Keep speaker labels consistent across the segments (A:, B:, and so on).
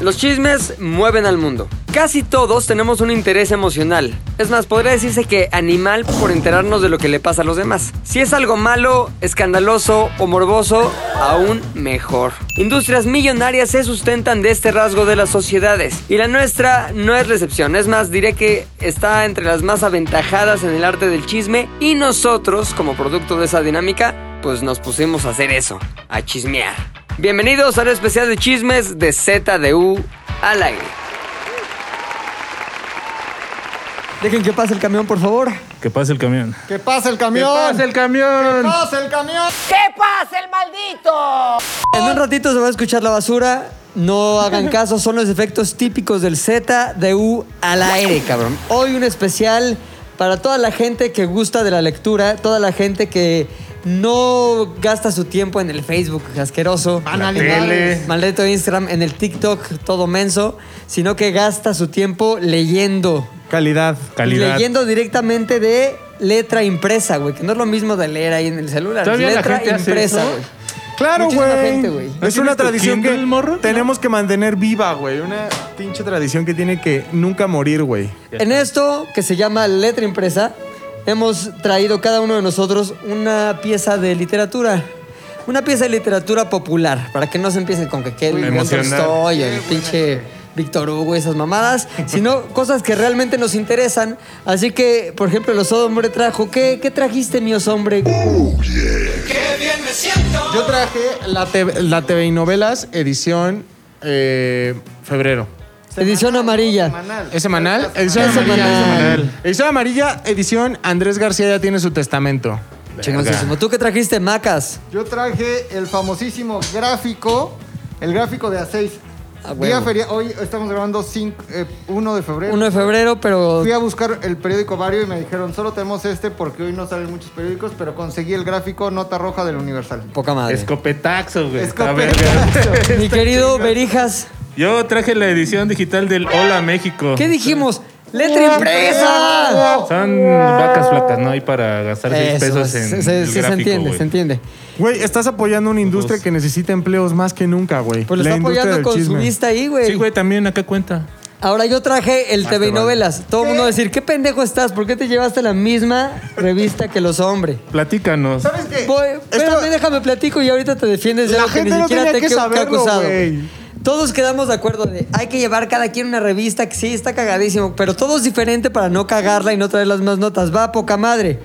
A: Los chismes mueven al mundo. Casi todos tenemos un interés emocional. Es más, podría decirse que animal por enterarnos de lo que le pasa a los demás. Si es algo malo, escandaloso o morboso, aún mejor. Industrias millonarias se sustentan de este rasgo de las sociedades. Y la nuestra no es la excepción. Es más, diré que está entre las más aventajadas en el arte del chisme. Y nosotros, como producto de esa dinámica, pues nos pusimos a hacer eso, a chismear. Bienvenidos al especial de chismes de ZDU al aire. Dejen que pase el camión, por favor.
B: Que pase el camión.
C: ¡Que pase el camión!
B: pase el camión!
C: ¡Pase el camión!
A: En un ratito se va a escuchar la basura. No hagan caso, son los efectos típicos del ZDU al aire, cabrón. Hoy un especial para toda la gente que gusta de la lectura, toda la gente que no gasta su tiempo en el Facebook asqueroso.
C: Van animales.
B: tele.
A: Maldito Instagram, en el TikTok todo menso, sino que gasta su tiempo leyendo.
C: Calidad.
B: Calidad.
A: Leyendo directamente de letra impresa, güey, que no es lo mismo de leer ahí en el celular.
B: ¿Todavía la
A: letra
B: gente hace
A: impresa,
B: eso?
A: güey.
C: Claro,
A: Muchísima
C: güey.
A: gente, güey.
B: ¿No
C: Es una
B: tienes tu
C: tradición que
B: Kindle, morro?
C: tenemos que mantener viva, güey. Una pinche tradición que tiene que nunca morir, güey.
A: En esto que se llama letra impresa, hemos traído cada uno de nosotros una pieza de literatura. Una pieza de literatura popular, para que no se empiecen con que, que el León
B: Emocional.
A: Tolstoy, el pinche Víctor Hugo, esas mamadas, sino cosas que realmente nos interesan. Así que, por ejemplo, los hombre trajo. ¿Qué, qué trajiste, míos hombre?
C: Yo traje la, TV la TV y novelas edición eh, febrero.
A: Edición amarilla.
C: ¿Es semanal? Edición
A: Es
C: amarilla.
A: semanal.
C: Edición amarilla, edición Andrés García ya tiene su testamento.
A: Chingoncísimo. ¿Tú qué trajiste, Macas?
D: Yo traje el famosísimo gráfico, el gráfico de A6.
A: A Ah, huevo.
D: Día feria- hoy estamos grabando 1 de febrero.
A: 1 de febrero, pero
D: Fui a buscar el periódico Vario y me dijeron, solo tenemos este porque hoy no salen muchos periódicos, pero conseguí el gráfico Nota Roja del Universal.
A: poca madre.
B: Escopetaxo, güey. Está verga.
D: Escopetazo.
A: Mi querido Berijas.
B: Yo traje la edición digital del Hola México.
A: ¿Qué dijimos? ¡Letra impresa!
B: Son vacas flacas, ¿no? hay para gastar 6
A: Eso,
B: pesos en.
A: se,
B: el
A: se- sí se
B: gráfico,
A: entiende,
B: güey.
A: se entiende.
C: Güey, estás apoyando una industria que necesita empleos más que nunca, güey.
A: Pues lo
C: La
A: está
C: industria
A: apoyando
C: del
A: con su
C: chisme.
A: vista ahí,
B: Sí,
A: güey.
B: güey, Ah, también acá cuenta.
A: Ahora yo traje el TV y
B: te vale.
A: novelas. Todo el mundo va a decir, ¿qué pendejo estás? ¿Por qué te llevaste la misma revista que los hombres?
B: Platícanos.
D: ¿Sabes qué?
A: Voy,
C: Esto-
A: espérame, déjame platico y ahorita te defiendes de
C: La
A: algo que
C: gente
A: ni
C: no
A: siquiera
C: tenía
A: te
C: que
A: que- que
C: saberlo,
A: acusado.
C: güey.
A: Todos quedamos de acuerdo de hay que llevar cada quien una revista que sí está cagadísimo, pero todo es diferente para no cagarla y no traer las más notas. Va, poca madre.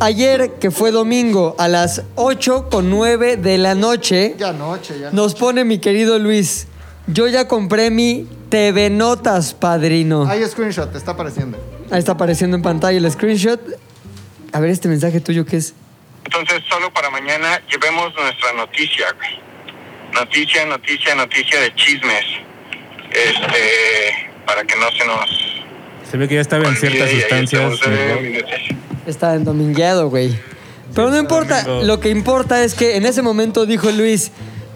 A: Ayer, que fue domingo, a las 8 con 9 de la noche,
D: Ya noche, ya
A: nos pone mi querido Luis. Yo ya compré mi TV Notas, padrino.
D: Hay screenshot, te está apareciendo.
A: Ahí está apareciendo en pantalla el screenshot. A ver, este mensaje tuyo que es.
E: Entonces, solo para mañana llevemos nuestra noticia. güey. Noticia, noticia, noticia de chismes. Este, para que no se nos.
B: Se ve que ya estaba en ciertas
E: olvide y ahí
B: sustancias.
E: estamos, eh, mi
B: güey.
E: noticia.
A: Está endomingueado, güey. Pero no importa,
B: domingo.
A: lo que importa es que en ese momento dijo Luis,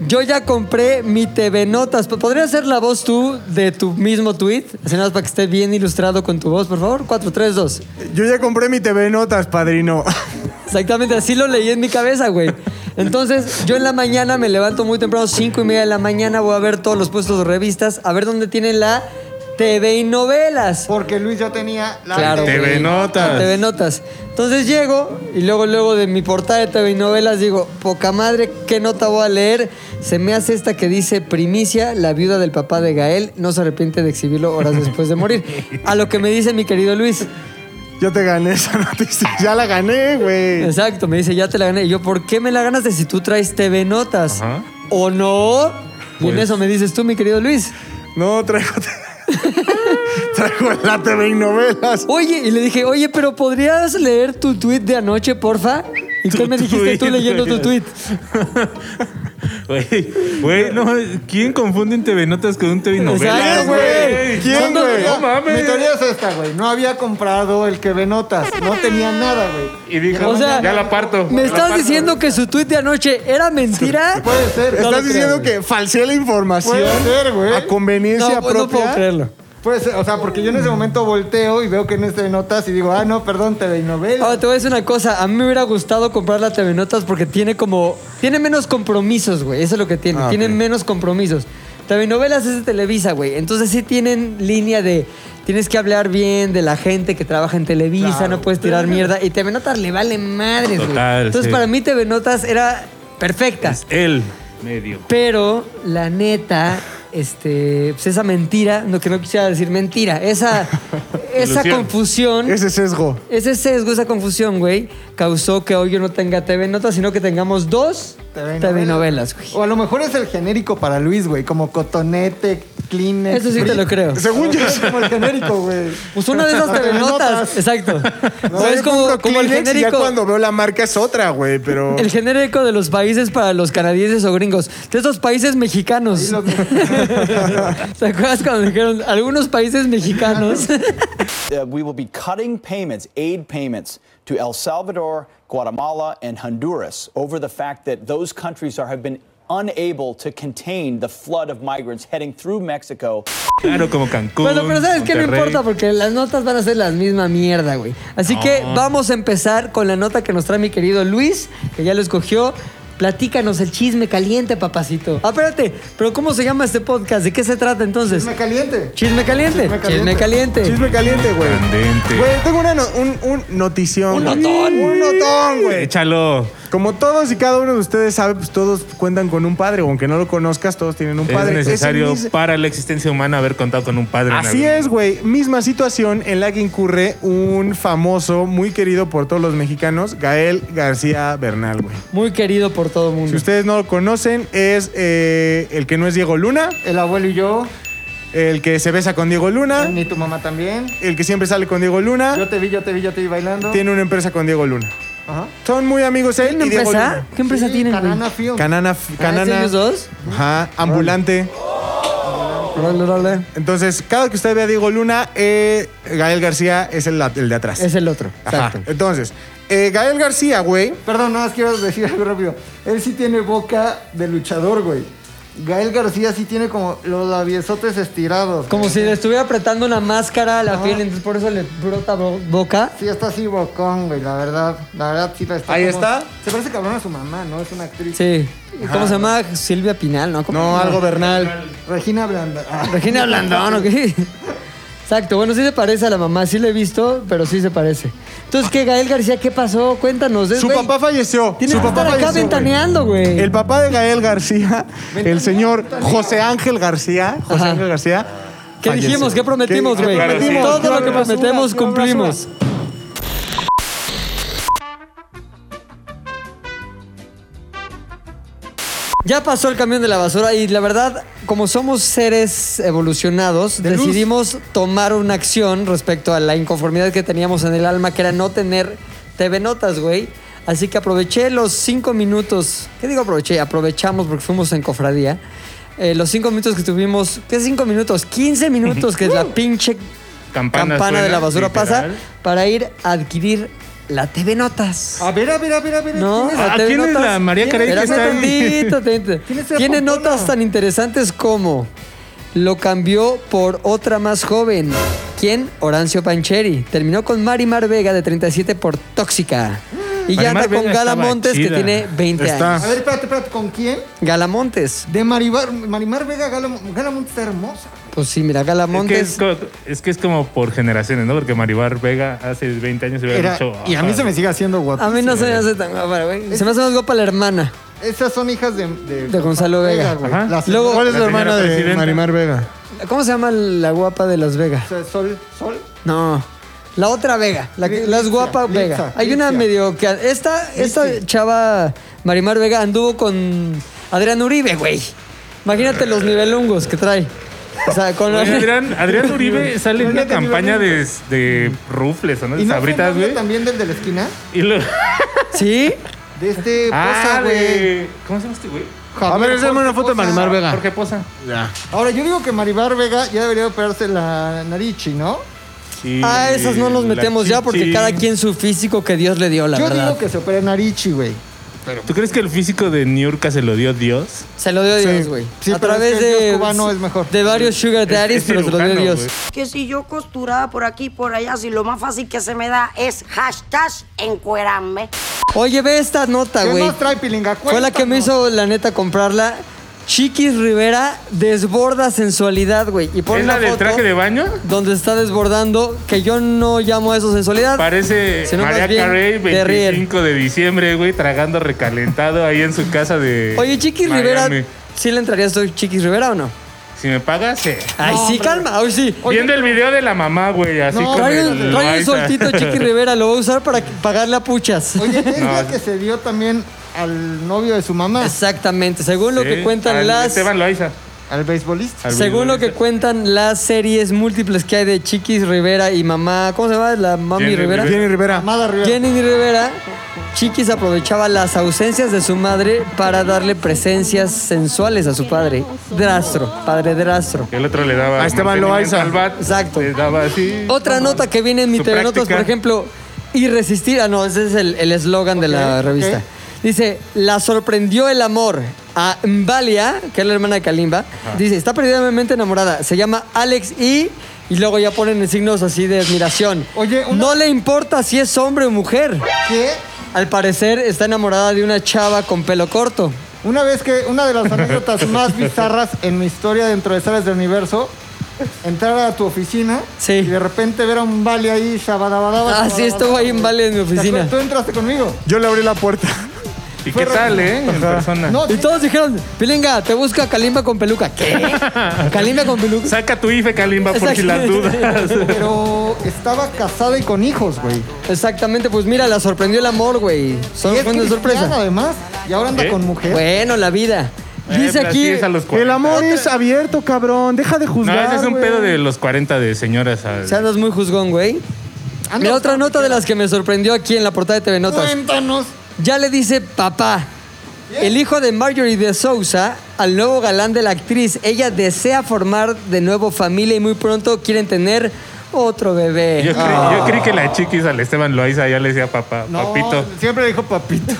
A: yo ya compré mi TV Notas. ¿Podrías hacer la voz tú de tu mismo tweet? Así nada más para que esté bien ilustrado con tu voz, por favor. 4, 3, 2.
C: Yo ya compré mi TV Notas, padrino.
A: Exactamente, así lo leí en mi cabeza, güey. Entonces, yo en la mañana me levanto muy temprano, 5 y media de la mañana, voy a ver todos los puestos de revistas, a ver dónde tienen la TV y novelas.
D: Porque Luis ya tenía la
A: Claro.
B: TV
A: güey.
B: Notas.
A: Ah, TV Notas. Entonces llego y luego, luego de mi portada de TV Novelas digo, poca madre, ¿qué nota voy a leer? Se me hace esta que dice, primicia, la viuda del papá de Gael, no se arrepiente de exhibirlo horas después de morir. A lo que me dice mi querido Luis.
C: Yo te gané esa noticia. Ya la gané, güey.
A: Exacto, me dice, ya te la gané. Y yo, ¿por qué me la ganaste si tú traes TV Notas?
B: Ajá.
A: ¿O no? Y en
B: Pues-
A: eso me dices tú, mi querido Luis.
C: No, traigo... traigo la TV y novelas.
A: Oye, y le dije, oye, pero ¿podrías leer tu tweet de anoche, porfa? ¿Y qué
B: Tu
A: me dijiste tú
B: tuit,
A: leyendo tu
B: güey.
A: tweet?
B: Güey, güey, no, ¿quién confunde un TV Notas con un TV
A: Exacto,
B: Novelas,
A: güey.
B: güey?
C: ¿Quién,
A: Cuando-
C: güey?
D: Ya,
B: No mames.
D: Mi teoría es esta, güey. No había comprado el que ve notas. No tenía nada, güey.
B: Y dijo,
A: O sea,
B: ya la parto.
A: ¿Me
B: la
A: estás
B: parto.
A: diciendo que su tuit de anoche era mentira?
D: Puede ser.
A: No lo
C: Estás
A: creo,
C: diciendo
A: güey.
C: que falseé la información
D: Puede ser, güey.
C: a conveniencia
A: No, pues, no puedo
C: propia.
A: creerlo.
D: Pues, o sea, porque yo en ese momento volteo y veo que en este notas y digo, ah, no, perdón, te de novela.
A: Ahora te voy a decir una cosa, a mí me hubiera gustado comprar la TV Notas porque tiene como tiene menos compromisos, güey, eso es lo que tiene,
C: Ah,
A: tiene
C: ok.
A: menos compromisos. Telenovelas es de Televisa, güey. Entonces sí tienen línea de. Tienes que hablar bien de la gente que trabaja en Televisa,
D: Claro.
A: no puedes tirar mierda. Y TV Notas le vale madres, güey.
B: Total,
A: Entonces
B: sí.
A: para mí TV Notas era perfecta.
B: Es el medio.
A: Pero la neta, este, pues esa mentira, no que no quisiera decir mentira, esa, esa
B: Ilusión.
A: confusión.
C: Ese sesgo.
A: Ese sesgo, esa confusión, güey, causó que hoy yo no tenga TV Notas, sino que tengamos dos TV, novelas, güey.
D: O a lo mejor es el genérico para Luis, güey, como cotonete, Kleenex.
A: Eso sí te lo
D: Brit.
A: creo.
C: Según yo.
D: Es como el genérico, güey.
A: Pues una de esas TV Notas, exacto.
C: No,
A: O es
C: yo
A: como,
C: compro
A: como el
C: Kleenex y Ya
A: genérico.
C: cuando veo la marca es otra, güey, pero.
A: El genérico de los países para los canadienses o gringos. De esos países mexicanos.
D: Ahí lo-
A: ¿Te acuerdas cuando dijeron algunos países mexicanos?
F: Uh, we will be cutting payments, aid payments, to El Salvador, Guatemala, and Honduras over the fact that those countries are, have been unable to contain the flood of migrants heading through Mexico.
B: Claro, como Cancún.
A: Bueno, pero ¿sabes qué? No
B: Monterrey.
A: importa, porque las notas van a ser la misma mierda, güey. Así que vamos a empezar con la nota que nos trae mi querido Luis, que ya lo escogió. Platícanos el chisme caliente, papacito. Ah, espérate, pero ¿cómo se llama este podcast? ¿De qué se trata entonces?
D: Me caliente.
A: Chisme caliente.
D: Chisme
A: Chisme
D: caliente.
A: caliente.
C: Chisme caliente, güey.
B: Candente.
C: Güey, tengo una no- un, un notición.
A: Un
C: güey.
A: notón.
C: Un notón, güey.
B: Échalo.
C: Como todos y cada uno de ustedes sabe, pues todos cuentan con un padre. Aunque no lo conozcas, todos tienen un padre.
B: es
C: Ese
B: necesario
C: mis-
B: para la existencia humana haber contado con un padre. en
C: Así
B: algún-
C: es, güey. Misma situación en la que incurre un famoso, muy querido por todos los mexicanos, Gael García Bernal, güey.
A: Muy querido por todo el mundo.
C: Si ustedes no lo conocen, es eh, el que no es Diego Luna,
D: El abuelo y yo,
C: el que se besa con Diego Luna,
D: ni tu mamá también.
C: el que siempre sale con Diego
D: Yo
C: Luna,
D: te vi, yo te vi, yo te vi bailando.
C: tiene una empresa con Diego Luna.
D: Ajá.
C: Son muy amigos él
A: ¿Tienen
C: y Diego
A: empresa?
C: Luna.
A: ¿Qué empresa
D: Sí,
A: tienen, güey?
D: Canana Film.
C: Canana,
A: ¿Es
C: Canana,
A: ellos dos?
C: ajá, ambulante.
A: Dale, dale.
C: Entonces, cada que usted vea a Diego Luna, eh, Gael García es el, el de atrás.
A: Es el otro.
C: Ajá.
A: Exacto.
C: Entonces, eh, Gael García, güey,
D: Perdón, nada más quiero decir algo rápido. Él sí tiene boca de luchador, güey. Gael García sí tiene como los labiosotes estirados.
A: Como
D: güey.
A: si le estuviera apretando una máscara a la piel, entonces por eso le brota bo- boca.
D: Sí, está así bocón, güey, la verdad. La verdad sí la está.
C: Ahí
D: como-
C: está.
D: Se parece cabrón a su mamá, ¿no? Es una actriz.
A: Sí. ¿Cómo se llama? Silvia Pinal, ¿no? ¿Cómo-
C: no, algo Bernal.
D: Regina Blanda. Ah,
A: Regina Blandón, ¿ok? Exacto, bueno, sí se parece a la mamá, sí la he visto, pero sí se parece. Entonces, ¿qué, Gael García, qué pasó? Cuéntanos. es,
C: Su
A: güey,
C: papá falleció.
A: Tienes
C: Su
A: que
C: papá
A: estar acá
C: falleció, güey.
A: ventaneando, güey.
C: El papá de Gael García, el señor José Ángel García, José
A: Ajá.
C: Ángel García.
A: ¿Qué
C: falleció.
A: dijimos? ¿Qué prometimos,
C: ¿Qué-
A: güey?
C: qué prometimos?
A: Todo
C: Pura
A: lo que
C: basura,
A: prometemos
C: pura basura.
A: cumplimos. Ya pasó el camión de la basura y la verdad, como somos seres evolucionados, decidimos tomar una acción respecto a la inconformidad que teníamos en el alma, que era no tener TV Notas, güey. Así que aproveché los cinco minutos. ¿Qué digo aproveché? Aprovechamos porque fuimos en cofradía. Eh, los cinco minutos que tuvimos. ¿Qué cinco minutos? 15 minutos que es la pinche
B: Uh. Campana
A: campana de
B: suena,
A: la basura
B: literal.
A: pasa para ir a adquirir la TV Notas.
D: A ver, a ver, a ver, a ver.
A: No,
D: ¿quién es?
A: la
B: Ah,
A: TV
B: ¿quién es la María
A: ¿Quién
B: Carey que
A: es?
B: está
A: Espérame
B: ahí?
A: tantito, tantito.
D: ¿Quién es esa
A: Tiene
D: pompona?
A: notas tan interesantes como lo cambió por otra más joven. ¿Quién? Orancio Pancheri. Terminó con Marimar Vega de 37 por tóxica. Y ya
B: Marimar
A: anda con
B: Vega
A: Gala
B: estaba
A: Montes que
B: chida.
A: tiene 20
C: Está.
A: años.
D: A ver, espérate, espérate, ¿con quién?
A: Gala Montes.
D: De Maribar, Marimar Vega, Gala, Gala Montes está hermosa.
A: Pues sí, mira, Gala
B: Es que
A: Montes.
B: es, co- es que es como por generaciones, ¿no? Porque Maribar Vega hace 20 años se hubiera
D: Era-
B: dicho.
D: y a mí
B: "Ah,
D: se me sigue haciendo guapo.
A: A mí no se me hace tan guapa, güey. Se me hace más guapa la hermana.
D: Esas son hijas de, de,
A: De Gonzalo Vega.
D: güey.
B: Ajá.
D: Las-
A: Luego-
C: ¿Cuál es
B: La
C: la,
B: señora
C: hermana de
B: presidenta.
C: Marimar Vega?
A: ¿Cómo se llama la guapa de Las Vegas?
D: o sea, Sol, Sol.
A: No. La otra Vega, la, que- la es guapa
D: Lipsia,
A: Vega.
D: Lipsia,
A: Hay una
D: Lipsia.
A: medio que esta esta chava Marimar Vega anduvo con Adrián Uribe, güey. Imagínate los nivelungos que trae. O sea, con
B: Oye,
A: la-
B: Adrián, Adrián Uribe sale en
D: Oye,
B: una
D: te digo,
B: campaña de, de rufles, ¿o ¿no? De
D: no
B: sabritas,
D: fue novio
B: güey.
D: también del de la esquina?
B: Y luego.
A: ¿Sí?
D: De este Poza,
B: Ah,
D: güey.
B: de. ¿Cómo se llama este güey?
C: A
D: Javier
C: ver, esa es
D: Jorge
C: una foto de
D: Poza.
C: Marimar Vega.
B: Jorge Poza.
D: Ahora, yo digo que Maribar Vega ya debería operarse la narichi, ¿no?
B: Y
A: Ah, esas no nos
B: la
A: metemos ya porque
B: chichi.
A: cada quien su físico que Dios le dio, la
D: yo
A: verdad.
D: digo que se opere narichi, güey.
B: ¿Tú crees que el físico de Niurka se lo dio Dios?
A: Se lo dio Dios,
D: Sí,
A: güey.
D: sí,
A: a
D: pero es
A: través
D: que el
A: de
D: Dios cubano es mejor.
A: de varios sugar
B: es
A: daddies, pero se lo dio
B: cirujano,
A: Dios.
B: güey.
G: que si yo costuraba por aquí y por allá, si lo más fácil que se me da es hashtag encuerarme.
A: Oye, ve esta nota,
D: ¿Qué
A: güey.
D: más trae Pilinga?
A: Fue la que me
D: Cuéntanos.
A: hizo, la neta, comprarla. Chiquis Rivera desborda sensualidad, güey. Y pone
B: ¿Es
A: una
B: la del
A: foto
B: traje de baño?
A: donde está desbordando, que yo no llamo eso sensualidad.
B: Parece
A: sino más
B: María
A: bien
B: Carey,
A: de riel.
B: 25 de diciembre, güey, tragando recalentado ahí en su casa de.
A: Oye, Chiquis
B: Miami.
A: Rivera, ¿sí le entrarías tú a Chiquis Rivera o no?
B: Si me pagas, sí.
A: Ay, sí, calma, ay, sí.
B: Viendo el video de la mamá, güey, así
D: No,
B: con
A: Trae
B: el
A: un, trae un
B: Loaiza.
A: soltito Chiquis Rivera, lo va a usar para que- pagarle a puchas.
D: Oye, es la
B: No.
D: que se dio también al novio de su mamá,
A: Exactamente, según lo que
B: Sí,
A: cuentan
B: al
A: las...
B: Esteban Loaiza.
D: al beisbolista.
B: al
A: Según lo que
B: beisbolista.
A: cuentan las series múltiples que hay de Chiquis Rivera y mamá, ¿cómo se llama? La mami
B: Jenny
A: Rivera.
C: Jenny Rivera.
D: Amada Rivera.
A: Jenny Rivera, Chiquis aprovechaba las ausencias de su madre para darle presencias sensuales a su padre, drastro, padre drastro.
B: El otro le daba.
C: A Esteban
B: mantenimiento
C: Loaiza.
B: al bat,
A: Exacto.
B: Le daba así.
A: Otra nota que viene en mi
B: Su
A: TV Notas,
B: práctica.
A: por ejemplo, irresistible. Ah, no, ese es el el eslogan de la
D: ok.
A: revista. Dice, la sorprendió el amor a Mbalia, que es la hermana de Kalimba. Dice, está perdidamente enamorada. Se llama Alex y... Y luego ya ponen signos así de admiración.
D: Oye, una-
A: No le importa si es hombre o mujer.
D: Que
A: Al parecer está enamorada de una chava con pelo corto.
D: una vez que una de las anécdotas más bizarras en mi historia dentro de Sales del Universo, entrar a tu oficina
A: Sí.
D: y de repente ver a un vale ahí, shabadabadaba.
A: Así Ah, estuvo ahí en Vale en mi
D: ¿Te acuerdas?
A: oficina.
D: Tú entraste conmigo.
C: Yo le abrí la puerta.
B: ¿Y qué tal, eh? En persona.
D: No,
A: Y
D: sí,
A: todos dijeron, Pilinga, te busca Kalimba con peluca. ¿Qué? Kalimba con peluca.
B: Saca tu IFE, Kalimba, por si las
A: Exacto.
B: dudas. Eh,
D: pero estaba casada y con hijos, güey.
A: Exactamente, pues mira, la sorprendió el amor, güey. Son
D: Y es
A: fue una
D: cristiana,
A: sorpresa.
D: además. Y ahora anda
B: ¿Eh?
D: con mujer.
A: Bueno, la vida. Dice
B: Eh,
A: aquí.
B: así es a los
C: El
B: 40.
C: amor es abierto, cabrón. Deja de
B: No,
C: juzgar.
B: ese es un
C: güey.
B: pedo de los 40 de señoras. al-
A: Se andas muy juzgón, güey.
D: Ah, no,
A: Mira, otra nota de las que me sorprendió aquí en la portada de TV Notas.
D: Cuéntanos.
A: Ya le dice papá. El hijo de Marjorie de Sousa al nuevo galán de la actriz. Ella desea formar de nuevo familia y muy pronto quieren tener otro bebé.
B: Yo, cre- yo creí que la chiquis al Esteban Loaiza ya le decía papá,
D: No,
B: papito.
D: Siempre dijo papito.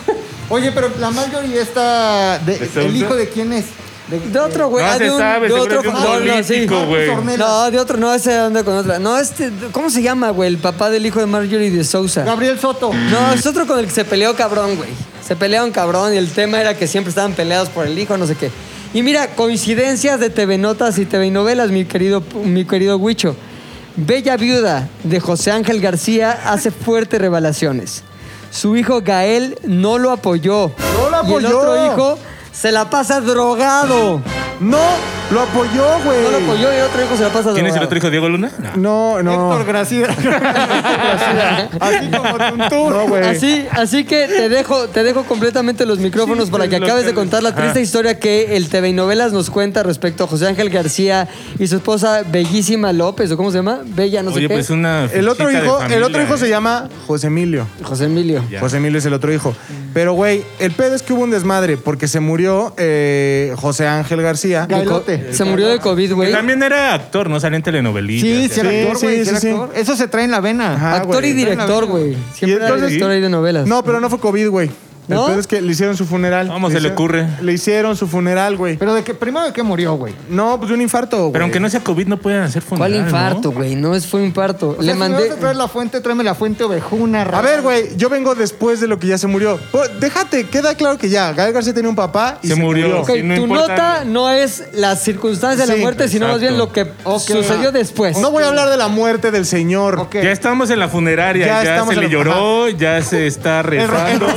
D: Oye, pero la Marjorie está. de-
B: ¿De Sousa?
D: ¿El hijo de quién es?
A: De otro güey.
B: No
A: ah,
B: se
A: de un-
B: sabe,
A: de
B: seguro
A: otro
B: que Ah, un
A: no, no, sí.
B: político, güey.
D: Tornel.
A: No, de otro, no, ese anda con otra. No, este, ¿cómo se llama, güey? El papá del hijo de Marjorie de Sousa.
D: Gabriel Soto.
A: No, es otro con el que se peleó cabrón, güey. Se pelearon cabrón y el tema era que siempre estaban peleados por el hijo, no sé qué. Y mira, coincidencias de TV Notas y TV Novelas, mi querido, mi querido Huicho. Bella viuda de José Ángel García hace fuertes revelaciones. Su hijo Gael no lo apoyó.
C: ¡No lo
A: Y el
C: apoyó!
A: otro hijo se la pasa drogado.
C: No, lo apoyó, güey.
A: No lo apoyó y el otro hijo se la pasa drogado.
B: ¿Quién es el otro hijo, Diego Luna? No.
C: No, no.
D: Héctor Graciela. Así como Tuntún.
C: No, güey.
A: Así, así que te dejo, te dejo completamente los micrófonos para que
B: lo
A: acabes de
B: que-
A: contar la triste
B: Ajá.
A: historia que el TV y Novelas nos cuenta respecto a José Ángel García y su esposa Bellísima López, ¿o cómo se llama? Bella, no sé
B: Oye,
A: qué.
B: pues una.
C: El otro
B: fichita de
C: hijo, el
B: familia,
C: otro hijo
B: eh.
C: se llama José Emilio.
A: José Emilio.
B: Ya.
C: José Emilio es el otro hijo. Pero, güey, el pedo es que hubo un desmadre porque se murió eh, José Ángel García.
D: Gailote.
A: Se murió de COVID, güey.
B: También era actor, ¿no? Salía en telenovelillas.
D: Sí, sí, era
C: Sí,
D: actor, güey.
C: sí,
D: Sí, era
C: sí, sí.
D: actor. Eso se trae en la vena.
C: Ajá,
A: Actor y
C: güey.
A: director, güey.
C: Y
A: Siempre era
C: entonces-
A: director ahí de novelas.
C: No, pero no fue COVID, güey.
A: ¿No?
C: El pedo es que le hicieron su funeral.
B: ¿Cómo se le
C: hici-
B: ocurre?
C: Le hicieron su funeral, güey.
D: Pero de que, primero de que murió, güey.
C: No, pues de un infarto, güey.
B: Pero aunque no sea COVID, no pueden hacer
A: ¿Cuál
B: funeral.
A: infarto, güey? No, es fue un infarto.
D: O
A: Le
D: sea, si me
A: mandé.
D: vas a traer la fuente, tráeme la fuente ovejuna.
C: A ver, güey, yo vengo después de lo que ya se murió. Po- déjate, queda claro que ya. Gael García tenía un papá y
B: Se murió.
A: Ok,
B: Sí, no
A: tu
B: importa.
A: nota no es la circunstancia de la
C: Sí,
A: muerte, sino más bien lo
B: exacto.
A: que sucedió después.
C: No voy a hablar de la muerte del señor.
D: Ok.
B: Ya estamos en la funeraria,
C: Ya
B: ya, se
C: estamos en
B: le
C: la-
B: lloró, ya se está rezando.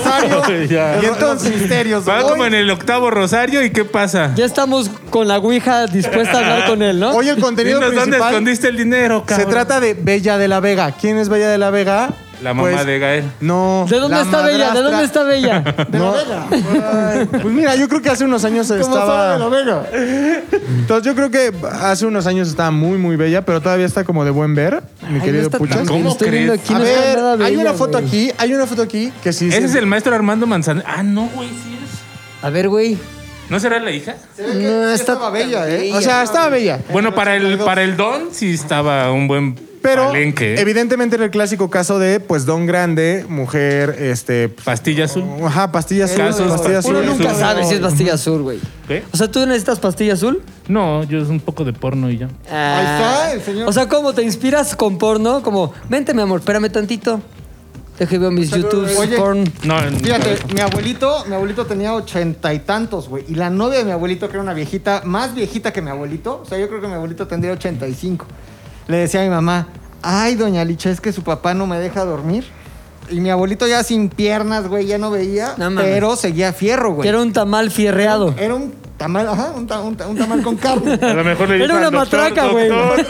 B: Ya.
C: Y entonces, misterios.
B: Va como en el octavo rosario y ¿qué pasa?
A: Ya estamos con la Ouija dispuesta a hablar con él, ¿no?
C: Hoy el contenido
B: Dinos, ¿Dónde
C: principal
B: escondiste el dinero,
C: se
B: cabrón?
C: trata de Bella de la Vega. ¿Quién es Bella de la Vega? Pues,
B: La mamá de Gael.
C: No.
A: ¿De dónde
C: la
A: está Bella? ¿De
C: madrastra.
A: dónde está Bella?
C: No. Ay, Pues mira, yo creo que hace unos años
D: ¿Cómo sabe de la
C: estaba.
D: vega?
C: Entonces yo creo que hace unos años estaba muy, muy bella, pero todavía está como de buen ver, mi
A: Ay, no
C: querido
A: está tan
C: Puchas.
A: bien,
B: ¿Cómo
A: estoy viendo
B: crees?
A: aquí,
C: A
A: no está
C: ver,
A: nada
C: hay
A: bella,
C: una foto
A: güey.
C: aquí, hay una foto aquí que sí.
B: Ese
C: sí,
B: es el maestro Armando Manzanero. Ah, no, güey, sí es.
A: A ver, güey.
B: ¿No será la hija?
A: No,
D: Sí
A: está...
D: estaba bella, ¿eh?
C: O sea, estaba bella.
B: Bueno, para el, para el don sí estaba un buen
C: Pero
B: palenque. ¿eh?
C: evidentemente era el clásico caso de pues don grande, mujer, este pues,
B: Pastilla azul.
C: ajá, pastillas
B: Casos,
C: pastillas
A: Uno
B: uno
C: azules.
A: nunca
B: azul.
A: sabe si es pastilla azul, güey.
B: ¿Qué?
A: O sea, ¿tú necesitas pastilla azul? Ah.
B: No, yo es un poco de porno y ya.
D: Ahí está el señor.
A: O sea, ¿cómo te inspiras con porno? Como, vente, mi amor, espérame tantito. Deje ver mis YouTubes,
D: Oye.
A: porn.
B: No,
D: Fíjate, mi abuelito, mi abuelito tenía ochenta y tantos, güey. Y la novia de mi abuelito, que era una viejita, más viejita que mi abuelito, o sea, yo creo que mi abuelito tendría 85. Le decía a mi mamá, ay, doña Licha, es que su papá no me deja dormir. Y mi abuelito ya sin piernas, güey, ya no veía,
A: No mames.
D: pero seguía fierro, güey. Eh,
A: Quiero un tamal fierreado.
D: Era un tamal, ajá, un, ta- un ta- un tamal con carne.
B: a lo mejor le
A: Era
B: dijo
A: una
B: al doctor,
A: matraca, güey.
B: "Doctor,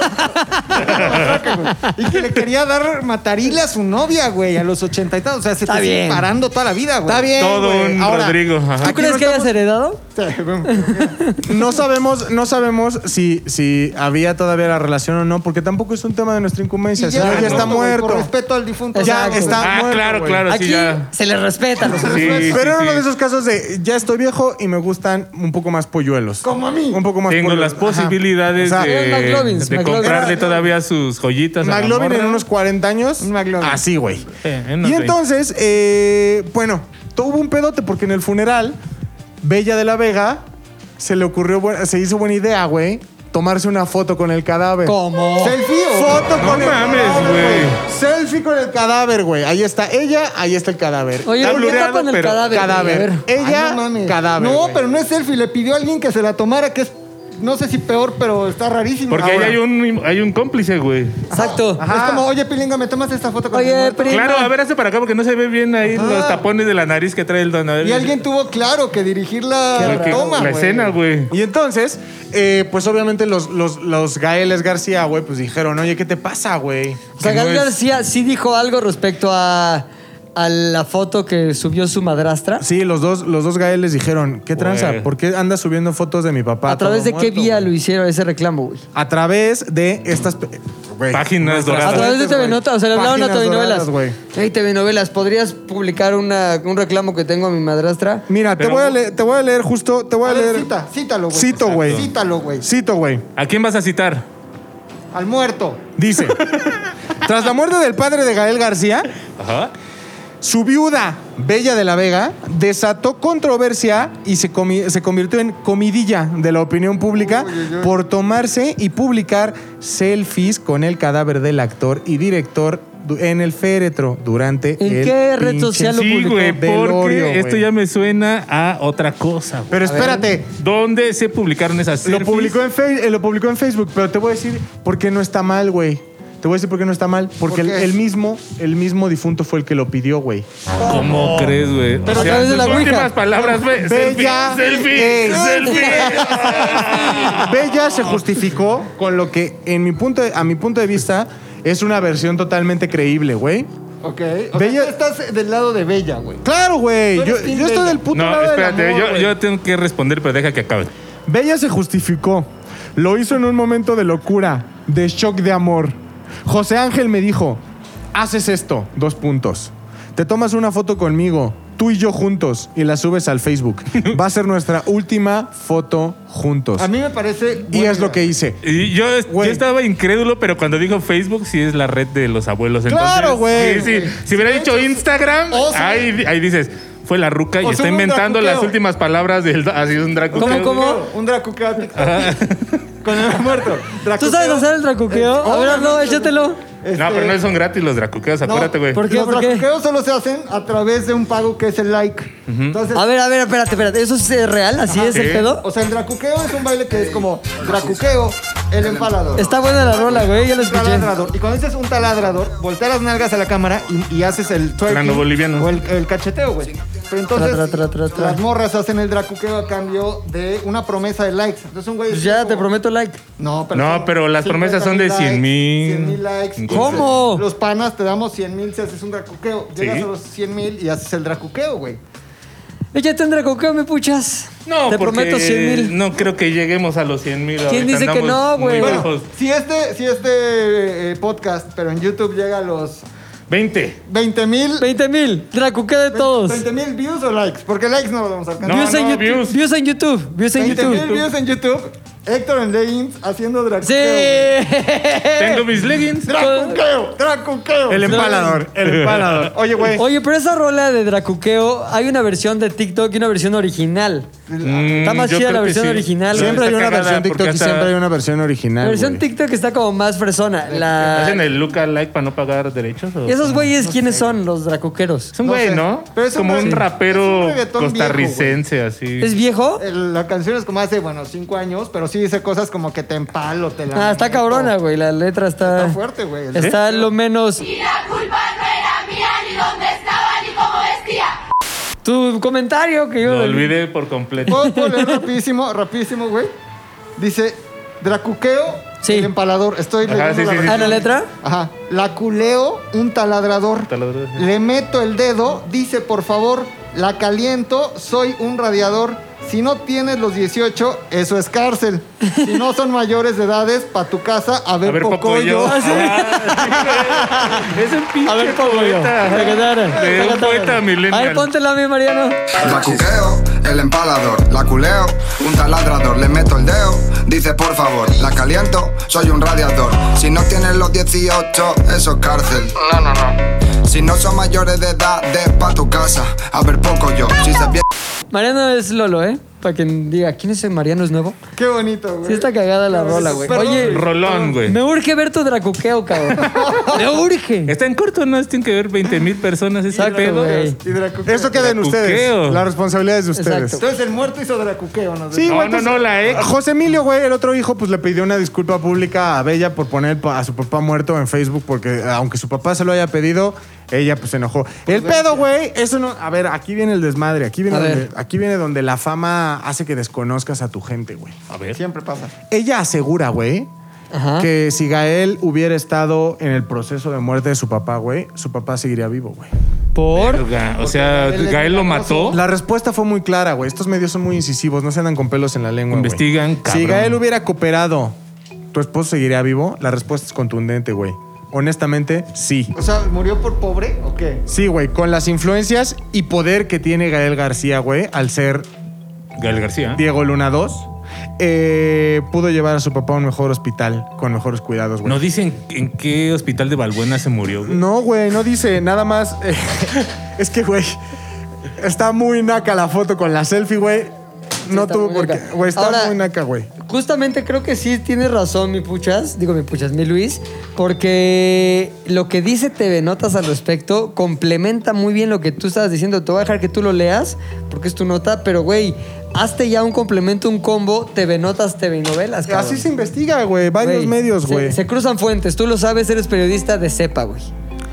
D: y que le quería dar matarile a su novia, güey, a los ochenta y tantos. O sea, se
A: Está
D: te sigue
A: bien.
D: parando toda la vida, güey.
C: Está bien,
B: Todo
C: güey.
B: un
C: Ahora,
B: Rodrigo. ajá.
A: ¿Tú crees
C: no
A: que hayas
C: estamos-
A: heredado?
C: No sabemos, no sabemos si, si había todavía la relación o no, porque tampoco es un tema de nuestra
D: Y
C: incumbencia. El señor ya,
B: ya
C: está
B: no,
D: güey, Por
C: muerto.
D: respeto al difunto.
C: Ya
A: Exacto.
C: está
B: Ah,
C: muerto,
B: claro,
C: güey.
B: claro, sí,
A: Aquí
B: ya.
A: se les respeta a los
B: Sí, sí,
C: Pero era
B: sí.
C: uno de esos casos de ya estoy viejo y me gustan un poco más polluelos.
D: Como a mí.
C: Un poco más
B: Tengo
C: polluelos.
B: las posibilidades
C: Ajá. O sea,
B: de,
A: Eran McLovins,
B: de
A: McLovins.
B: comprarle
C: Era-
B: todavía sus joyitas. a la
C: McLovin en
B: morra.
C: unos 40 años.
D: Un McLovin.
C: Así, güey.
B: Eh, en unos
C: Y
B: 20.
C: entonces, eh, bueno, tuvo un pedote porque en el funeral, Bella de la Vega se le ocurrió, bu- se hizo buena idea, güey, tomarse una foto con el cadáver.
A: ¿Cómo?
D: ¿Selfie o
C: Foto
B: No
C: con el
B: mames,
C: cadáver,
B: güey.
C: Selfie con el cadáver, güey. Ahí está ella, ahí está el cadáver.
A: Oye,
B: Está
A: ¿por qué
B: blureado,
A: tapan el
B: pero-
A: cadáver? güey? A
C: cadáver.
A: ver.
C: Ella,
D: Ay, no mames.
C: cadáver.
D: No,
C: güey.
D: pero no es selfie. Le pidió a alguien que se la tomara, que es, no sé si peor, pero está rarísimo.
B: Porque ahí
D: Ahora.
B: hay un, hay un cómplice, güey.
A: Exacto.
D: Es como, oye, Pilinga, ¿me tomas esta foto con
A: Oye,
D: el muerto?"
A: Prima.
B: Claro, a ver, hace para acá porque no se ve bien ahí los tapones de la nariz que trae el don. A ver,
D: Y alguien tuvo claro que dirigir la
B: lo que-
D: toma,
B: la
D: güey.
B: escena, güey.
C: Y entonces, eh, pues obviamente los, los, los Gaeles García, güey, pues dijeron, oye, ¿qué te pasa, güey?
A: O sea,
C: Que no
A: Gael
C: es-
A: García sí dijo algo respecto a, a la foto que subió su madrastra.
C: Sí, los dos, los dos Gaeles dijeron, ¿qué tranza?
B: Güey.
C: ¿Por qué andas subiendo fotos de mi papá?
A: ¿A través
C: todo
A: de qué
C: muerto,
A: vía
C: güey?"
A: lo hicieron ese reclamo, güey?
C: A través de estas... pe- güey,
B: Páginas
C: nuestras
B: doradas.
A: A través de
C: fuentes,
A: TV
C: güey.
A: Notas, o sea, le hablaron a
C: Páginas
A: TV Novelas.
C: doradas, güey.
A: Hey, TV Novelas, ¿podrías publicar una- un reclamo que tengo a mi madrastra?
C: Mira, te
B: Pero-
C: voy, a leer, te voy a leer justo, te voy a,
D: A ver,
C: leer...
D: cita, cítalo, güey.
C: Cito, güey.
D: Cítalo, güey.
C: Cito, güey.
B: ¿A quién vas a citar?
D: Al muerto.
C: Dice, tras la muerte del padre de Gael García,
B: Ajá.
C: Su viuda, Bella de la Vega, desató controversia y se, comi- se convirtió en comidilla de la opinión pública por tomarse y publicar selfies con el cadáver del actor y director du- en el féretro durante
A: ¿En
C: el
A: qué red
C: pinche
A: social lo
B: Sí,
A: publicó?
B: güey, porque
C: Velorio, güey.
B: esto ya me suena a otra cosa. güey.
C: Pero espérate,
B: ¿Dónde se publicaron esas
C: lo
B: selfies?
C: publicó, en Fe- eh, lo publicó en Facebook, pero te voy a decir por qué no está mal, güey. Te voy a decir por qué no está mal. Porque
D: ¿Por
C: el,
D: qué?
C: el mismo, el mismo difunto fue el que lo pidió, güey.
B: ¿Cómo crees, güey? Pero
A: a través de la
B: sus
A: Ouija.
B: últimas palabras, güey. Selfie,
C: Bella,
B: selfie,
C: eh.
B: selfie.
C: Bella se justificó con lo que, en mi punto de- a mi punto de vista, es una versión totalmente creíble, güey.
D: Ok. O
C: Bella-
D: sea, tú estás del lado de Bella, güey.
C: Claro, güey.
D: Tú
C: Yo,
D: eres team
C: yo estoy
D: Bella.
C: del puto
B: No,
C: lado del
B: espérate,
C: amor,
B: yo,
C: güey.
B: yo tengo que responder, pero deja que acabe.
C: Bella se justificó. Lo hizo en un momento de locura, de shock de amor. José Ángel me dijo, haces esto, dos puntos. Te tomas una foto conmigo, tú y yo juntos, y la subes al Facebook. Va a ser nuestra última foto juntos.
D: A mí me parece...
C: y
D: buena
C: es lo
D: idea.
C: que hice.
B: Y yo, yo
C: Güey.
B: estaba incrédulo, pero cuando dijo Facebook, sí es la red de los abuelos.
C: Claro,
B: Entonces,
C: güey.
B: sí, sí. Si hubiera dicho Instagram,
D: o sea-
B: ahí, di- ahí dices, fue la ruca y
D: O sea,
B: está
D: un
B: inventando
D: dracuqueo.
B: las últimas palabras del. Así es un dracuqueo.
A: ¿Cómo, cómo?
D: Un dracuqueo TikTok. Con el muerto.
A: ¿Tú sabes hacer el tracuqueo?
C: Eh,
A: A ver, hazlo, échatelo.
B: No, pero no son gratis los dracuqueos, acuérdate, güey.
A: ¿por qué?
D: Este, Los dracuqueos solo se hacen a través de un pago que es el like. Entonces,
A: A ver, a ver, espérate, espérate. ¿Eso es eh, real? ¿Así es el
B: Sí.
A: pedo?
D: o sea, el dracuqueo es un baile que es como dracuqueo, el empalador.
A: Está buena la rola, güey, ya lo
D: Un
A: escuché.
D: taladrador. Y cuando dices un taladrador, volteas las nalgas a la cámara y, y haces el twerking
B: Plano boliviano.
D: o el, el cacheteo, güey. Pero entonces
A: Tra, tra, tra, tra, tra.
D: las morras hacen el dracuqueo a cambio de una promesa de likes. Entonces un güey
A: Pues
D: dice
A: ya,
D: como,
A: te prometo like.
D: No, pero,
B: No, pero las promesas son de
D: 50,000
B: 100,000.
D: likes, 100,000 likes.
A: ¿Cómo?
D: Los panas te damos 100 mil si haces un dracuqueo. Llegas
B: Sí.
D: a los 100 mil y haces el dracuqueo, güey.
A: Échate un tracuqueo, me puchas.
B: No,
A: Te
B: porque
A: prometo 100 mil.
B: No creo que lleguemos a los 100 mil. ahorita
A: dice que no,
B: andamos
A: güey?
B: muy
A: Bueno.
B: lejos.
D: Si este, si este eh, podcast, pero en YouTube llega a los
B: 20.
A: Eh.
D: 20 mil.
A: 20 mil. Tracuqueo de todos.
D: 20 mil views o likes, porque likes no los vamos a alcanzar.
B: No,
A: views, en
B: no,
A: YouTube,
B: views.
A: views en YouTube. Views en
D: 20 mil
A: YouTube.
D: views en YouTube Héctor en leggings haciendo
A: Sí. Pues,
D: dracunqueo.
B: Tengo mis leggings.
D: Dracunqueo, dracunqueo.
C: El empalador, el empalador.
D: Oye, güey.
A: Oye, pero esa rola de Dracuqueo, hay una versión de TikTok y una versión original. Está más
B: Mm,
A: chida
B: yo creo
A: la
B: que
A: versión
B: sí.
A: original.
B: No, está
C: Siempre hay una
B: cagada
C: versión
B: porque
C: TikTok y
B: hasta
C: siempre hay una versión
A: La
B: Ah,
C: original.
A: versión
C: güey.
A: TikTok está como más fresona. La...
B: ¿Hacen el look alike para no pagar derechos? o-
A: ¿Y esos güeyes quiénes son los dracuqueros?
B: Es un
D: No
B: güey,
D: sé,
B: ¿no?
D: pero es un
B: como
D: güey-
B: un
D: sí.
B: rapero
D: Es un reggaetón
B: costarricense, así.
A: ¿Es viejo?
B: Eh,
D: El- La canción es como hace, bueno, cinco años, pero sí dice cosas como que te empalo, te la.
A: Ah, está cabrona, güey. La letra está.
D: Está fuerte, güey. El-
A: Está lo menos.
H: Y la culpa no era mía, ni dónde estaba, ni cómo vestía.
A: Tu comentario que yo.
B: Lo olvidé por completo.
D: ¿Puedo, puedo leer rapidísimo, rapidísimo, güey? Dice, dracuqueo,
A: Sí.
D: el empalador. Estoy
B: Ajá,
D: leyendo
B: sí,
D: la
B: sí, sí.
A: Ah,
D: versión.
A: la letra.
D: Ajá. La culeo, un taladrador.
B: Taladrador.
D: Le meto el dedo, dice por favor, la caliento, soy un radiador. Si no tienes los 18, eso es cárcel. Si no son mayores de edades, pa' tu casa a ver,
B: A ver,
D: Pocoyo.
B: Pocoyo. Ah, sí, güey. es un pinche
A: A ver, ¿cómo yo?
B: poeta. De un poeta
A: A ver,
B: millennial.
A: póntela a mí, Mariano.
I: Macuqueo, el empalador, la culeo, un taladrador, le meto el dedo, dice por favor, la caliento, soy un radiador. Si no tienes los 18, eso es cárcel. No, no, no. Si no son mayores de edad, de pa' tu casa, a ver poco yo. Si se viene
A: Mariano es Lolo, ¿eh? Para quien diga, ¿quién es el Mariano? ¿Es nuevo?
D: Qué bonito, güey.
A: Sí, está cagada la rola, güey.
D: Perdón.
A: Oye,
B: Rolón, güey.
A: me urge ver tu dracuqueo, cabrón. Me urge.
B: Está en corto, ¿no? Tienen que ver 20 mil personas ese
A: Exacto,
B: pedo.
A: güey.
D: Y dracuqueo.
C: Eso queda en ustedes.
B: Dracuqueo.
C: La responsabilidad es de ustedes.
A: Exacto.
D: Entonces el muerto hizo dracuqueo, ¿no?
C: Sí,
B: No,
C: güey,
B: no,
C: entonces-
B: no, la ex.
C: José Emilio, güey, el otro hijo, pues le pidió una disculpa pública a Bella por poner pa- a su papá muerto en Facebook, porque aunque su papá se lo haya pedido, ella pues se enojó. El pedo, güey, eso no. A ver, aquí viene el desmadre, aquí viene,
A: A
C: donde,
A: ver.
C: aquí viene donde la fama hace que desconozcas a tu gente, güey.
B: A ver.
D: Siempre pasa.
C: Ella asegura, güey,
A: Ajá.
C: que si Gael hubiera estado en el proceso de muerte de su papá, güey, su papá seguiría vivo, güey.
A: Por.
B: Verga, O sea,
D: Porque él es
B: Gael lo
D: milagroso.
B: mató.
C: La respuesta fue muy clara, güey. Estos medios son muy incisivos, no se andan con pelos en la lengua. güey.
B: Investigan,
C: Si
B: cabrón.
C: Gael hubiera cooperado, ¿tu esposo seguiría vivo? La respuesta es contundente, güey. Honestamente, sí.
D: O sea, ¿murió por pobre o qué?
C: Sí, güey, con las influencias y poder que tiene Gael García, güey, al ser
B: Gael García.
C: Diego Luna 2, eh, pudo llevar a su papá a un mejor hospital con mejores cuidados, güey.
B: No dicen en qué hospital de Balbuena se murió. güey.
C: No, güey, no dice nada más. eh, es que, güey, está muy naca la foto con la selfie, güey. No
A: está
C: tuvo
A: muy
C: por qué.
A: naca.
C: Güey, está
A: Ahora-
C: muy naca, güey.
A: Justamente creo que sí tienes razón, mi puchas. Digo, mi puchas, mi Luis. Porque lo que dice TV Notas al respecto complementa muy bien lo que tú estabas diciendo. Te voy a dejar que tú lo leas porque es tu nota. Pero, güey, hazte ya un complemento, un combo TV Notas, TV Novelas. cabrón.
C: Así se investiga, güey.
A: Güey,
C: Varios medios,
A: se-
C: güey.
A: Se, cruzan fuentes. Tú lo sabes, eres periodista de cepa, güey.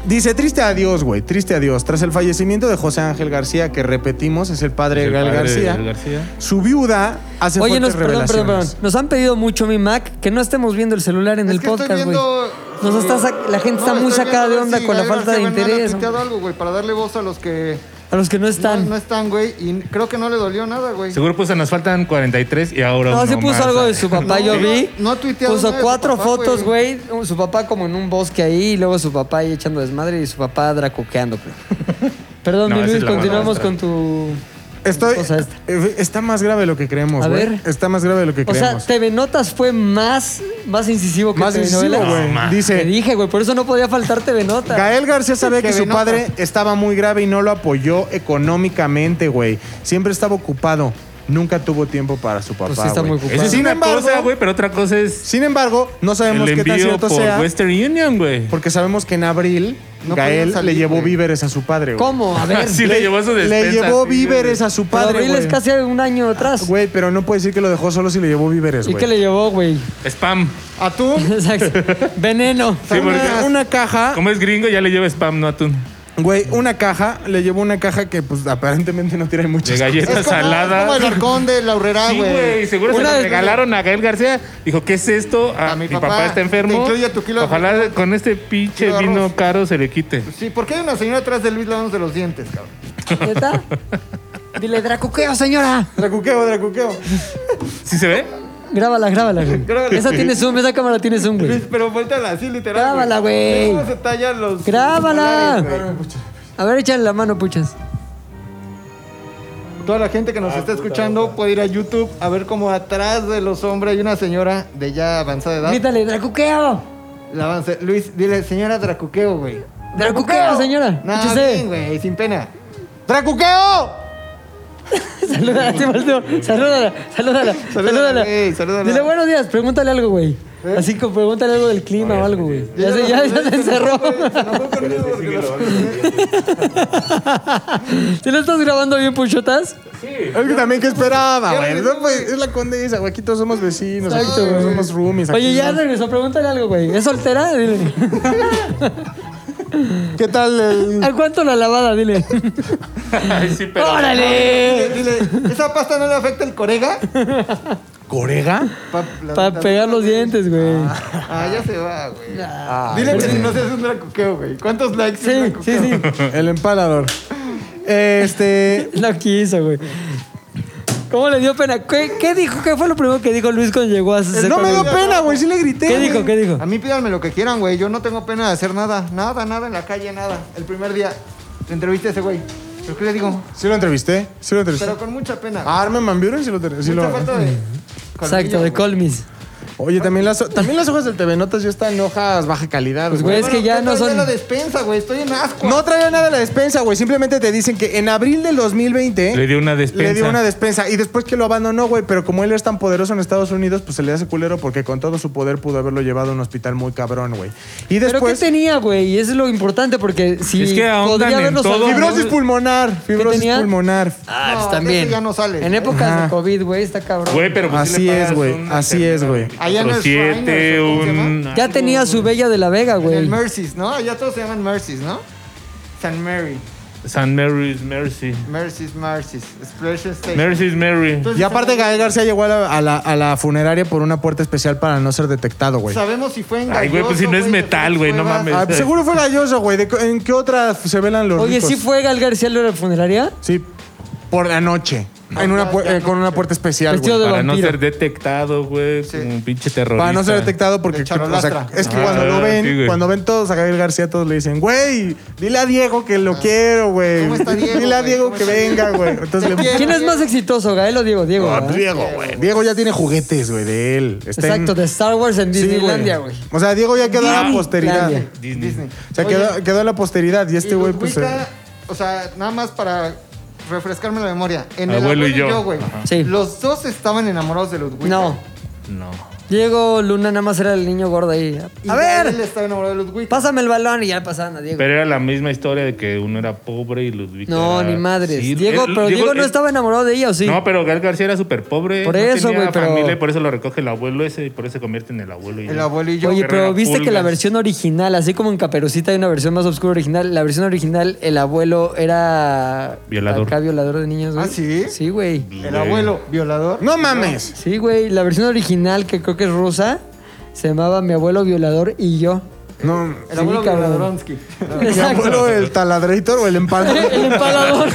C: Dice, triste adiós, güey, triste adiós. Tras el fallecimiento de José Ángel García, que repetimos es el padre
B: Es
C: de
B: el
C: Gael
B: padre de
C: García,
B: Gael García.
C: su viuda hace
A: Oye,
C: fuertes
A: nos, perdón, perdón,
C: revelaciones.
A: perdón. Nos han pedido mucho, mi Mac, que no estemos viendo el celular en
D: Es
A: el
D: que estoy
A: podcast, güey.
D: viendo- eh,
A: Nos está sac- la gente está
D: No,
A: muy
D: estoy
A: sacada de
D: viendo a ver
A: onda
D: si
A: con la
D: Gael
A: falta de
D: García Bernal ha
A: interés.
D: tuiteado algo, güey, para darle voz a los que
A: A los que no están.
D: No, no están, güey, y creo que no le dolió nada, güey.
B: Seguro puso, nos faltan 43 y ahora
A: No,
B: uno
A: sí puso
B: más".
A: algo de su papá, yo vi.
D: no ha tuiteado
A: Puso
D: nada de su
A: cuatro
D: papá,
A: fotos, güey. Su papá como en un bosque ahí, y luego su papá ahí echando desmadre y su papá dracoqueando, creo. Perdón,
B: No,
A: mi
B: esa
A: Luis,
B: es la
A: continuamos
B: buena
A: con tu.
C: Estoy,
A: Cosa esta.
C: eh, está más grave de lo que creemos,
A: A
C: güey.
A: ver.
C: Está más grave de lo que
A: O sea,
C: creemos.
A: TV Notas fue más, más incisivo que
C: más
A: TV
C: incisivo,
A: Novelas.
C: güey.
B: ma.
A: Te
C: Dice,
A: dije, güey, por eso no podía faltar TV Notas.
C: Gael García sabía que
D: Que
C: su
D: venota.
C: padre estaba muy grave y no lo apoyó económicamente, güey. Siempre estaba ocupado. Nunca tuvo tiempo para su papá,
A: Pues sí está
C: güey.
A: muy ocupado.
B: Esa es
C: Sin
B: una
C: embargo-
B: cosa, güey, pero otra cosa es
C: Sin embargo, no sabemos
B: el
C: qué tan
B: envío
C: cierto
B: por
C: sea.
B: Western Union, güey.
C: Porque sabemos que en abril
D: No
C: Gael
D: podían salir,
C: le llevó
D: güey.
C: víveres a su padre, güey.
A: ¿Cómo? A ver.
B: Sí, le, llevó a su
C: Le
B: despensa.
C: llevó
B: sí,
C: víveres
B: güey.
C: a su
A: pero
C: padre,
A: Abril
C: güey. Ah,
A: es casi un año atrás.
C: Güey, pero no puede decir que lo dejó solo si le llevó víveres,
A: ¿Y
C: güey.
A: qué le llevó, güey?
B: Spam.
D: Atún,
A: Exacto. Veneno.
B: Sí, porque
C: Una, una caja,
B: como es gringo, ya le lleva spam, no atún.
C: güey, una caja, le llevó una caja que pues aparentemente no tiene muchas
B: De
C: galletas.
B: galletas
D: es como, es como
B: saladas.
D: el arcón de la Urrera,
B: Sí, güey,
D: Ah, güey.
B: seguro
A: Una
B: se
A: vez-
B: lo regalaron a Gael García. Dijo, ¿qué es esto? Ah,
D: A mi
B: mi,
D: papá,
B: papá, está
D: te
B: enfermo.
D: incluye tu kilo de-
B: Ojalá con este pinche
D: kilo de arroz.
B: vino caro se le quite.
D: Sí, ¿por qué hay una señora atrás de Luis lavándose los dientes, cabrón?
A: ¿Neta? Dile, dracuqueo, señora.
C: Dracuqueo, dracuqueo.
B: ¿Sí se ve?
A: Grábala, grábala, güey. Esa tiene zoom, esa cámara tiene zoom,
D: Luis,
A: güey.
D: pero vuéltala así, literal.
A: Grábala, güey.
D: ¿Cómo se tallan los.
A: Grábala.
D: los polares, güey?
A: A ver, échale la mano, puchas.
D: Toda la gente que nos está escuchando puede ir a YouTube a ver cómo atrás de los hombres hay una señora de ya avanzada edad.
A: Grítale, Dracuqueo.
D: La avance- Luis, dile, señora Dracuqueo, güey.
A: Dracuqueo, señora.
D: No,
A: Échese.
D: bien, güey, sin pena. ¡Dracuqueo!
A: Salúdala, te volteo. Salúdala, salúdala, salúdala.
D: güey, salúdala.
A: Dile buenos días, pregúntale algo, güey. Así que pregúntale algo del clima o algo, güey. Ya, se, ya, ya se encerró. ¿Te lo estás grabando bien, Puchotas?
C: Es que también, ¿qué esperaba,
D: Ya
C: güey?
D: regresó,
C: No, pues, es la condesa, güey. Aquí todos somos vecinos. aquí
A: Exacto,
C: todos
A: güey.
C: somos roomies. aquí
A: Oye, ya
C: no-
A: regresó, pregúntale algo, güey. ¿Es soltera? Dile.
C: ¿Qué tal el-
A: ¿A cuánto la lavada? Dile.
B: Ay, sí, pero.
D: Dile,
A: ¡Órale!
D: dile, ¿esa pasta no le afecta el corega?
C: ¿Corega?
D: Pa- la-
A: Para
D: la-
A: pegar los dientes, güey.
D: Ah, ya se va, güey. Dile que si no se hace un dracuqueo, güey. ¿Cuántos likes?
A: Ah,
D: es
A: Sí, sí, sí.
D: dracuqueo?
C: El empalador. Este.
A: No quiso, güey. ¿Cómo le dio pena? ¿Qué, qué dijo? ¿Qué fue lo primero que dijo Luis cuando llegó a hacer
C: No me dio
A: conmigo?
C: pena, güey. Sí le grité.
A: ¿Qué
C: güey.
A: dijo? ¿Qué dijo?
D: A mí pídanme lo que quieran, güey. Yo no tengo pena de hacer nada. Nada, nada en la calle, nada. El primer día te entrevisté a ese güey. ¿Pero qué le digo?
C: Sí lo entrevisté. Sí lo entrevisté.
D: Pero con mucha pena.
C: Ah, Armin Van Buren sí lo entrevisté. sí
D: mucha
C: lo-
D: falta de.
A: Exacto, de
D: colmillo, güey.
A: Colmis.
C: Oye, también las, también las hojas del TV Notas ya están hojas baja calidad,
A: Pues,
C: güey.
A: güey, es que
D: Bueno,
A: ya
D: ¿qué
A: no
D: tal de
A: son.
D: la despensa, güey. Estoy en asco.
C: No traía nada de la despensa, güey. Simplemente te dicen que en abril del 2020
B: Le dio una despensa.
C: Le dio una despensa y después que lo abandonó, güey. Pero como él es tan poderoso en Estados Unidos, pues se le hace culero porque con todo su poder pudo haberlo llevado a un hospital muy cabrón, güey. Y
A: ¿Pero qué
C: después
A: tenía, güey? Y eso es lo importante porque si
B: Es que ahondan
A: podría
B: en
A: haberlo
B: todo.
A: salvado-
C: fibrosis pulmonar, fibrosis
A: tenía?
C: pulmonar.
A: Ah, pues
D: No,
A: también.
D: eso ya no sale.
A: En épocas
C: Ajá.
A: de COVID, güey, está cabrón.
B: Güey, pero pues sí
C: Así
B: le
C: es,
B: pagas
C: güey.
B: un
C: Así es, güey.
D: Allá no es
B: siete,
D: Shriners, ¿o cómo se
B: un.
D: llama?
A: ya tenía su bella de la Vega,
D: En el
A: güey.
D: Mercies, ¿no? Allá todos se llaman Mercies, ¿no? San Mary.
B: San Mary's Mercy.
D: Mercies, Mercies. Splash Station.
B: Mercy's Mary.
D: Entonces,
C: Y aparte Gael García llegó a la, a la- a la funeraria por una puerta especial para no ser detectado, güey.
D: Sabemos si fue en
B: Ay, güey, pues si no es metal, güey, no mames.
C: Ah, pues seguro fue galloso, güey. ¿De co- ¿En qué otra se velan los
A: Oye,
C: ricos?
A: ¿sí fue Gal García Luna a la funeraria?
C: Sí, por la noche. En una pu- eh, con una puerta especial,
A: Vestido
C: güey.
A: de
B: Para no
A: vampiro.
B: ser detectado, güey.
D: Sí.
B: Como un pinche terrorista.
C: Para no ser detectado porque
D: De charolastra.
C: o sea, es que
B: Ah,
C: cuando lo ven,
B: sí, güey.
C: cuando ven todos a Gabriel García, todos le dicen, güey, dile a Diego que lo quiero, güey.
D: ¿Cómo está Diego,
C: Dile a
D: güey?
C: Diego
D: ¿Cómo
C: que
D: está
C: venga, güey. Entonces le
A: ¿Quién es más exitoso, Gael o Diego? Diego.
C: Ah,
A: ¿verdad?
C: Diego, güey. Diego ya tiene juguetes, güey, de él. Está en-
A: Exacto, de Star Wars en
C: Sí,
A: Disneylandia, güey.
C: O sea, Diego ya quedó en la posteridad.
A: Disneylandia.
B: Disney.
C: O sea, quedó, quedó en la posteridad y este
D: Y
C: güey,
D: los
C: pues.
D: Wicca,
C: eh,
D: o sea, nada más para refrescarme la memoria. En
B: Abuelo
D: el
B: y
D: abuelo y
B: yo.
D: yo, güey.
B: Ajá.
A: Sí.
D: Los dos estaban enamorados de Ludwig.
A: No.
B: No.
A: Diego Luna nada más era el niño gordo ahí. A
D: Él
A: ver,
D: estaba enamorado de Ludwig.
A: pásame el balón y ya le pasaban a Diego.
B: Pero era la misma historia de que uno era pobre y Ludwig.
A: no,
B: era-
A: ni madres.
B: Sí,
A: Diego,
B: él-
A: pero Diego no
B: él-
A: estaba enamorado de ella, ¿o sí?
B: eh, No, pero Gal García era súper pobre.
A: Por
B: no
A: eso,
B: tenía
A: güey, pero-
B: familia y por eso lo recoge el abuelo ese y por eso se convierte en el abuelo. Y
D: El
B: yo.
D: abuelo y yo.
A: Oye, pero
B: era
A: viste que la
B: pulgas.
A: versión original, así como en Caperucita hay una versión más oscura original, la versión original, el abuelo era.
B: Violador.
A: Acá violador de niños, güey.
D: ¿Ah, sí?
A: Sí, güey.
D: el abuelo, violador.
C: No mames.
A: Sí, güey. La versión original, que creo que es rusa, se llamaba Mi abuelo violador y yo.
C: No.
D: El abuelo
A: Sí, cabrón.
D: Violadoronsky.
C: Mi abuelo, el taladreitor o el empalador.
A: el empalador.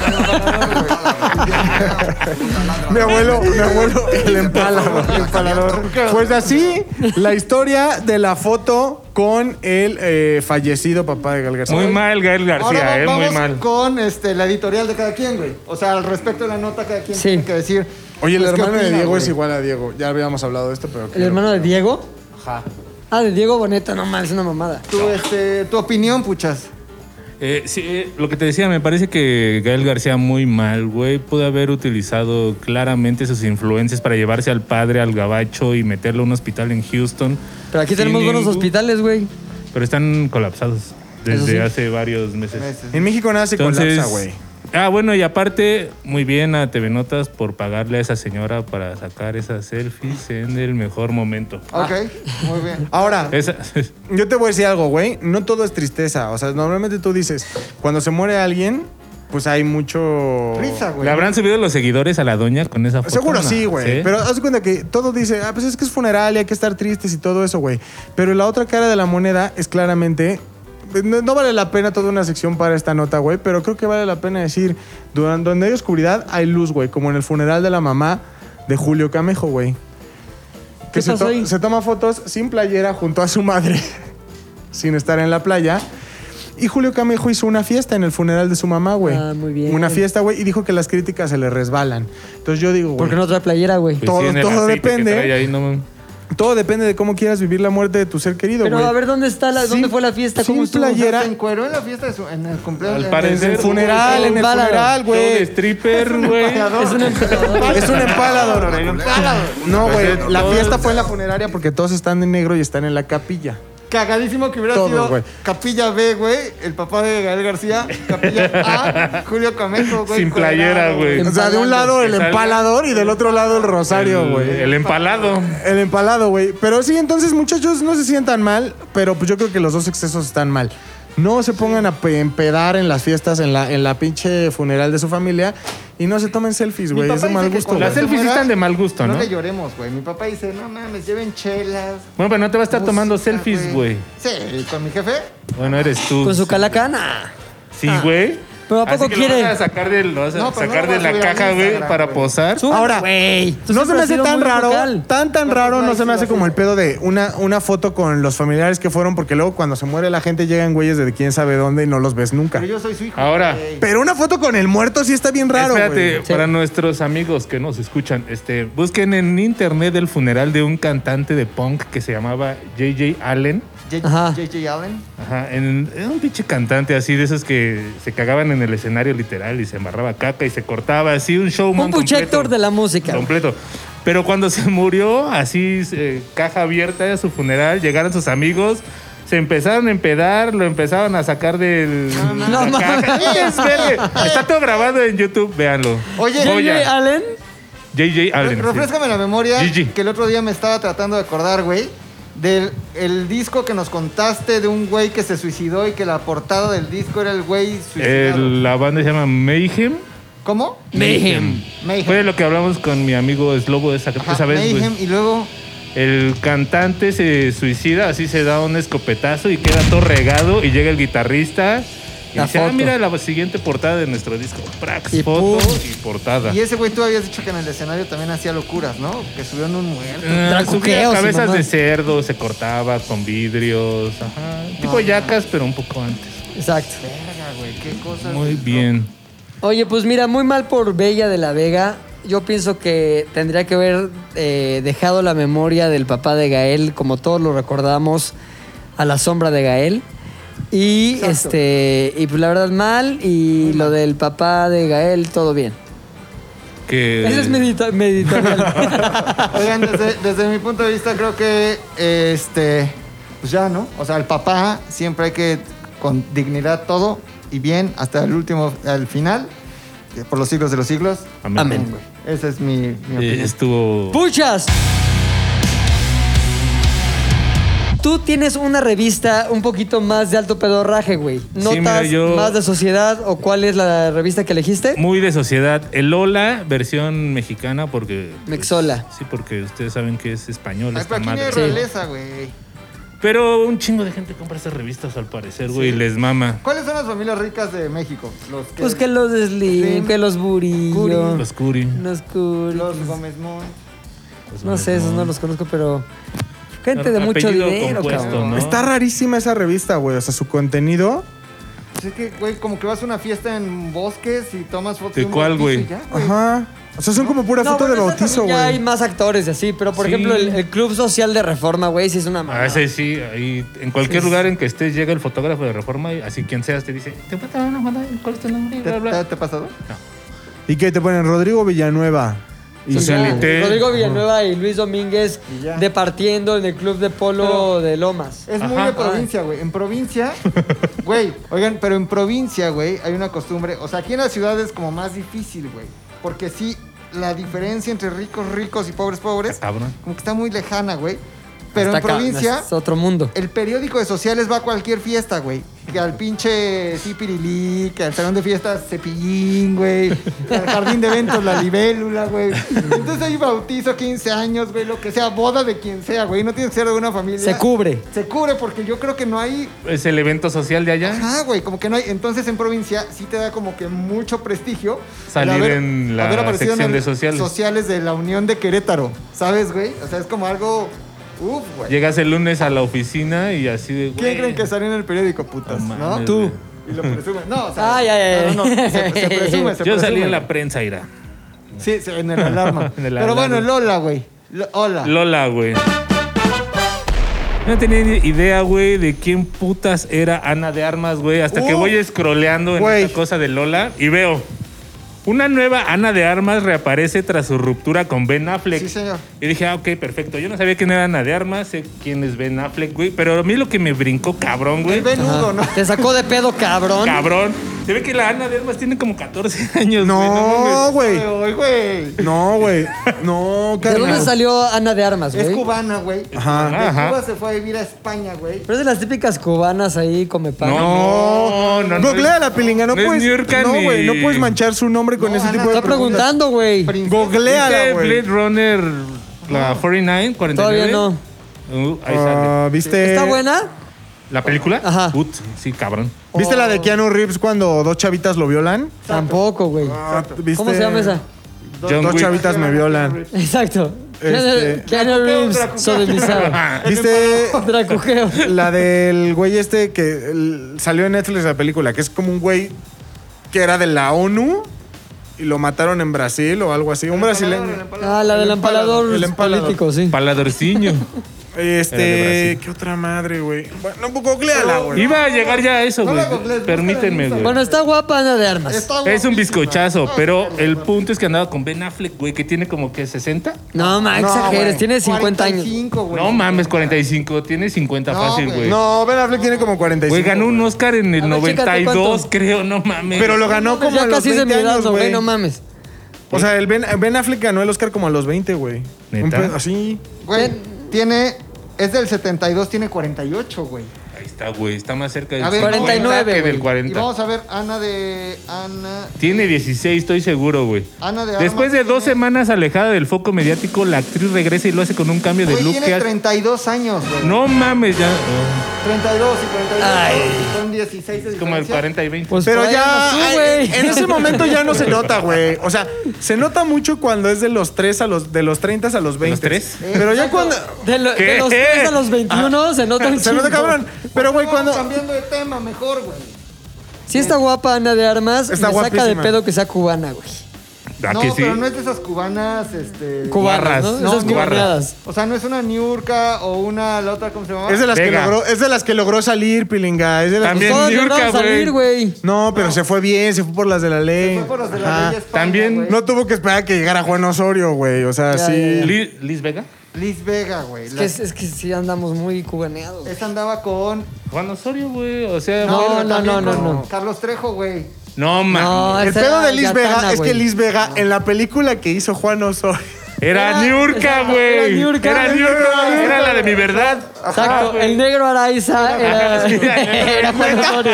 C: Mi abuelo, mi abuelo, el empalador. El empalador. Pues así, la historia de la foto con el eh, fallecido papá de Gal García.
B: Muy mal, Gael García,
D: Ahora
B: eh,
D: va-
B: muy
D: vamos
B: mal.
D: con este, la editorial de cada quien, güey. O sea, al respecto de la nota, cada quien
A: Sí.
D: tiene que decir.
C: Oye, el
D: pues, ¿qué
C: hermano de
D: opina,
C: Diego
D: güey?
C: es igual a Diego. Ya habíamos hablado de esto, pero.
A: ¿El
C: quiero-
A: hermano de Diego? Ah, de Diego Boneta, no mames, es una mamada.
D: Tu, este, tu opinión, puchas.
B: Eh, sí, eh, lo que te decía, me parece que Gael García muy mal, güey. Pudo haber utilizado claramente sus influencias para llevarse al padre, al gabacho y meterlo a un hospital en Houston.
A: Pero aquí
B: Sin
A: tenemos buenos
B: ningún-
A: hospitales, güey.
B: Pero están colapsados desde
A: sí.
B: hace varios meses.
C: En México nada se
B: Entonces,
C: colapsa, güey.
B: Ah, bueno, y aparte, muy bien a TV Notas por pagarle a esa señora para sacar esas selfies en el mejor momento.
C: Ah.
D: Ok, muy bien.
C: Ahora,
B: Esa-
C: yo te voy a decir algo, güey. No todo es tristeza. O sea, normalmente tú dices, cuando se muere alguien, pues hay mucho.
D: Risa, güey.
B: ¿Le habrán subido los seguidores a la doña con esa Pues foto?
C: Seguro
B: No,
C: sí, güey. Pero haz de cuenta que todo dice, ah, pues es que es funeral y hay que estar tristes y todo eso, güey. Pero la otra cara de la moneda es claramente. No, no vale la pena toda una sección para esta nota, güey, pero creo que vale la pena decir, duran- donde hay oscuridad hay luz, güey, como en el funeral de la mamá de Julio Camejo, güey.
A: ¿Qué
C: Que se,
A: pasó
C: to-
A: ahí?
C: se toma fotos sin playera junto a su madre, sin estar en la playa. Y Julio Camejo hizo una fiesta en el funeral de su mamá, güey.
A: Ah, muy bien.
C: Una fiesta, güey, y dijo que las críticas se le resbalan. Entonces yo digo, güey,
A: Porque no trae playera, güey.
B: Pues sí,
C: todo-
B: en el
C: todo
B: aceite que
C: depende. ¿eh?
B: trae ahí, no mames.
C: todo depende de cómo quieras vivir la muerte de tu ser querido,
A: Pero
C: güey.
A: a ver, ¿dónde está la,
C: Sin-
A: dónde fue la fiesta?
C: sin
A: ¿Cómo estuvo?
C: playa- ayer-
D: se encueró en la fiesta de su, en el cumpleaños.
B: Al
D: en-
B: parecer,
D: en
C: El
D: su
C: funeral, en el
A: Empalado.
C: funeral,
B: Show de
C: güey.
B: stripper, güey.
D: Es un
C: Es un empalador. No, güey. La
B: Todo-
C: fiesta fue en la funeraria porque todos están en negro y están en la capilla.
D: Cagadísimo que hubiera
C: Todo,
D: sido
C: güey.
D: Capilla B, güey, el papá de Gael García, Capilla A, Julio Camejo, güey.
B: Sin playera,
D: colorado,
B: güey.
C: O sea, de un lado el
B: Que salga-
C: empalador y del otro lado el rosario,
B: El-
C: güey.
B: El empalado.
C: El empalado, güey. Pero sí, entonces, muchachos, no se sientan mal, pero pues yo creo que los dos excesos están mal. No se pongan a pe- empedar en las fiestas, en la, en la pinche funeral de su familia y no se tomen selfies,
D: Mi
C: güey.
D: papá
C: Es de mal
D: dice que
C: gusto,
D: cuando
B: Las
D: se
C: güey.
B: selfies sí
D: muera,
B: están de mal gusto,
D: No
B: ¿no?
D: le lloremos, güey. Mi papá dice, no mames, lleven chelas.
B: Bueno, pero no te va a estar tomando
D: música,
B: selfies, güey.
D: Sí, con mi jefe.
B: Bueno, eres tú.
A: Con su calacana.
B: Sí, güey.
A: Pero ¿a poco
B: Así que
A: quiere?
B: Lo vas a sacar de, lo vas a
D: No, pero
B: sacar
D: no
B: de
D: lo vas a
B: la
D: subir a
B: caja, güey,
D: Instagram,
B: para
D: güey.
B: posar.
A: Sube,
C: Ahora,
A: güey. Tú
C: No se
A: siempre
C: me
A: has
C: hace
A: sido
C: tan
A: pues, muy
C: raro,
A: vocal.
C: tan tan
D: No,
C: raro,
D: no,
C: no se me
D: sí,
C: hace
D: sí.
C: como el pedo de una, una foto con los familiares que fueron, porque luego cuando se muere la gente llegan güeyes de quién sabe dónde y no los ves nunca.
D: Pero yo soy su hijo.
B: Ahora.
D: güey.
C: Pero una foto con el muerto sí está bien raro,
B: Espérate,
C: güey.
B: para nuestros amigos que nos escuchan, este, busquen en internet el funeral de un cantante de punk que se llamaba JJ Allen.
D: J-
A: Ajá.
D: J.J. Allen.
B: Ajá, en- era un pinche cantante así de esos que se cagaban en el escenario literal y se embarraba caca y se cortaba así un show
A: Un puchector de la música.
B: completo. Pero cuando se murió, así eh, caja abierta de su funeral, llegaron sus amigos, se empezaron a empedar, lo empezaron a sacar del
A: mames.
B: la
A: No
B: caja.
A: mames.
B: Es verde. Está todo grabado en YouTube, véanlo.
D: Oye,
A: Oye,
B: Joya.
A: Allen.
B: JJ Allen.
D: Re-
B: sí.
D: Refrescame la memoria
B: Gigi.
D: que el otro día me estaba tratando de acordar, güey, del el disco que nos contaste de un güey que se suicidó y que la portada del disco era el güey suicidado.
B: El- Eh, la banda se llama Mayhem.
D: ¿Cómo?
A: Mayhem.
D: Mayhem.
B: Fue de lo que hablamos con mi amigo Slobo esa,
D: Ajá,
B: esa vez. güey.
D: Mayhem, y luego
B: El cantante se suicida, así se da un escopetazo y queda todo regado y llega el guitarrista y
A: La
B: dice, ah,
A: foto.
B: mira la siguiente portada de nuestro disco. Prax,
A: Y
B: foto
A: pum.
B: y portada.
D: y ese güey tú habías dicho que en el escenario también hacía locuras, ¿no? Que subió en un muerto.
B: Eh, subía
A: Tracuqueos y
B: cabezas
A: mamá.
B: de cerdo, se cortaba con vidrios, ajá. Tipo yacas, pero un poco antes.
A: Exacto.
D: Verga, güey, qué cosa.
B: Muy bien.
A: Oye, pues mira, muy mal por Bella de la Vega. Yo pienso que tendría que haber eh, dejado la memoria del papá de Gael, como todos lo recordamos, a la sombra de Gael. Y este, y pues la verdad mal, y lo del papá de Gael, todo bien.
B: Que,
A: Ese es mi edito- mi editorial.
D: Oigan, desde, desde mi punto de vista creo que este pues ya, ¿no? O sea, el papá siempre hay que con dignidad todo y bien hasta el último, al final, eh, por los siglos de los siglos.
B: Amén.
A: Amén.
D: Esa es mi, mi
B: Eh,
D: opinión.
B: estuvo...
A: ¡Puchas! Tú tienes una revista un poquito más de alto pedorraje, güey. ¿Notas
B: mira, yo-
A: más de sociedad o cuál es la revista que elegiste?
B: Muy de sociedad. El Lola, versión mexicana, porque. pues,
A: Mexola.
B: sí, porque ustedes saben que es español.
D: Ay,
B: esta
D: pero aquí no hay
B: madre.
D: realeza, güey.
B: Pero un chingo de gente compra esas revistas, al parecer, güey, y les mama.
D: ¿Cuáles son las familias ricas de México? Los que,
A: Pues que los de Slim,
D: Slim,
A: que los Burillo,
B: Los Curi.
A: los Curi.
D: los Gómez Moon.
B: los
A: No sé, esos no los conozco, pero gente de mucho
B: Apellido
A: dinero,
B: compuesto,
A: cabrón.
B: ¿no?
C: Está rarísima esa revista, güey. O sea, su contenido.
D: Pues es que, güey, como que vas a una fiesta en bosques y tomas fotos.
B: ¿De
D: un
B: cuál,
D: bautizo y
B: güey?
D: ya,
C: Ajá. O sea, son como pura
A: No,
C: foto de
A: bueno, esa
C: bautizo,
A: también Ya hay
C: güey.
A: más actores y así, pero por
B: Sí.
A: ejemplo, el, el Club Social de Reforma, güey, sí es una
B: A
A: mamada.
B: veces Ah, sí, ahí, en cualquier
A: Sí.
B: lugar en que estés, llega el fotógrafo de reforma y así quien seas te dice, te voy a tomar una foto, ¿cuál es tu nombre? Y
D: ¿Te,
B: bla, bla.
D: te- te ha pasado?
C: ¿Y qué te ponen? Rodrigo Villanueva. Y
A: Y ya,
B: Socialité.
A: Rodrigo Villanueva y Luis Domínguez
D: Y ya. Eh,
A: departiendo en el club de polo de Lomas.
D: Es muy
B: Ajá.
D: de provincia, güey. En provincia, güey, oigan, pero en provincia, güey, hay una costumbre. O sea, aquí en la ciudad es como más difícil, güey. Porque sí, la diferencia entre ricos, ricos y pobres, pobres,
B: Cabrón.
D: como que está muy lejana, güey. Pero
A: Está
D: en
A: acá,
D: provincia,
A: Es otro mundo.
D: el periódico de sociales va a cualquier fiesta, güey. Que al pinche Cipirilí, que al salón de fiestas Cepillín, güey. que Al jardín de eventos La Libélula, güey. Entonces hay bautizo, 15 años, güey, lo que sea, boda de quien sea, güey. No tiene que ser de una familia.
A: Se cubre.
D: Se cubre porque yo creo que no hay.
B: Es el evento social de allá.
D: Ajá, güey, como que no hay. Entonces en provincia sí te da como que mucho prestigio. el
B: Salir en la
D: aparecido
B: sección
D: el
B: de sociales.
D: Sociales de la Unión de Querétaro, ¿sabes, güey? O sea, es como algo Uf, güey.
B: Llegas el lunes a la oficina y así de.
D: ¿Quién
B: güey,
D: creen que salió en el periódico, putas?
B: no
D: ¿No?
B: mames,
D: Tú.
B: güey.
D: Y lo presumen. No, o sea.
A: Ay, ay, ay.
D: No, no, no. Se, se presume, se
B: Yo salí
D: presume.
B: en la prensa, Ira.
D: Sí, sí, en el alarma.
B: En el
D: Pero bueno,
B: alarma.
D: Lola, güey. Lo- Hola.
B: Lola, güey. No tenía ni idea, güey, de quién putas era Ana de Armas, güey. Hasta que
D: Uh,
B: voy scrolleando en
D: güey.
B: esta cosa de Lola y veo. Una nueva Ana de Armas reaparece tras su ruptura con Ben Affleck.
D: Sí, señor.
B: Y dije, ah, ok, perfecto. Yo no sabía quién era Ana de Armas, sé quién es Ben Affleck, güey. Pero a mí lo que me brincó, cabrón, güey.
D: El venudo, ¿no?
A: Te sacó de pedo, cabrón.
B: Cabrón. Se ve que la Ana de Armas tiene como 14 años, güey.
C: No,
B: mames.
C: güey.
D: Ay, güey.
C: No, güey. No,
A: ¿De dónde
C: carnal.
A: salió Ana de Armas,
D: Es
A: güey?
D: cubana, güey. De
C: Ajá.
B: Ajá.
D: Cuba se fue a vivir a España, güey.
A: Pero es de las típicas cubanas ahí, come pan.
B: No, no, no. no
C: Googlea la pilinga, no,
B: no es
C: puedes.
B: Niurka
C: no,
B: ni-
C: güey, no puedes manchar su nombre con
D: No,
C: ese
D: Ana,
C: tipo de
A: Está
C: preguntas.
A: preguntando, güey.
C: Googleala,
B: ¿Viste Blade
C: güey.
B: Runner la
D: Ah.
B: 49, 49?
A: Todavía no.
B: Uh, ahí sale.
C: Ah, ¿Viste?
A: ¿Está buena?
B: ¿La película?
A: Ajá.
B: Ut, sí, cabrón.
C: ¿Viste la
A: Oh.
C: de Keanu Reeves cuando dos chavitas lo violan?
A: Tampoco, güey.
C: Ah, ¿viste?
A: ¿Cómo se llama esa?
B: John
C: Dos
B: Wick.
C: chavitas me violan.
A: Exacto. Keanu-
C: Este-
A: Keanu Reeves, sodomizado.
C: ¿Viste
A: Dracujeo.
C: la del güey este que el- salió en Netflix la película? Que es como un güey que era de la ONU y lo mataron en Brasil o algo así. Un brasileño.
A: Ah, la del empalador,
C: El empalador.
A: político, sí.
B: Paladorciño. Era de
C: Este,
B: Brasil.
C: ¿qué otra madre, güey? Bueno, pues, googleala, güey.
B: Iba a llegar ya a eso,
D: No
B: güey.
D: la googlees,
B: Permítanme,
D: búscala en
A: Bueno,
B: güey.
A: está guapa Ana de Armas.
D: Está
B: Es
D: guapísima.
B: un bizcochazo, pero el punto es que andaba con Ben Affleck, güey, que tiene como que 60.
A: No, ma, exageres.
C: güey.
A: Tiene 50 años.
D: 45, güey.
B: No mames, 45, tiene 50
D: No,
B: fácil,
D: güey.
B: güey.
C: No, Ben Affleck tiene como 45.
B: Güey, ganó un Oscar en el
A: A ver, chécate
B: 92,
A: cuánto.
B: creo, no mames.
C: Pero lo ganó como a
A: pues ya
C: los
A: casi es de
C: 20
A: mi edad,
C: años,
A: güey,
C: güey.
A: no mames.
C: O sea, el ben, Ben Affleck ganó el Oscar como a los 20, güey.
B: ¿Neta?
C: Un pedo Así.
A: Pues
D: Güey, tiene. Es del 72, tiene 48, güey.
B: Ahí está, güey, está más cerca del
D: A ver,
B: 50
A: 49,
B: que del
A: güey.
D: Y
B: 40.
D: vamos a ver, Ana de. Ana.
B: Tiene 16, estoy seguro, güey.
D: Ana Ah, de
B: Después
D: Armas
B: de dos
D: tiene-
B: semanas alejada del foco mediático, la actriz regresa y lo hace con un cambio de
D: Güey,
B: look que
D: tiene
B: hace-
D: 32 años, güey.
B: No mames, ya.
D: 32 y 42.
A: Ay.
D: Son 16 de
B: Es como el
D: diferencia.
B: 40 y 20.
A: Pues
C: Pero ya.
A: tráenos tú,
C: ay,
A: güey.
C: en ese momento ya no se nota, güey. O sea, se nota mucho cuando es de los 3 a los. De los 30 a los 20.
B: tres?
C: Pero ya cuando.
A: De, lo- de
B: ¿Qué?
A: los 3 a los 21 se nota un
C: Ah, Se nota
A: chingo.
C: cabrón. Pero, güey,
D: Vamos
C: cuando.
D: cambiando de tema, mejor, güey.
A: Sí está guapa Ana de Armas.
C: Está
A: me saca de
C: guapísima.
A: pedo que sea cubana, güey.
B: ¿A
D: No,
B: que sí?
D: pero no es de esas cubanas, este.
A: Cubanas,
B: Guarras.
A: ¿no?
B: No,
A: Esas
B: ni guarras.
A: cubaneadas.
D: O sea, no es una Niurka o una. La otra, ¿cómo se llamaba?
C: Es de, las que
B: Vega.
C: logró, es de las que logró salir, Pilinga. Es de las
B: También. Bien,
A: Todos
B: Niurka,
A: lograron salir, güey.
C: No, pero se fue bien, se fue por las de la ley.
D: Fue por los de la
C: Ajá.
D: Bella España,
B: También
D: güey.
C: No tuvo que esperar a que llegara Juan Osorio, güey. O sea,
A: Ya,
C: sí.
A: ya, ya.
B: Li- ¿Liz Vega?
D: Liz Vega, güey.
A: Es
D: La-
A: que, es que sí andamos muy cubaneados. güey.
D: Esa andaba con.
B: Juan Osorio, güey. O sea,
A: No,
B: güey,
D: pero
A: no,
D: también
A: no, no,
D: con
A: no.
D: Carlos Trejo, güey.
B: no mames.
C: El
A: esa
C: pedo
A: era
C: de Liz
A: Gatana,
C: Vega es
A: güey.
C: que Liz Vega, en la película que hizo Juan Osorio.
B: Era
A: Era-
B: Niurka,
A: era
B: güey.
A: Niurka.
B: Era Niurka. Era la de mi verdad.
A: Exacto, el negro Araiza era. era Juan Osorio.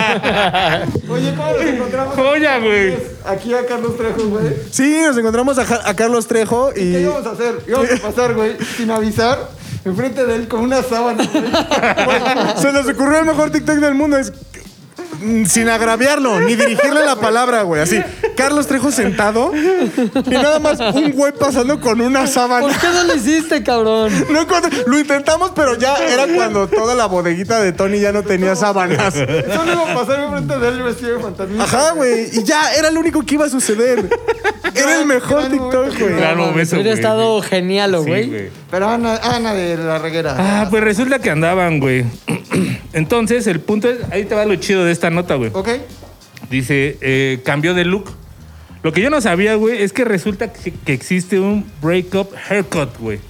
D: Oye, ¿cómo los encontramos?
B: Joya, güey.
D: Aquí a Carlos Trejo, güey.
C: Sí, nos encontramos a, Ja- a Carlos Trejo
D: ¿Qué
C: y.
D: íbamos a hacer? Íbamos a pasar, güey, sin avisar, enfrente de él con una sábana,
C: Se nos ocurrió el mejor TikTok del mundo. Es. mm, Sin agraviarlo, ni dirigirle la palabra, güey. Así, Carlos Trejo sentado y nada más un güey pasando con una
A: ¿Por
C: sábana.
A: qué no lo hiciste, cabrón?
C: No encontré- lo intentamos, pero ya era cuando toda la bodeguita de Tony ya no tenía sábanas.
D: güey. Solo iba a pasar enfrente de él vestido de fantasma.
C: Ajá, güey. Y ya, era lo único que iba a suceder. Era el mejor
D: gran
C: TikTok,
D: momento,
C: güey.
B: Gran
A: No, mames,
B: momento,
A: Hubiera
B: güey.
A: estado genial,
B: Sí,
A: güey.
B: güey.
D: Pero Ana, Ana de la reguera.
B: Ah, pues resulta que andaban, güey. Entonces, el punto es, ahí te va lo chido de esta nota, güey.
D: ¿Ok?
B: Dice, eh, cambió de look. Lo que yo no sabía, güey, es que resulta que, que existe un breakup haircut, güey.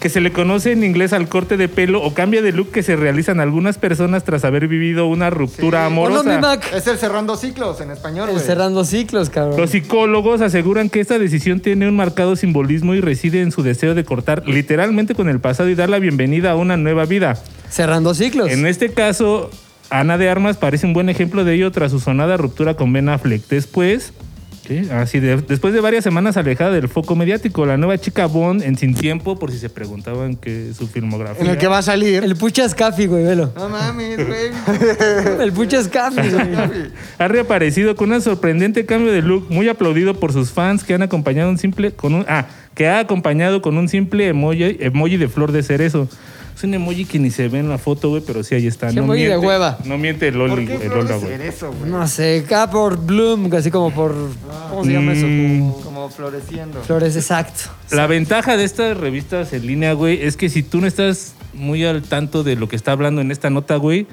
B: Que se le conoce en inglés al corte de pelo o cambio de look que se realizan algunas personas tras haber vivido una ruptura
D: Sí.
A: Ponlo mi
B: amorosa.
A: Mac.
D: Es el cerrando ciclos en español,
A: El
D: güey.
A: cerrando ciclos, cabrón.
B: Los psicólogos aseguran que esta decisión tiene un marcado simbolismo y reside en su deseo de cortar literalmente con el pasado y dar la bienvenida a una nueva vida.
A: Cerrando ciclos.
B: En este caso, Ana de Armas parece un buen ejemplo de ello tras su sonada ruptura con Ben Affleck. Después, ¿qué? Ah, sí, de- después de varias semanas alejada del foco mediático, la nueva chica Bond en Sin Tiempo, por si se preguntaban que su filmografía.
C: En el que va a salir.
A: El pucha Scafi, güey, velo.
D: No mames, güey.
A: El pucha Scafi, güey.
B: Ha reaparecido con un sorprendente cambio de look, muy aplaudido por sus fans que han acompañado un simple con un ah, que ha acompañado con un simple emoji, emoji de flor de cerezo. Es un emoji que ni se ve en la foto, güey, pero sí ahí está.
A: Es
B: no
A: emoji de
B: miente,
A: hueva.
B: No miente el Oli, güey, el Ola, güey.
A: No sé, acá por Bloom, así como por. ¿Cómo se llama eso?
B: Mm.
D: Como floreciendo.
A: Flores, exacto.
B: La ventaja de estas revistas en línea, güey, es que si tú no estás muy al tanto de lo que está hablando en esta nota, güey,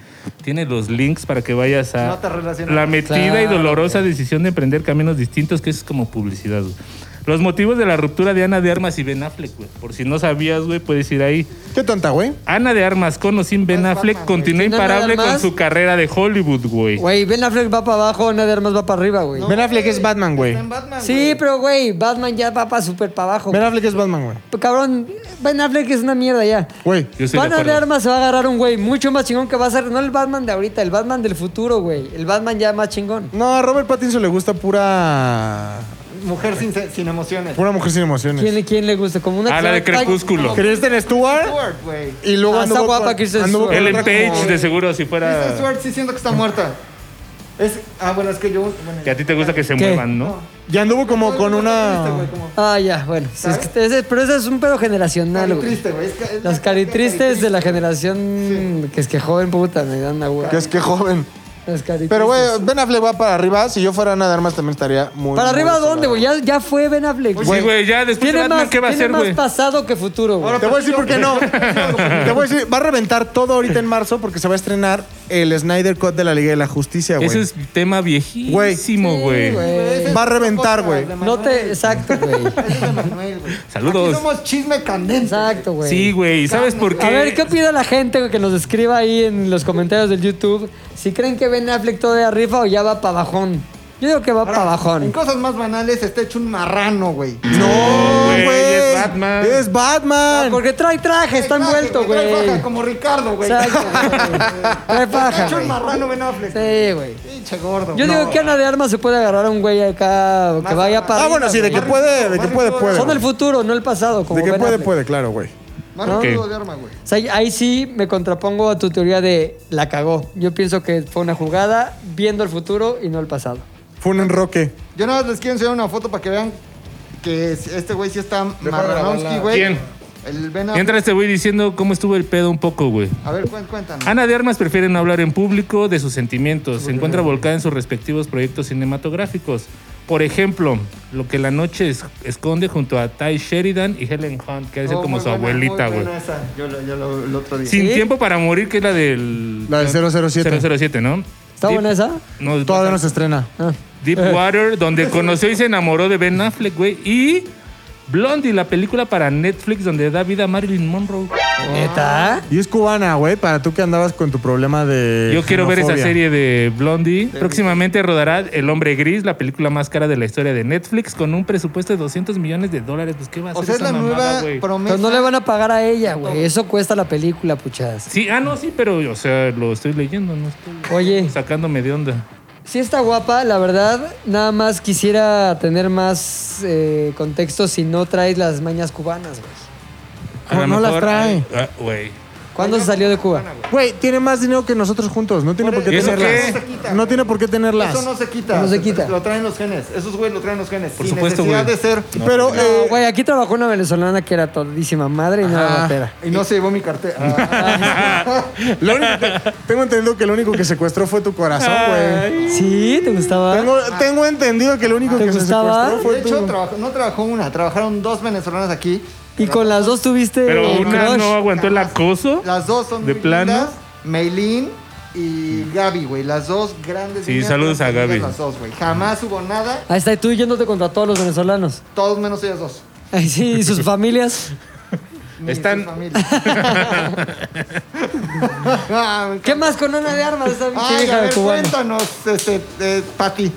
B: tiene los links para que vayas a
D: No te relacionas.
B: la metida y
A: Claro,
B: dolorosa decisión de emprender caminos distintos, que es como publicidad, güey. Los motivos de la ruptura de Ana de Armas y Ben Affleck, güey. Por si no sabías, güey, puedes ir ahí.
C: Qué tonta, güey.
B: Ana de Armas con o sin
D: Pues,
B: Ben Affleck continúa
A: Sí, no, nada
B: imparable con
A: más.
B: su carrera de Hollywood, güey.
A: Güey, Ben Affleck va para abajo, Nader más va para arriba, güey.
C: Ben Affleck es Batman, güey.
D: Está en Batman,
A: Sí,
D: güey.
A: pero güey, Batman ya va para súper para abajo.
C: Ben Affleck es Batman, güey.
A: Pero, Cabrón, Ben Affleck es una mierda ya.
C: Güey.
B: Yo estoy de
A: Van a de
B: acuerdo.
A: armas se va a agarrar un güey mucho más chingón que va a ser, no el Batman de ahorita, el Batman del futuro, güey. El Batman ya más chingón.
C: No, a Robert Pattinson le gusta pura.
D: Mujer sin, sin emociones.
C: Pura mujer sin emociones.
A: ¿Quién, quién le gusta? Como una
B: Ah, la de
A: Ay,
B: Crepúsculo.
C: Kristen Stewart.
D: Stewart, güey.
C: Y luego
A: Ah, está
C: anduvo
A: guapa
C: con-
A: Kristen
C: anduvo
A: Stewart.
C: con
B: Ellen
C: otra como-
B: Page, de seguro, si
D: Kristen
B: fuera...
D: Stewart sí siento que está muerta. Es, ah, bueno, es que yo... bueno,
B: Que a ti te gusta que se
A: ¿Qué?
B: muevan, ¿no?
C: Y anduvo como
D: No,
C: con
D: no,
C: una.
D: está triste, güey, como-
A: Ah, ya, bueno. sí, es que ese- pero ese es un pedo generacional, güey.
D: Caritriste, güey. es que- es
A: Las
D: la-
A: caritristes de la generación que es que joven puta me dan la güey.
C: Que es que joven.
A: Las caritristes.
C: Pero, güey, Ben Affleck va para arriba. Si yo fuera Ana de Armas, también estaría muy.
A: ¿Para
C: muy
A: arriba
C: desolado.
A: dónde, güey? Ya, ya fue Ben Affleck.
B: Pues Sí, güey, ya después de
A: Tiene
B: Batman,
A: más,
B: ¿qué va a
A: tiene
B: hacer,
A: más
B: güey?
A: pasado que futuro, güey.
C: Te voy a decir por qué no. Te voy a decir, va a reventar todo ahorita en marzo porque se va a estrenar el Snyder Cut de la Liga de la Justicia, güey.
B: Ese es tema viejísimo,
A: Sí,
B: güey.
A: güey.
C: Va a reventar,
D: Podcast
C: güey.
D: de Manuel.
A: No te. Exacto, güey.
D: Es de Manuel, güey.
B: Saludos.
D: Aquí somos chisme candente.
A: Exacto, güey.
B: Sí, güey. ¿y ¿Sabes por qué? Oh,
A: A ver, ¿qué opina la gente güey, que nos escriba ahí en los comentarios del YouTube? Si creen que Ben Affleck todavía rifa o ya va para bajón. Yo digo que va para
D: En
A: bajón.
D: cosas más banales está hecho un marrano, güey.
C: No,
B: güey,
C: güey.
B: es Batman.
C: Es Batman.
A: Porque trae traje, está envuelto, güey.
D: Trae faja como Ricardo, güey.
A: Exacto, güey. Trae
D: Está
A: faja,
D: hecho
A: güey.
D: un marrano, Ben Affleck.
A: Sí, güey.
D: Pinche gordo.
A: Yo digo que Ana de Armas se puede agarrar a un güey acá que
D: Más
A: vaya
D: a-
A: para
C: Ah, bueno, sí, de que
A: güey.
C: puede, de que puede, puede.
A: Son el futuro, no el pasado. Como
C: De que
A: Ben
C: puede,
A: Affleck.
C: puede, claro, güey.
D: Más
B: Ok.
D: rudo de arma, güey.
A: O sea, ahí sí me contrapongo a tu teoría de la cagó. Yo pienso que fue una jugada viendo el futuro y no el pasado.
C: Fue un enroque.
D: Yo nada más les quiero enseñar una foto para que vean que es- este güey sí está marranowski, güey.
B: ¿Quién?
D: El Ben Affleck.
B: Mientras te voy este diciendo cómo estuvo el pedo un poco, güey.
D: A ver, cuen- cuéntanos.
B: Ana de Armas prefiere no hablar en público de sus sentimientos. Se encuentra volcada en sus respectivos proyectos cinematográficos. Por ejemplo, lo que la noche es- esconde junto a Ty Sheridan y Helen Hunt, que debe ser
D: Oh,
B: como
D: muy
B: su
D: buena,
B: abuelita,
D: muy
B: güey.
D: buena esa. Yo, lo- yo lo- el otro día.
B: Sin
A: ¿Sí?
B: tiempo para morir, que es la del...
C: La del 007.
B: 007, ¿no?
A: ¿Está
B: Deep-
A: buena esa? Ah.
B: No,
C: Todavía no se estrena.
B: Deepwater, donde conoció y se enamoró de Ben Affleck, güey. Y Blondie, la película para Netflix donde da vida a Marilyn Monroe.
A: ¿Neta?
C: Y es cubana, güey, para tú que andabas con tu problema de.
B: Yo quiero ver esa
C: xenofobia.
B: serie de Blondie. Próximamente rodará El Hombre Gris, la película más cara de la historia de Netflix, con un presupuesto de 200 millones de dólares. Pues, ¿qué va a hacer
D: O sea, es
B: esa
D: la
B: mamada,
D: nueva
B: güey?
D: promesa.
A: Pero no le van a pagar a ella, güey. Eso cuesta la película, puchadas.
B: Sí, ah, no, sí, pero, o sea, lo estoy leyendo, no estoy
A: Oye,
B: sacándome de onda.
A: sí está guapa, la verdad. Nada más quisiera tener más eh, contexto si no traes las mañas cubanas, güey.
B: A lo
C: No las trae.
B: Ah, Güey.
A: ¿Cuándo se salió de Cuba?
C: Güey, tiene más dinero que nosotros juntos. No tiene por qué
B: ¿Y eso
C: tenerlas.
B: qué?
C: No se quita, No tiene por qué tenerlas.
D: Eso no se quita.
A: No se quita.
D: Lo traen los genes. Esos güeyes lo traen los genes.
B: Por
D: Sin
B: supuesto,
D: necesidad
B: güey.
D: de ser.
C: Pero, eh,
A: Güey, aquí trabajó una venezolana que era todísima madre y no era ratera.
D: Y no se llevó mi cartera. Ah.
C: lo único que- tengo entendido que lo único que secuestró fue tu corazón, güey.
A: ¿Sí? ¿Te gustaba?
C: Tengo, tengo entendido que lo único
A: ¿Te
C: que se
A: gustaba?
C: secuestró
D: de
C: fue
D: hecho,
C: tu.
D: trabajó- no trabajó una, trabajaron dos venezolanas aquí.
A: Y con las dos tuviste
B: Pero
A: el
B: una
A: crush.
B: no aguantó el acoso.
D: Las dos son
B: ¿De
D: muy
B: plano? Mm.
D: lindas. Meilín y Gaby, güey. Las dos grandes.
B: Sí,
D: niñas
B: saludos a
D: transgéneras,
B: Gaby.
D: Las dos, güey. Jamás hubo nada,
A: Ahí está, y tú yéndote contra todos los venezolanos.
D: todos menos ellas dos.
A: Ay, sí, y sus familias.
D: Ni
B: Están-
D: su familia. Ah, me encanta.
A: ¿Qué más con Ana de Armas? Esa pinche
D: Ay, a
A: vieja
D: ver,
A: cubana.
D: cuéntanos, este, eh, Pati.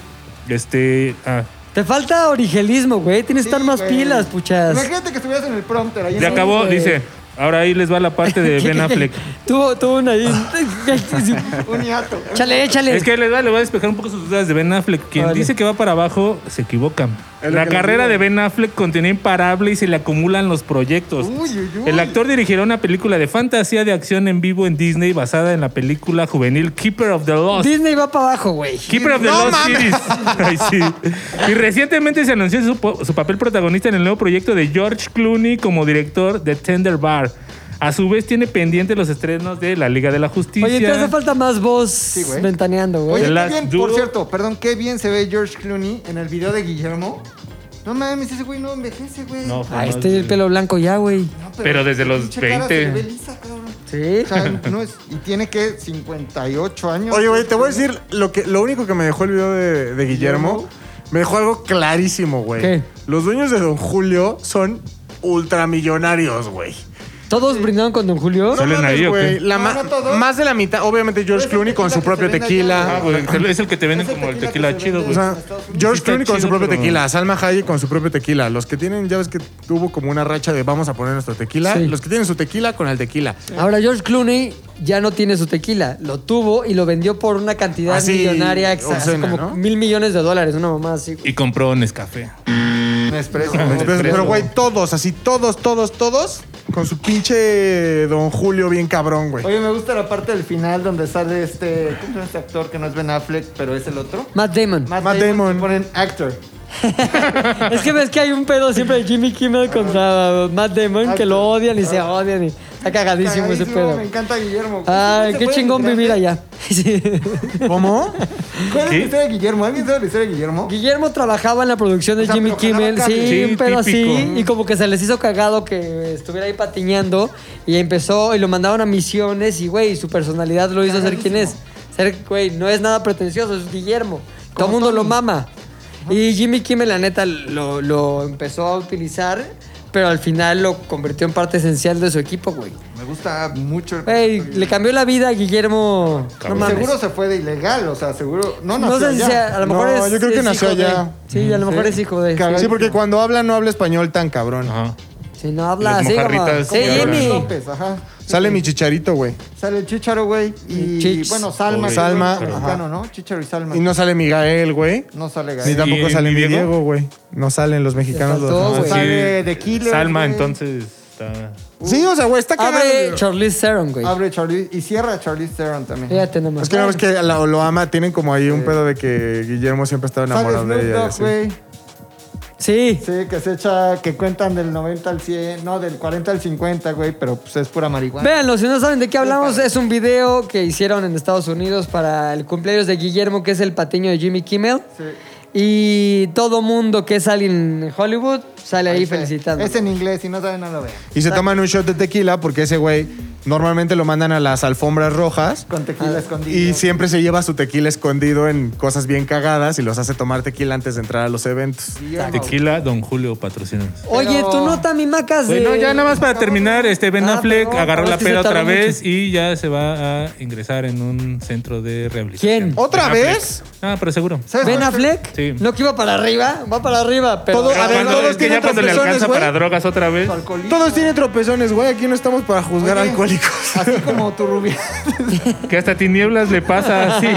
B: Este. Ah.
A: Te falta origelismo, güey. Tienes que estar más
D: güey.
A: pilas, puchas.
D: Imagínate que estuvieras en el prompter ahí. en
B: Ya
D: el-
B: acabó,
A: güey.
B: dice. Ahora ahí les va la parte de Ben Affleck.
A: Tuvo, tuvo una ahí.
D: Un hiato.
A: Chale, échale.
B: Es que les va, le voy a despejar un poco sus dudas de Ben Affleck. Quien
A: Vale.
B: dice que va para abajo se equivoca.
C: Es lo
B: La
C: que les
B: carrera
C: digo.
B: de Ben Affleck continúa imparable y se le acumulan los proyectos.
D: Uy, uy, uy.
B: El actor dirigirá una película de fantasía de acción en vivo en Disney basada en la película juvenil Keeper of the Lost.
A: Disney va para abajo, güey.
B: Keeper of the Lost Cities. Ay, sí. Y recientemente se anunció su, po- su papel protagonista en el nuevo proyecto de George Clooney como director de Tender Bar. A su vez tiene pendiente los estrenos de La Liga de la Justicia.
A: Oye, te hace falta más voz
D: güey.
A: ventaneando, güey.
D: Oye,
B: The
D: qué
B: Last
D: bien,
B: Duel.
D: por cierto, perdón, qué bien se ve George Clooney en el video de Guillermo. No mames, ese güey no envejece, güey.
B: No,
D: No,
B: fue
A: Ah,
B: más
A: este tiene el
B: de-
A: pelo blanco ya, güey.
B: pero desde los
D: pinche cara se le
B: 20.
D: ve lisa, cabrón.
A: Sí.
D: O sea, no es- y tiene que 58 años.
C: Oye, güey, te voy a decir lo, que, lo único que me dejó el video de, de Guillermo. Me dejó algo clarísimo, güey.
A: ¿Qué?
C: Los dueños de Don Julio son ultramillonarios, güey.
A: ¿Todos brindaron con Don Julio?
B: ¿Salen
C: mames,
B: ahí o qué?
C: güey, la
D: No,
C: ma-
D: no todos.
C: Más de la mitad, obviamente George
D: Ese
C: Clooney con
D: tequila
C: su
D: que
C: propio
D: se vende allá,
C: tequila.
B: Ah, güey, es el que te venden
D: Ese
B: como el
D: tequila
B: tequila
D: que se
B: chido,
D: vende
B: güey.
C: O sea, George
B: Está
C: Clooney con su
B: chido,
C: propio
B: pero-
C: tequila, Salma Hayek con su propio tequila. Los que tienen, ya ves que tuvo como una racha de vamos a poner nuestro tequila.
A: Sí.
C: Los que tienen su tequila con el tequila.
A: Ahora, George Clooney ya no tiene su tequila. Lo tuvo y lo vendió por una cantidad
C: Así,
A: millonaria, exa- así
C: Ah, obscena,
A: como
C: ¿no?
A: mil millones de dólares, una mamá así. güey.
B: Y compró Nescafé.
D: Nespresso.
C: Este, Pero, pero, güey, todos, así, todos, todos, todos, con su pinche Don Julio bien cabrón, güey.
D: Oye, me gusta la parte del final donde sale este. ¿Cómo se llama este actor que no es Ben Affleck, pero es el otro?
A: Matt Damon.
C: Matt Damon.
D: que Ponen actor.
A: es que ves que hay un pedo siempre de Jimmy Kimmel contra Matt Damon que lo odian y se odian y está cagadísimo, ese
D: Ah. Cagadísimo,
A: pedo.
D: Me encanta Guillermo.
A: Ay,
D: ¿Se
A: qué
D: puede
A: chingón
D: mirar?
A: vivir allá. Sí.
C: ¿Cómo?
D: ¿Cuál es
B: ¿Qué?
D: la historia de Guillermo? ¿Alguien sabe la historia de Guillermo?
A: Guillermo trabajaba en la producción de
D: O sea,
A: Jimmy
D: pero jalaba
A: Kimmel, sí,
D: cable.
B: Sí,
A: un pedo así,
B: típico.
A: y como que se les hizo cagado que estuviera ahí patiñando, y empezó, y lo mandaron a misiones, y güey, su personalidad lo hizo ser quien es. Ser, güey, no es nada pretencioso, es Guillermo. Todo el mundo lo mama. Y Jimmy Kimmel, la neta, lo, lo empezó a utilizar, pero al final lo convirtió en parte esencial de su equipo, güey.
D: Me gusta mucho. el-
A: Güey, le cambió la vida a Guillermo. No
D: Y
A: mames.
D: Seguro se fue de ilegal, o sea, seguro. No,
A: No sé si
D: allá.
A: sea, a lo mejor
C: No,
A: es.
C: yo creo que
A: es
C: nació
A: hijo de-
C: allá.
A: sí, a lo mejor
D: Sí.
A: es hijo de. sí.
C: Sí, porque cuando habla no habla español tan cabrón.
B: Ajá.
A: Si no habla
B: Las
A: así como...
B: mojarritas
A: Sí,
B: que hablan.
A: Jimmy.
D: López, ajá.
C: Sale mi chicharito, güey.
D: Sale el Chicharo, güey. Y
A: Chich.
D: bueno, Salma.
B: Pobre.
D: que es
C: Salma,
D: el
C: ajá.
D: Mexicano, ¿no? Chicharo y Salma.
C: Y no sale mi Gael, güey.
D: No sale
C: Ni
D: Gael.
C: tampoco
B: ¿Y
C: sale mi
B: Diego?
C: Diego, güey. No salen los mexicanos.
A: faltó,
C: los-
A: güey.
B: Sí.
D: Sale de Killers,
B: Salma,
D: güey.
B: entonces. Está...
C: Sí, o sea, güey, está cagado.
A: Abre Charlize Theron, güey.
D: Abre Charlize y cierra Charlize Theron también.
A: Fíjate nomás.
C: Es que no es que la- lo ama, tienen como ahí un pedo de que Guillermo siempre estaba
D: Sale
C: enamorado
D: Snoop
C: de ella. y
D: Dogg,
C: así.
D: güey.
A: Sí.
D: Sí, que se echa, que cuentan del 90 al 100, no, del 40 al 50, güey, pero pues es pura marihuana.
A: Véanlo, si no saben de qué hablamos, es un video que hicieron en Estados Unidos para el cumpleaños de Guillermo, que es el patiño de Jimmy Kimmel.
D: Sí.
A: Y todo mundo que sale en Hollywood sale ahí, felicitando.
D: Es en inglés, si no saben, no lo vean.
C: Y se toman un shot de tequila porque ese güey normalmente lo mandan a las alfombras rojas.
D: Con tequila escondido.
C: Y siempre se lleva su tequila escondido en cosas bien cagadas y los hace tomar tequila antes de entrar a los eventos.
D: Guillermo.
B: Tequila, Don Julio, patrocina.
A: Oye,
D: Pero-
A: tu nota, mi macas. de-
B: Bueno, ya nada más para terminar, este Ben
A: Ah,
B: Affleck
A: perdón,
B: agarró
A: es
B: la
A: que se
B: peda otra
A: tardó
B: vez
A: mucho.
B: y ya se va a ingresar en un centro de rehabilitación.
A: ¿Quién?
C: ¿Otra
B: Ben Affleck.
C: vez?
B: Ah, pero seguro.
D: ¿Sabes
A: ¿Ben
D: cuál-
A: Affleck?
B: Sí.
A: No que iba para arriba, va para arriba, pero...
C: Todo- a
B: Pero
C: ver,
B: cuando-
C: todos
B: es que
C: tienen
B: ya cuando le
C: tropezones,
B: alcanza
C: güey.
B: para drogas otra vez.
D: Alcoholismo.
C: Todos tienen tropezones, güey. Aquí no estamos para juzgar
D: Oye,
C: alcohólicos.
D: Así como tu rubia.
B: Que hasta tinieblas le pasa así.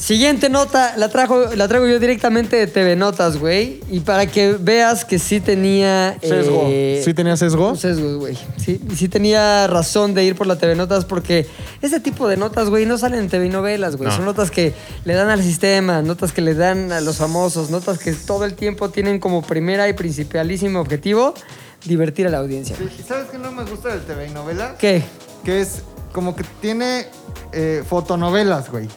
A: Siguiente nota, la, trajo, la traigo yo directamente de TV Notas, güey. Y para que veas que sí tenía...
C: Sesgo.
A: eh,
C: ¿Sí tenía sesgo?
A: un sesgo, güey. Sí, y sí tenía razón de ir por la TV Notas porque ese tipo de notas, güey, no salen en TV novelas, güey.
B: No.
A: Son notas que le dan al sistema, notas que le dan a los famosos, notas que todo el tiempo tienen como primera y principalísimo objetivo divertir a la audiencia. güey.
D: ¿Y ¿Sabes qué no me gusta del TV y novela?
A: ¿Qué?
D: Que es como que tiene eh, fotonovelas, güey.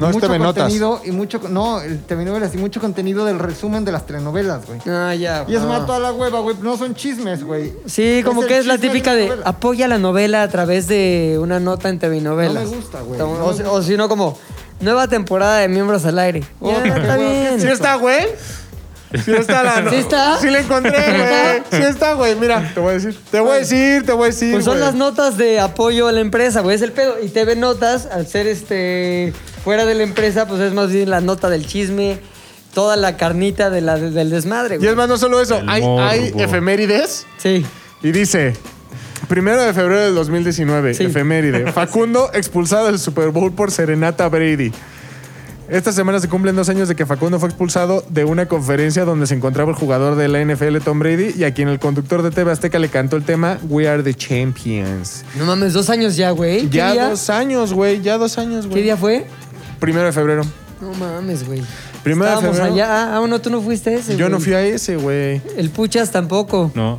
C: No, es
D: mucho
C: TV Notas.
D: contenido y mucho no, el TV novelas y mucho contenido del resumen de las telenovelas, güey.
A: Ah, ya.
D: Y es
A: ah.
D: más toda la hueva, güey, no son chismes, güey.
A: Sí, como
D: el
A: que es la
D: chisme
A: típica
D: una
A: de
D: novela.
A: apoya la novela a través de una nota en TV novelas.
D: No me gusta, güey.
A: O,
D: No me
A: o- o si no, como nueva temporada de Miembros al Aire.
D: Oh,
A: Ya,
D: qué
A: está
D: hueva, qué
A: bien.
C: ¿Sí está, güey? Sí está la...
A: ¿Sí está?
C: Sí la encontré, güey. Sí está, güey. Mira, te voy a decir. Te voy a decir, te voy a decir,
A: Pues son
C: güey.
A: las notas de apoyo a la empresa, güey, es el pedo. Y TV Notas, al ser este fuera de la empresa, pues es más bien la nota del chisme, toda la carnita de la, del desmadre,
C: Y
A: güey.
C: es más, no solo eso.
B: El
C: Hay, hay
B: morbo.
C: efemérides
A: Sí.
C: y dice... Primero de febrero del 2019,
A: Sí.
C: efeméride. Facundo expulsado del Super Bowl por Serenata Brady. Esta semana se cumplen dos años de que Facundo fue expulsado de una conferencia donde se encontraba el jugador de la NFL Tom Brady y a quien el conductor de TV Azteca le cantó el tema We Are the Champions.
A: No mames, dos años ya, güey. ¿Qué,
C: Ya
A: día?
C: dos años, güey. Ya dos años,
A: ¿Qué
C: güey.
A: día fue?
C: Primero de febrero.
A: No mames, güey.
C: Primero de
A: Estábamos
C: febrero.
A: allá. Ah, ah, no, tú no fuiste ese.
C: Yo no
A: güey.
C: fui a ese, güey.
A: El Puchas tampoco.
B: No.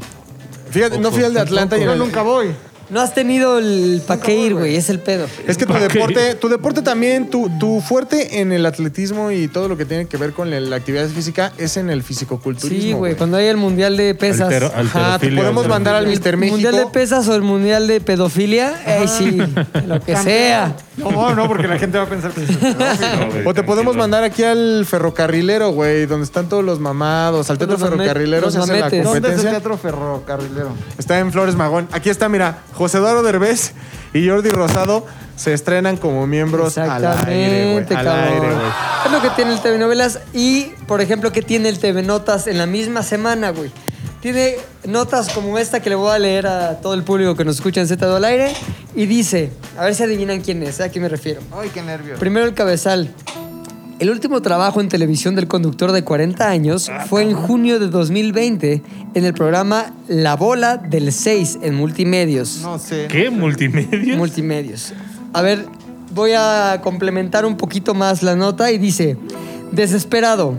C: Fíjate, no fui al de Atlanta y
D: Yo
C: al-
D: nunca voy.
A: No has tenido el pa' qué ir, güey. Es el pedo.
C: Es que tu deporte, tu deporte también, tu, tu fuerte en el atletismo y todo lo que tiene que ver con la, la actividad física es en el fisicoculturismo.
A: Sí, güey. Cuando hay el mundial de pesas.
B: Altero-
C: Ajá, te
B: alterofilia,
C: podemos
B: alterofilia.
C: mandar al
A: el
C: Mister
A: mundial de
C: México.
A: pesas o el mundial de pedofilia. Ay, sí. Lo que sea.
D: No, no, porque la gente va a pensar que...
B: No, güey,
C: O te podemos
B: tranquilo.
C: mandar aquí al ferrocarrilero, güey, donde están todos los mamados. Al teatro
A: Los mame-
C: ferrocarrilero
A: los
C: se hace la
A: mametes.
D: ¿Dónde es el
C: competencia.
D: teatro ferrocarrilero?
C: Está en Flores Magón. Aquí está, mira, José Eduardo Derbez y Jordi Rosado se estrenan como miembros al aire, güey.
A: Exactamente,
C: Al
A: cabrón.
C: aire, güey.
A: Es lo que tiene el TV Novelas y, por ejemplo, que tiene el TV Notas en la misma semana, güey. Tiene notas como esta que le voy a leer a todo el público que nos escucha en Z2 al aire y dice, a ver si adivinan quién es, a qué me refiero.
D: Ay, qué nervios.
A: Primero el cabezal. El último trabajo en televisión del conductor de 40 años fue en junio de 2020 en el programa La Bola del 6 en Multimedios.
D: No sé.
B: ¿Qué? ¿Multimedia?
A: Multimedios. A ver, voy a complementar un poquito más la nota y dice, desesperado,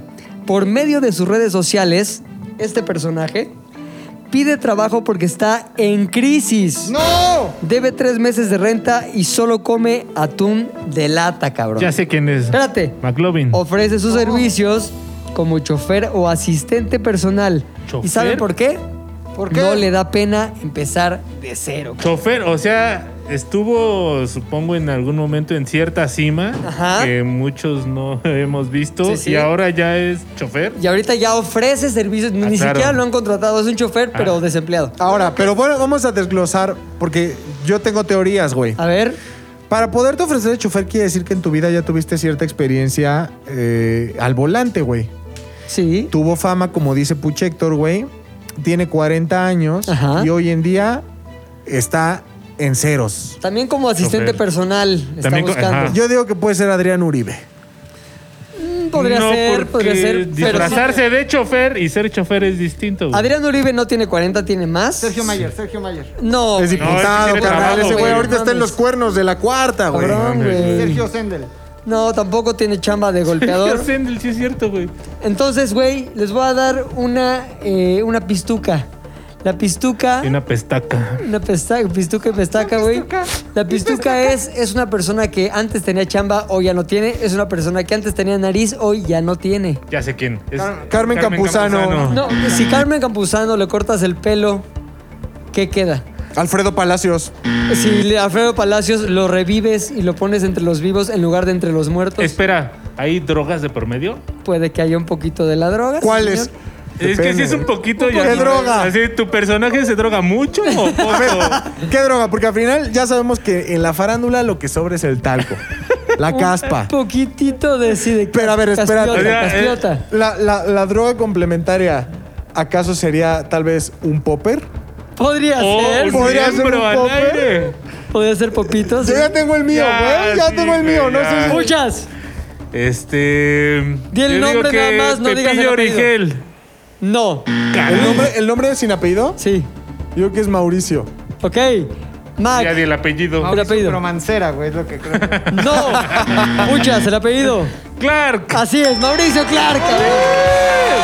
A: por medio de sus redes sociales, este personaje pide trabajo porque está en crisis.
D: ¡No!
A: Debe tres meses de renta y solo come atún de lata, cabrón.
B: ya sé quién es.
A: Espérate.
B: McLovin.
A: Ofrece sus servicios como chofer o asistente personal. ¿Y
B: ¿Chofer?
A: saben por qué?
D: ¿Por qué?
A: No le da pena empezar de cero.
B: Chofer, o sea, estuvo, supongo, en algún momento en cierta cima
A: Ajá.
B: que muchos no hemos visto
A: Sí, sí.
B: y ahora ya es chofer.
A: Y ahorita ya ofrece servicios, ni
B: Ah, claro. Ah.
A: siquiera lo han contratado, es un chofer, pero desempleado.
C: Ahora, pero bueno, vamos a desglosar porque yo tengo teorías, güey.
A: A ver,
C: Para poderte ofrecer el chofer quiere decir que en tu vida ya tuviste cierta experiencia eh, al volante, güey.
A: sí.
C: Tuvo fama, como dice Puch Héctor, güey. Tiene 40 años
A: Ajá.
C: y hoy en día está en ceros.
A: También como asistente
B: Chofer.
A: personal está
B: También co-
A: buscando.
B: ajá.
C: Yo digo que puede ser Adrián Uribe.
A: Mm, Podría
B: No,
A: ser,
B: porque
A: podría ser. Pero sí.
B: Disfrazarse de chofer y ser chofer es distinto. güey.
A: Adrián Uribe no tiene 40, tiene más.
D: Sergio Mayer, Sergio Mayer.
A: No. güey.
C: Es
B: ese
C: diputado,
B: tiene
C: carnal.
B: trabajo,
C: Ese güey
B: güey.
C: ahorita está en los
A: Mames.
C: cuernos de la cuarta, güey.
A: Cabrón, güey.
D: Sergio Sendel.
A: No, tampoco tiene chamba de
B: Ya
A: golpeador.
B: sé, sí es cierto, güey.
A: Entonces, güey, les voy a dar una, eh, una pistuca. La pistuca.
B: Y una pestaca.
A: Una pesta- pistuca y pestaca, güey. La pistuca es, es una persona que antes tenía chamba, hoy ya no tiene. Es una persona que antes tenía nariz, hoy ya no tiene.
B: Ya sé quién. Es
C: Car- Carmen Campuzano.
A: No, si Carmen Campuzano le cortas el pelo, ¿qué queda?
C: Alfredo Palacios.
A: Si le- Alfredo Palacios lo revives y lo pones entre los vivos en lugar de entre los muertos,
B: Espera, ¿hay drogas de por medio?
A: puede que haya un poquito de la droga.
C: ¿Cuál
A: señor.
C: es?
B: Es que
C: Depende.
B: si es un poquito...
C: ¿Qué
B: ya-
C: droga?
B: Así, ¿Tu personaje se droga mucho o poco?
C: ¿Qué droga? Porque al final ya sabemos que en la farándula lo que sobra es el talco. la caspa.
A: Poquitito de sí de
C: Pero a ver, espérate.
A: caspiota,
B: O sea, eh,
A: caspiota.
C: La, la- la droga complementaria, ¿acaso sería tal vez un popper?
A: Podría
B: O
A: ser.
B: un
C: ¿Podría ser un
B: miembro al
C: popper?
B: aire.
A: Podría ser popitos.
C: Yo ya tengo el mío,
B: Ya,
C: güey. Ya
B: sí,
C: tengo el mío.
B: güey,
C: No
B: ya.
C: sé si-
A: Muchas.
B: Este.
A: Di el
B: yo
A: nombre
B: digo que
A: nada más, no digas
B: Pepillo
A: el apellido.
B: Origel.
A: No.
C: ¿El nombre, ¿El nombre sin apellido?
A: Sí.
C: Yo creo que es Mauricio.
A: Ok. Mac.
B: Ya di el apellido.
A: Ahora- apellido.
D: Pero Mancera, güey, es lo que creo. que-
A: No. Muchas, el apellido.
B: Clark.
A: Así es, Mauricio Clark. cabrón.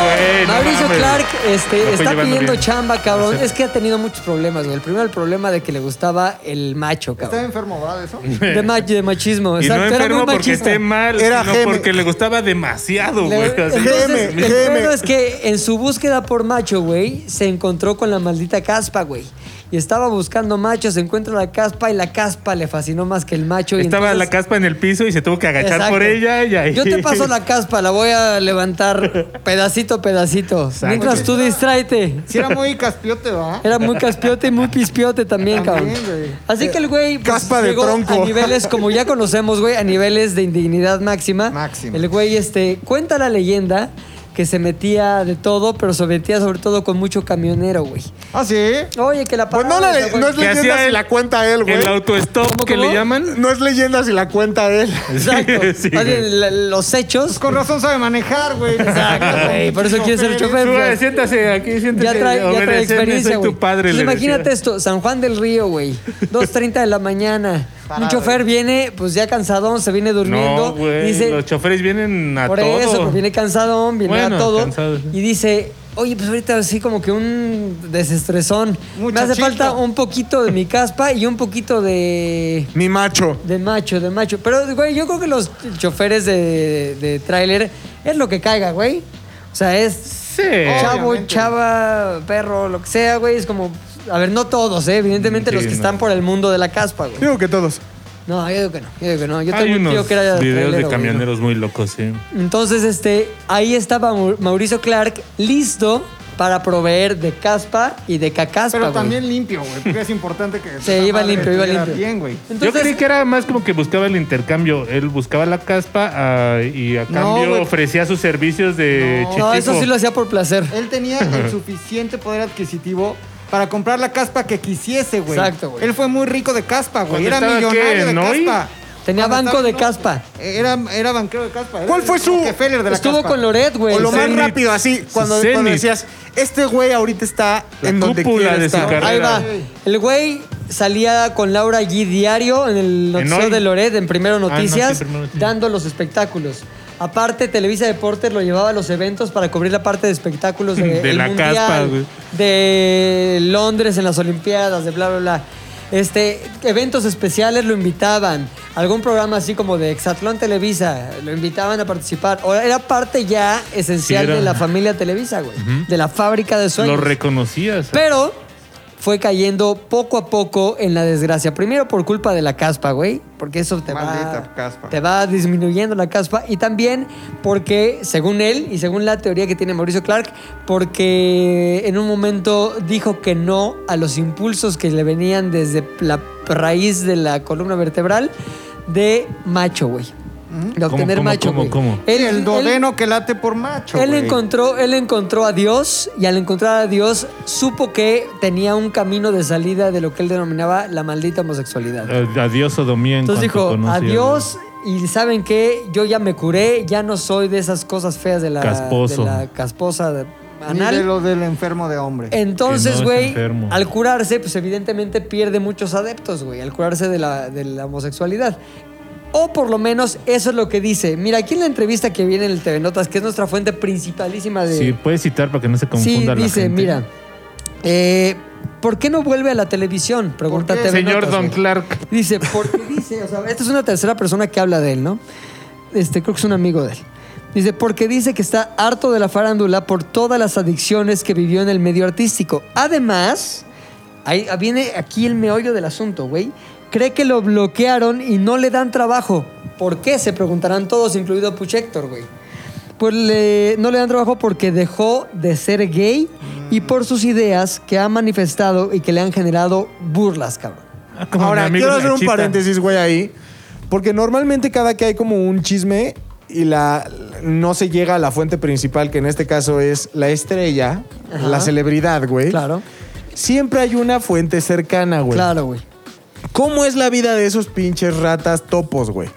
B: Güey, no
A: Mauricio
B: mames.
A: Clark
B: Lo
A: este,
B: estoy
A: está
B: llevando
A: pidiendo
B: bien.
A: chamba, cabrón.
B: Sí.
A: Es que ha tenido muchos problemas, güey. El primero, el problema de que le gustaba el macho,
D: Está
A: cabrón.
D: enfermo, ¿verdad? Eso.
A: De, mach- de machismo.
B: Y no
A: Exacto, era
B: enfermo
A: muy
B: porque
A: machista.
B: esté mal,
C: Era
B: sino
C: geme.
B: porque le gustaba demasiado,
A: Le-
B: güey. Así.
A: Entonces,
C: Geme,
A: el
C: geme.
A: pedo es que en su búsqueda por macho, güey, se encontró con la maldita caspa, güey. Y estaba buscando macho, se encuentra la caspa y la caspa le fascinó más que el macho. y
B: Estaba
A: entonces-
B: la caspa en el piso y se tuvo que agachar
A: Exacto.
B: por ella y ahí.
A: Yo te paso la caspa, la voy a levantar pedacito a pedacito. Mientras tú distráete.
D: Si era muy caspiote, ¿va?
A: Era muy caspiote y muy pispiote también, cabrón.
D: También, güey.
A: Así que el güey pues,
C: Caspa de
A: llegó
C: tronco.
A: a niveles, como ya conocemos, güey, a niveles de indignidad máxima.
D: Máxima.
A: El güey, este, cuenta la leyenda que se metía de todo, pero se metía sobre todo con mucho camionero, güey.
D: Ah, sí.
A: Oye, que la
C: Pues no,
A: parada,
C: la-
A: Ah, o sea,
C: no es
B: ¿Qué hacía
C: leyenda si
B: él?
C: la cuenta él, güey.
B: El autostop que le
A: cómo?
B: llaman.
C: No es leyenda si la cuenta él.
A: Exacto.
B: Sí,
A: Más
B: güey.
A: bien, la- los hechos.
D: Con razón sabe manejar, güey.
A: Exacto,
C: Pues,
A: güey. Por eso quiere ser chofer.
B: Sube,
A: güey.
B: siéntate aquí, siéntate.
A: Ya trae, ya trae
B: Obedeceme,
A: experiencia,
B: Soy
A: güey.
B: tu padre.
A: Entonces,
B: le
A: imagínate
B: decía.
A: esto, San Juan del Río, güey. 2.30 de la mañana.
D: Parado.
A: Un chofer viene, pues ya cansadón, se viene
B: No,
A: durmiendo.
B: güey.
A: dice,
B: Los choferes vienen a
A: por
B: todo.
A: eso, pues, viene cansadón, viene
B: Bueno,
A: a todo.
B: cansado, sí.
A: Y dice, oye, pues ahorita así como que un desestresón. Me hace
D: Muchachito.
A: falta un poquito de mi caspa y un poquito de...
C: Mi macho.
A: De macho, de macho. Pero, güey, yo creo que los choferes de, de tráiler es lo que caiga, güey. O sea, es chavo,
D: Obviamente.
A: chava, perro, lo que sea, güey. Es como, a ver, no todos, ¿eh? evidentemente
B: Sí,
A: los que
B: no.
A: están por el mundo de la caspa, güey.
C: Digo que todos.
A: No, yo digo que no, yo digo que no. Yo
B: Hay
A: tengo un
B: unos
A: tío que era
B: videos
A: trailero,
B: de
A: güey, no.
B: camioneros muy locos, sí.
A: Entonces, este, ahí estaba Mau- Mauricio Clark listo para proveer de caspa y de cacaspa.
D: Pero
A: güey.
D: también limpio, güey. Porque es importante que.
A: Se
D: esa
A: iba
D: madre
A: limpio, iba
D: estuviera
A: limpio.
D: Bien, güey.
A: Entonces-
B: Yo creí que era más como que buscaba el intercambio. Él buscaba la caspa ah, y a
D: No,
B: cambio
D: güey.
B: ofrecía sus servicios de
D: No.
B: chichico.
A: No, eso sí lo hacía por placer.
D: Él tenía el suficiente poder adquisitivo para comprar la caspa que quisiese, güey.
A: Exacto, güey.
D: Él fue muy rico de caspa, güey.
B: Cuando
D: Era
B: estaba, ¿qué,
D: millonario de
B: en Hoy?
D: caspa.
A: Tenía
D: Cuando
A: banco
D: estaba
A: de
D: en Hoy,
A: caspa.
D: Era, era banquero de caspa. Era
C: ¿Cuál fue
D: el
C: su-
D: Rockefeller de la
A: Estuvo
D: caspa.
A: con Loret, güey.
D: O lo más
B: Zenit.
D: rápido, así. Cuando,
B: Zenit.
D: cuando decías, este güey ahorita está
B: La
D: en donde
B: cúpula
D: quiere
B: de su
D: estar.
B: carrera.
A: Ahí va.
D: Güey.
A: El güey salía con Laura G diario en el noticiero
B: hoy? Ah,
A: de Loret, en Primero
B: no, sí,
A: Noticias,
B: Primero Noticias.
A: dando los espectáculos. Aparte, Televisa Deportes lo llevaba a los eventos para cubrir la parte de espectáculos de,
B: De
A: el
B: la
A: Mundial,
B: caspa, güey.
A: de Londres en las Olimpiadas, de bla, bla, bla. Este, eventos especiales lo invitaban. Algún programa así como de Exatlón Televisa lo invitaban a participar. O era parte ya esencial
B: Sí, era.
A: de la familia Televisa, güey. De la fábrica de
B: Lo
A: sueños.
B: reconocías.
A: Pero fue cayendo poco a poco en la desgracia. Primero por culpa de la caspa, güey, porque eso te va,
D: Maldita caspa.
A: te va disminuyendo la caspa. Y también porque, según él y según la teoría que tiene Mauricio Clark, porque en un momento dijo que no a los impulsos que le venían desde la raíz de la columna vertebral de macho, güey. De
B: ¿Cómo,
A: obtener
B: cómo,
A: macho,
B: cómo,
A: güey.
B: cómo?
A: Él-
D: el
A: él-
D: dodeno que late por macho.
A: él
D: güey.
A: encontró, él encontró a Dios y al encontrar a Dios supo que tenía un camino de salida de lo que él denominaba la maldita homosexualidad.
B: Eh, Adiós, Sodomía. en
A: Entonces
B: cuanto
A: dijo,
B: conocí a
A: adiós y saben que yo ya me curé, ya no soy de esas cosas feas de la,
B: Casposo.
A: de la casposa de-
D: Ni de
A: anal.
D: lo del enfermo de hombre.
B: Que
A: Entonces,
B: no es
A: güey,
B: enfermo.
A: al curarse, pues evidentemente pierde muchos adeptos, güey, al curarse de la, de la homosexualidad. O por lo menos eso es lo que dice. Mira, aquí en la entrevista que viene en el TV Notas, que es nuestra fuente principalísima de,
B: Sí, puedes citar para que no se
A: eh. Sí,
B: confunda la
A: dice,
B: gente.
A: mira, eh, ¿por qué no vuelve a la televisión? Pregunta
D: ¿Por qué?
A: TV
B: Señor
A: Notas,
B: Don
A: güey.
B: Clark.
A: Dice, porque dice, o sea, esta es una tercera persona que habla de él, ¿no? Este, creo que es un amigo de él. Dice, porque dice que está harto de la farándula por todas las adicciones que vivió en el medio artístico. Además, ahí viene aquí el meollo del asunto, güey. Cree que lo bloquearon y no le dan trabajo. ¿Por qué? Se preguntarán todos, incluido Puchector, güey. Pues le- no le dan trabajo porque dejó de ser gay y por sus ideas que ha manifestado y que le han generado burlas, cabrón.
B: Ah, como mi
C: Ahora,
B: amigo
C: quiero hacer un
B: Nachita.
C: paréntesis, güey, ahí. Porque normalmente cada que hay como un chisme y la no se llega a la fuente principal, que en este caso es la estrella,
A: Ajá.
C: la celebridad, güey.
A: Claro,
C: Siempre hay una fuente cercana, güey.
A: claro, güey.
C: ¿Cómo es la vida de esos pinches ratas topos, güey?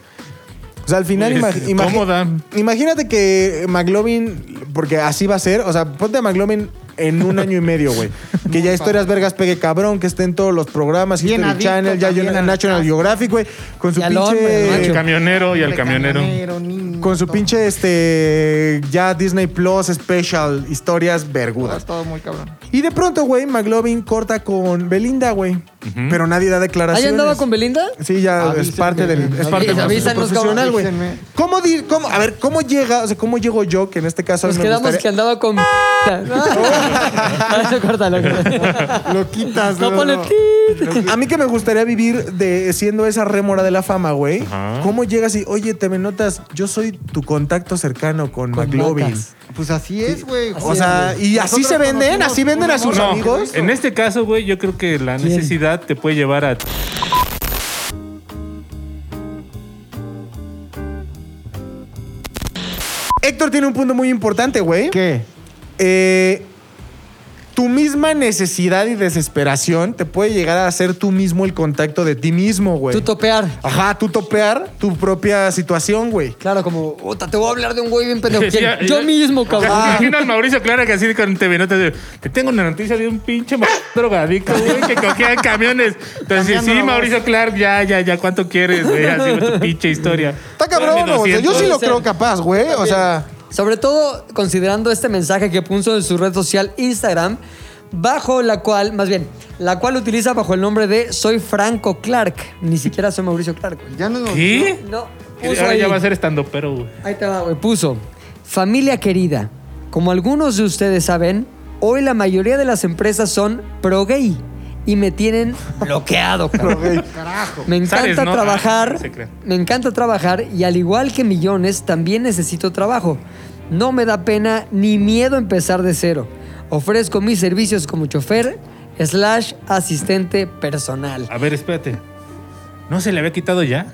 C: O sea, al final
B: Es
C: ima- imagi-
B: cómoda.
C: imagínate que McLovin, porque así va a ser, o sea, ponte a McLovin en un año y medio, güey. Que ya historias vergas pegue cabrón, que esté en todos los programas,
D: Bien
C: History
D: adicto
C: Channel, ya
D: también
C: Yo-
D: a la
C: National
D: casa.
C: Geographic, güey, con su
A: Y al hombre,
C: pinche
A: macho.
B: El camionero y al
D: Hombre,
B: camionero.
D: niño,
C: con su
D: todo.
C: pinche este ya Disney Plus special historias vergudas.
D: Todo muy cabrón.
C: Y de pronto, güey, McLovin corta con Belinda, güey. Pero nadie da
A: ¿Ah,
C: declaraciones.
A: ya andaba con Belinda?
C: Sí, ya es
D: Avísenme.
C: parte del es
D: Avísenme.
C: parte del proceso
A: Avísanos,
C: profesional, güey.
D: Avísenme.
C: ¿Cómo, di- cómo- a ver, ¿cómo llega, o sea, cómo llego yo que en este caso a mí
A: Nos
C: me
A: quedamos que
C: gustaría-
A: andaba con. Eso córtalo.
D: Lo quitas,
A: No pone
D: no.
A: tit.
C: a mí que me gustaría vivir de siendo esa rémora de la fama, güey.
B: Ajá.
C: ¿Cómo llegas y, oye, te me notas, yo soy tu contacto cercano con,
A: Con
C: McLovin?
A: notas.
D: Pues así es, güey.
C: O sea, y así
D: Nosotros
C: se venden,
D: conocimos
C: así venden a
D: una
C: sus
D: morra.
C: amigos.
B: En este caso, güey, yo creo que la
A: ¿Quién?
B: necesidad te puede llevar a.
C: Héctor tiene un punto muy importante, güey.
D: ¿Qué?
C: Eh, tu misma necesidad y desesperación te puede llegar a hacer tú mismo el contacto de ti mismo, güey.
A: Tú topear.
C: Ajá, tú topear tu propia situación, güey.
A: Claro, como, puta, te voy a hablar de un güey bien pendejo.
B: Sí,
A: ¿Quién?
B: ya-
A: Yo
B: ya-
A: mismo,
B: Ah.
A: cabrón.
B: Imagina al Mauricio Clara que así con TV Notas de, Te tengo una noticia de un pinche ma- drogadicto, güey, que cogía en camiones. Entonces,
D: Cambiando
B: sí,
D: la
B: Mauricio Clark, ya, ya, ya, ¿cuánto quieres, güey? Así con tu pinche historia.
C: Está cabrón,
B: Dame
C: o sea, yo sí
B: 200.
C: lo creo capaz, güey. O sea,
A: Sobre todo considerando este mensaje que puso en su red social Instagram, bajo la cual, más bien, la cual utiliza bajo el nombre de Soy Franco Clark. Ni siquiera soy Mauricio Clark. güey.
D: Ya no.
B: ¿Qué?
A: No, puso
B: Ahora ya
A: ahí.
B: va a ser estando, pero, güey.
A: Ahí te va, güey. Puso, familia querida, como algunos de ustedes saben, hoy la mayoría de las empresas son pro-gay y me tienen bloqueado, cabrón.
D: Carajo.
A: Me encanta
B: Sales, ¿no? Ah,
A: trabajar,
B: se crea.
A: me encanta trabajar y al igual que millones también necesito trabajo. No me da pena ni miedo empezar de cero. Ofrezco mis servicios como chofer slash asistente personal.
B: A ver, espérate. ¿No se le había quitado ya?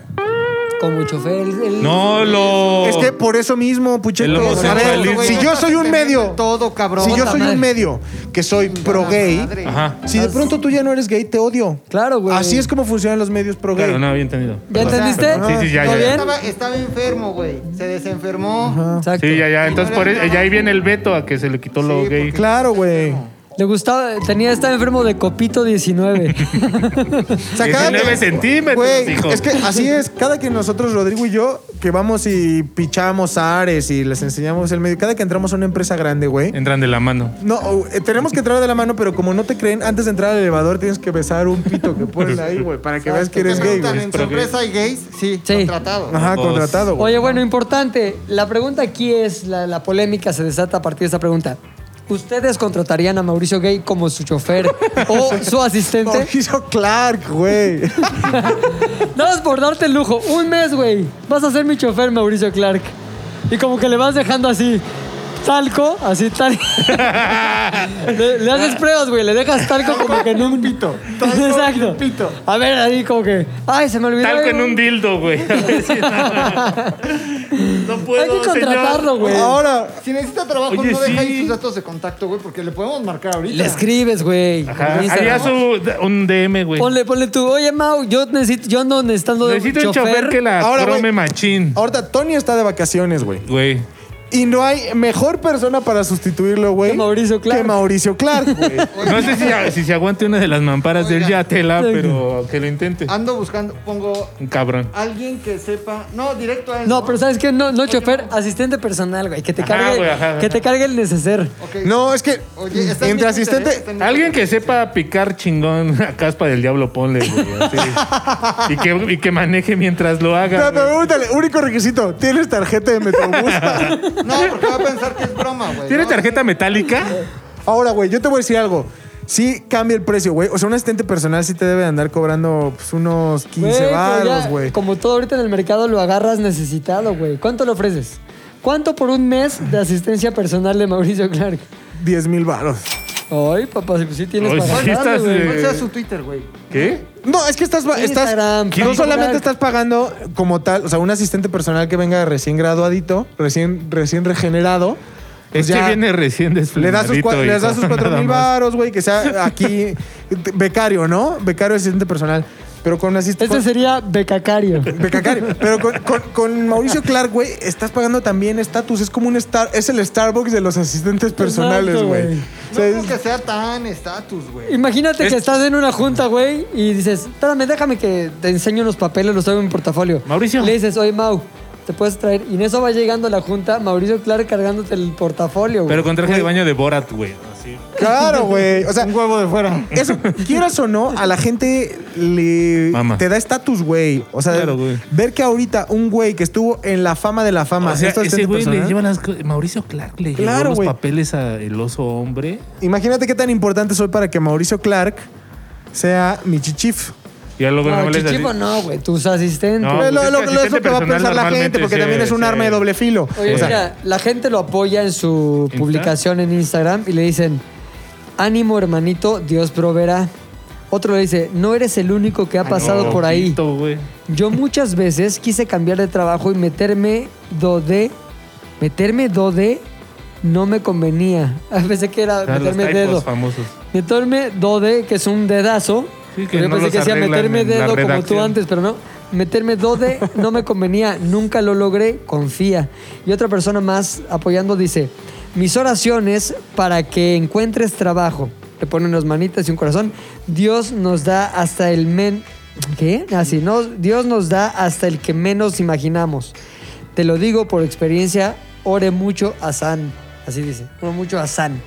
A: Como chofer... el- el-
B: No lo.
C: Es que por eso mismo,
B: El
C: Pucheto.
B: homosexualismo.
C: A ver,
B: Güey,
C: si
D: no
C: yo
D: estás
C: soy un
D: entendiendo
C: medio,
D: todo, cabrón.
C: si yo
A: Puta
C: soy
A: madre.
C: un medio que soy pro gay,
D: Madre.
B: Ajá.
C: si de pronto tú ya no eres gay, te odio.
A: Claro, güey.
C: Así es como funcionan los medios pro gay.
B: Claro, no había entendido.
A: ¿Ya
B: Perdón.
A: entendiste?
B: Sí, sí, ya,
A: ¿Todo
B: ya, ya.
A: bien?
D: Estaba, estaba enfermo, güey. Se desenfermó.
A: Exacto.
B: Sí, ya, ya. Entonces, por eso- ya ahí viene el veto a que se le quitó lo
D: Sí,
B: gay.
D: porque-
C: Claro, güey.
A: Le gustaba, tenía, estaba enfermo de copito 19.
C: Se acaban de-
B: 19 centímetros,
C: Güey,
B: hijo.
C: es que así es. Cada que nosotros, Rodrigo y yo, que vamos y pichamos ares y les enseñamos el medio, cada que entramos a una empresa grande, güey.
B: Entran de la mano.
C: No, o- eh, tenemos que entrar de la mano, pero como no te creen, antes de entrar al elevador tienes que besar un pito que ponen ahí, güey, para que veas que eres
D: Me
C: gay,
D: preguntan,
C: güey.
D: ¿En
B: Pero
D: su
B: gay.
D: empresa hay gays? Sí,
A: Sí.
D: contratado.
C: Ajá, contratado, güey.
A: Oye, bueno, importante. La pregunta aquí es, la, la polémica se desata a partir de esta pregunta. ¿Ustedes contratarían a Mauricio Gay como su chofer o su asistente?
C: Mauricio Clark, güey.
A: Nada más por darte el lujo. Un mes, güey. Vas a ser mi chofer, Mauricio Clark. Y como que le vas dejando así talco, así tal. le, le haces pruebas, güey. Le dejas talco como que en un pito. Exacto.
C: pito.
A: A ver, ahí como que. Ay, se me olvidó.
B: Talco
A: Ay,
B: en un dildo, güey. A ver si- no puedo.
A: Hay que contratarlo,
B: señor.
A: güey.
C: Pues, Ahora,
D: Si necesita trabajo,
B: Oye,
D: no deja ahí
B: sí.
D: sus datos de contacto, güey, porque le podemos marcar ahorita.
A: Le escribes, güey.
B: Ajá.
A: Por Instagram.
B: Ah, Haría su, un DM, güey.
A: Ponle, ponle tú, oye Mau, yo necesito, yo ando necesitando de
B: Necesito un chofer que la
C: Ahora, güey.
B: brome machín.
C: ahorita Tony está de vacaciones, güey.
B: Güey.
C: Y no hay mejor persona para sustituirlo, güey.
A: Que Mauricio Clark.
C: Que Mauricio Clark, güey.
B: No sé si, si se aguante una de las mamparas del
D: Oiga.
B: Yatela, pero que lo intente.
D: Ando buscando, pongo
B: Un cabrón.
D: alguien que sepa. No, directo a él.
A: No, pero sabes que no, no chofer, asistente personal, güey, que te
B: Ajá,
A: cargue,
B: güey, ajá,
A: que
B: ajá.
A: te cargue el neceser.
D: Ok.
C: No, es que
D: Oye, está en mi Twitter,
C: entre asistente.
D: ¿eh? Está en mi
B: Alguien
D: Twitter.
B: que sepa picar chingón a caspa del diablo, ponle, güey. así. Y, que, y que maneje mientras lo haga.
C: Pero, pero
B: güey.
C: pregúntale, único requisito, ¿tienes tarjeta de Metrobús?
D: No, porque va a pensar que es broma, güey.
B: ¿Tiene
D: ¿no?
B: tarjeta metálica?
C: Ahora, güey, yo te voy a decir algo. Sí cambia el precio, güey. O sea, un asistente personal sí te debe de andar cobrando pues, unos 15
A: pero
C: baros,
A: ya,
C: güey.
A: Como todo ahorita en el mercado lo agarras necesitado, güey. ¿Cuánto le ofreces? ¿Cuánto por un mes de asistencia personal de Mauricio Clark?
C: 10 mil baros.
A: Ay, papá, si- pues sí tienes
B: Ay,
A: para
B: sí
A: darle,
B: estás,
A: güey.
B: eh,
D: ¿Cuál sea su Twitter, güey?
B: ¿Qué?
C: No, es que estás... estás
A: Instagram,
C: no
A: Facebook.
C: solamente estás pagando como tal, o sea, un asistente personal que venga recién graduadito, recién, recién regenerado. pues
B: Este
C: ya-
B: viene recién
C: Le da sus,
B: desflemadito.
C: cua-
B: y
C: les da
B: no,
C: sus cuatro
B: nada
C: mil
B: más.
C: baros, güey, que sea aquí t- becario, ¿no? Becario asistente personal. Pero con asistente.
A: Este sería becacario.
C: Becacario. Pero con, con- con Mauricio Clark, güey, estás pagando también estatus. Es como un star, es el Starbucks de los asistentes personales,
A: Exacto,
C: güey.
A: güey.
C: O
D: No
C: sea,
D: creo
C: es-
D: que sea tan estatus, güey.
A: Imagínate
B: Es-
A: que estás en una junta, güey, y dices, espérame, déjame que te enseño unos papeles, los traigo en mi portafolio.
B: Mauricio.
A: Le dices, oye, Mau, te puedes traer. Y en eso va llegando a la junta, Mauricio Clark cargándote el portafolio, güey.
B: Pero con traje de baño de Borat, güey. así.
C: claro, güey. O sea,
D: Un huevo de fuera.
C: eso, quieras o no, a la gente le
B: Mama.
C: te da estatus, güey. O sea,
B: Claro, güey.
C: ver que ahorita un güey que estuvo en la fama de la fama,
B: O sea,
C: esto es
B: ese
C: asistente
B: güey le
C: personal.
B: lleva las... co- Mauricio Clark le
C: Claro,
B: llevó los
C: güey.
B: papeles a el oso hombre.
C: Imagínate qué tan importante soy para que Mauricio Clark sea mi chichif.
B: Ya lo
A: no,
B: vemos.
A: chichifo no, güey, tus asistentes.
B: No,
C: Pues
B: pues
C: lo,
B: es
C: lo-
B: que
C: lo-
B: asistente
C: eso que va a
B: personal
C: pensar la gente,
B: normalmente
C: porque
B: sí,
C: también es un
B: sí.
C: arma de doble filo.
A: Oye,
C: O sea,
A: mira, la gente lo apoya en su
B: ¿Insta?
A: publicación en Instagram y le dicen, ánimo, hermanito, Dios proveerá. Otro le dice, no eres el único que ha pasado por ahí.
B: Poquito, güey.
A: Yo muchas veces quise cambiar de trabajo y meterme do de. Meterme do de no me convenía. A veces que era
B: O sea, los
A: meterme
B: typos
A: dedo.
B: famosos.
A: Meterme do de, que es un dedazo.
B: Sí, que
A: Pero yo
B: no
A: pensé
B: los
A: que decía
B: arreglan
A: meterme
B: en la
A: dedo como tú
B: redacción.
A: antes, pero no. Meterme do de no me convenía. Nunca lo logré. Confía. Y otra persona más apoyando dice: Mis oraciones para que encuentres trabajo. Le ponen unas manitas y un corazón. Dios nos da hasta el men. ¿Qué? Ah, Así, no. Dios nos da hasta el que menos imaginamos. Te lo digo por experiencia Ore mucho a San. Así dice. Ore mucho a San.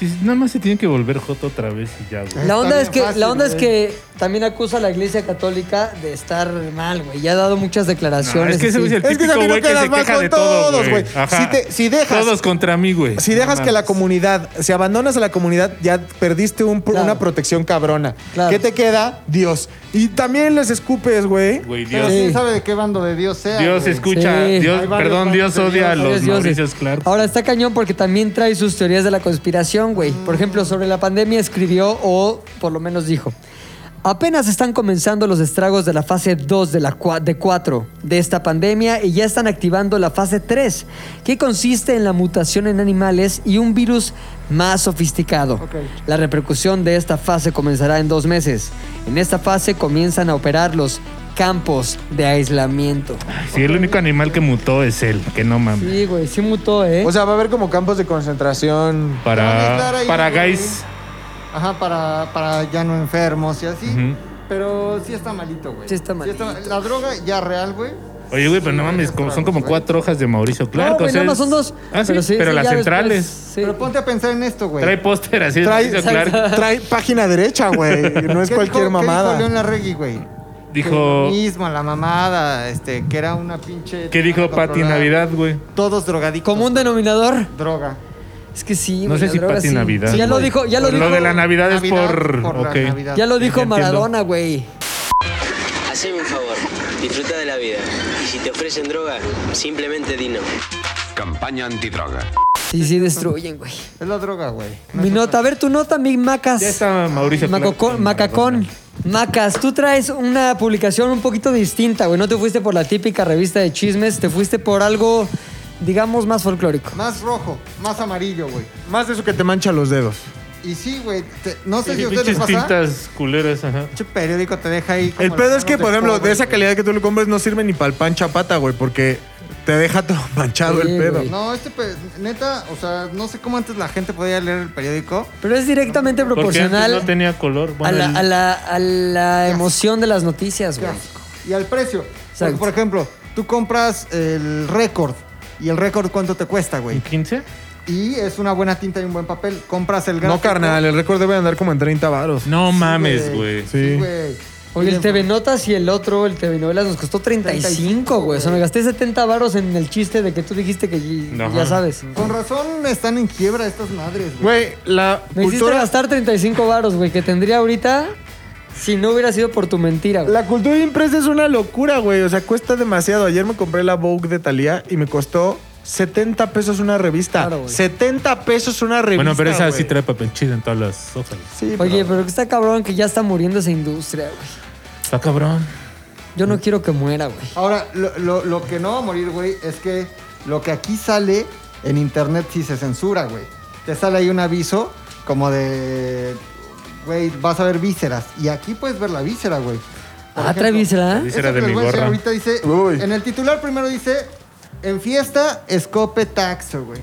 B: Sí, nada más se tiene que volver Joto otra vez y ya, güey.
A: La onda,
D: bien
A: es que,
D: fácil,
A: la onda es
D: güey.
A: que también acusa a la iglesia católica de estar mal, güey. Ya ha dado muchas declaraciones.
B: No, es que ese
A: así.
B: güey es el
D: Es que
B: típico
D: también
B: güey
D: no
B: que
D: quedas
B: se
D: mal
B: queja
D: con
B: de todo,
D: todos,
B: güey.
D: güey.
B: Ajá.
J: Si te- si dejas-
B: Todos contra mí, güey.
J: Si dejas
B: No
J: que la
B: mames.
J: comunidad, si abandonas a la comunidad, ya perdiste un pro-
A: Claro.
J: una protección cabrona.
A: Claro.
J: ¿Qué te queda? Dios. Y también les escupes, güey.
B: Güey,
D: Pero
B: Dios.
D: quién
A: Sí.
D: sabe de qué bando de Dios sea.
B: Dios
D: güey.
B: escucha.
A: Sí.
B: Dios,
D: Hay varios
B: perdón, Dios
D: bandos de
B: odia a
D: Dios,
B: los
A: Varios dioses.
B: Mauricios Clark.
A: Ahora está cañón porque también trae sus teorías de la conspiración, güey. Por ejemplo, sobre la pandemia escribió o por lo menos dijo. Apenas están comenzando los estragos de la fase 2 de, la cua- de 4 de esta pandemia y ya están activando la fase 3, que consiste en la mutación en animales y un virus más sofisticado. La repercusión de esta fase comenzará en dos meses. En esta fase comienzan a operar los campos de aislamiento.
B: Si el único animal que mutó es él, que no mames.
A: Sí, güey, sí mutó, ¿eh?
J: O sea, va a haber como campos de concentración.
D: Van a estar
B: Para,
D: ahí,
B: para
D: güey.
B: guys.
D: Ajá, para, para ya no enfermos y así.
B: Ujú.
D: Pero sí está malito, güey.
A: Sí está malito.
D: la droga ya real, güey.
B: Oye, güey, pero no mames, como- son como cuatro hojas de Mauricio Clark.
A: No,
B: o
A: güey,
B: sea,
A: nada más son
B: es-
A: dos.
B: Ah, sí, pero,
A: sí,
B: las
A: ya después,
B: centrales.
A: sí.
D: Pero ponte a pensar en esto, güey.
B: Trae póster así de
J: Trae-
B: Mauricio Clark.
J: Trae página derecha, güey. No es
D: ¿Qué
J: cualquier
D: dijo- ¿Qué dijo
J: mamada.
D: León Larregui, güey?
B: Dijo,
D: Que lo mismo, la mamada, este, que era una pinche...
B: ¿qué dijo Pati
D: controlada.
B: Navidad, güey?
D: Todos drogadictos.
A: Como un denominador.
D: Droga.
A: Es que sí,
B: No
A: güey,
B: sé
A: la
B: si
A: droga
B: Pati
A: sí.
B: Navidad.
A: Sí, ya lo
B: güey.
A: dijo, ya lo
B: Pero
A: dijo.
B: de la Navidad, es
D: Navidad
B: por.
D: por la
B: ok.
D: Navidad.
A: Ya lo
B: Sí,
A: dijo
B: entiendo.
A: Maradona, güey.
K: Haceme un favor, disfruta de la vida. Y si te ofrecen droga, simplemente di no.
L: Campaña antidroga.
A: Sí, sí destruyen, güey.
D: Es la droga, güey.
A: Mi nota, a ver tu nota, mi Macas.
B: Ya está Mauricio Clark
A: Macocón-
B: con
A: Macacón. Macas, tú traes una publicación un poquito distinta, güey. No te fuiste por la típica revista de chismes, te fuiste por algo, digamos, más folclórico.
D: Más rojo, más amarillo, güey.
J: Más de eso que te mancha los dedos.
D: Y sí, güey, te- no sé
B: Sí,
D: si a ustedes les
B: pinches
D: pasa.
B: tintas culeras, ajá.
D: Pinche periódico te deja
A: Ah,
D: ahí. como
J: El pedo
D: las
J: es que,
D: manos
J: por
D: de
J: ejemplo,
D: cobre,
J: de esa
D: güey.
J: calidad que tú le compras no sirve ni para el pan chapata, güey, porque te deja todo manchado
A: Sí,
J: el pedo.
A: güey.
D: No, este, pe- neta, o sea, no sé cómo antes la gente podía leer el periódico.
A: Pero es directamente
B: Porque antes
A: proporcional
B: no tenía color.
A: a,
B: Bueno,
A: la,
B: el-
A: a la- a la emoción de las noticias, güey.
D: Y al precio. Porque,
A: Exacto.
D: por ejemplo, tú compras el récord. ¿Y el récord cuánto te cuesta, güey?
B: ¿Un 15?
D: Y es una buena tinta y un buen papel. Compras el gráfico.
J: No, carnal, el récord debe andar como en 30 varos.
B: No
D: Sí,
B: mames, güey.
D: Sí,
J: Sí.
D: güey.
A: Oye, el TV Notas y el otro, el TV Novelas, nos costó 35, güey. O sea, me gasté 70 varos en el chiste de que tú dijiste que y-
B: Ajá.
A: ya sabes.
D: Con razón están en quiebra estas madres, güey.
J: Güey, la
A: Me hiciste
J: cultura,
A: gastar 35 varos, güey, que tendría ahorita si no hubiera sido por tu mentira, güey.
J: la cultura impresa es una locura, güey. O sea, cuesta demasiado. Ayer me compré la Vogue de Thalía y me costó 70 pesos una revista.
A: Claro, güey.
J: 70 pesos una revista.
B: Bueno, pero esa
J: güey.
B: sí trae papel chido en todas las hojas.
J: Sí,
A: Oye,
J: pero-
A: pero que está cabrón que ya está muriendo esa industria, güey.
B: Está cabrón.
A: Yo no quiero que muera, güey.
D: Ahora, lo, lo- lo que no va a morir, güey, es que lo que aquí sale en internet sí se censura, güey. Te sale ahí un aviso como de, güey, vas a ver vísceras. Y aquí puedes ver la víscera, güey. Por
A: Ah, trae
D: ejemplo,
A: víscera, ¿eh?
B: Víscera
D: eso
B: de
D: que
B: mi
D: les voy a decir
B: gorra.
D: Ahorita dice,
J: Uy.
D: en el titular primero dice, en fiesta, escope taxo, güey.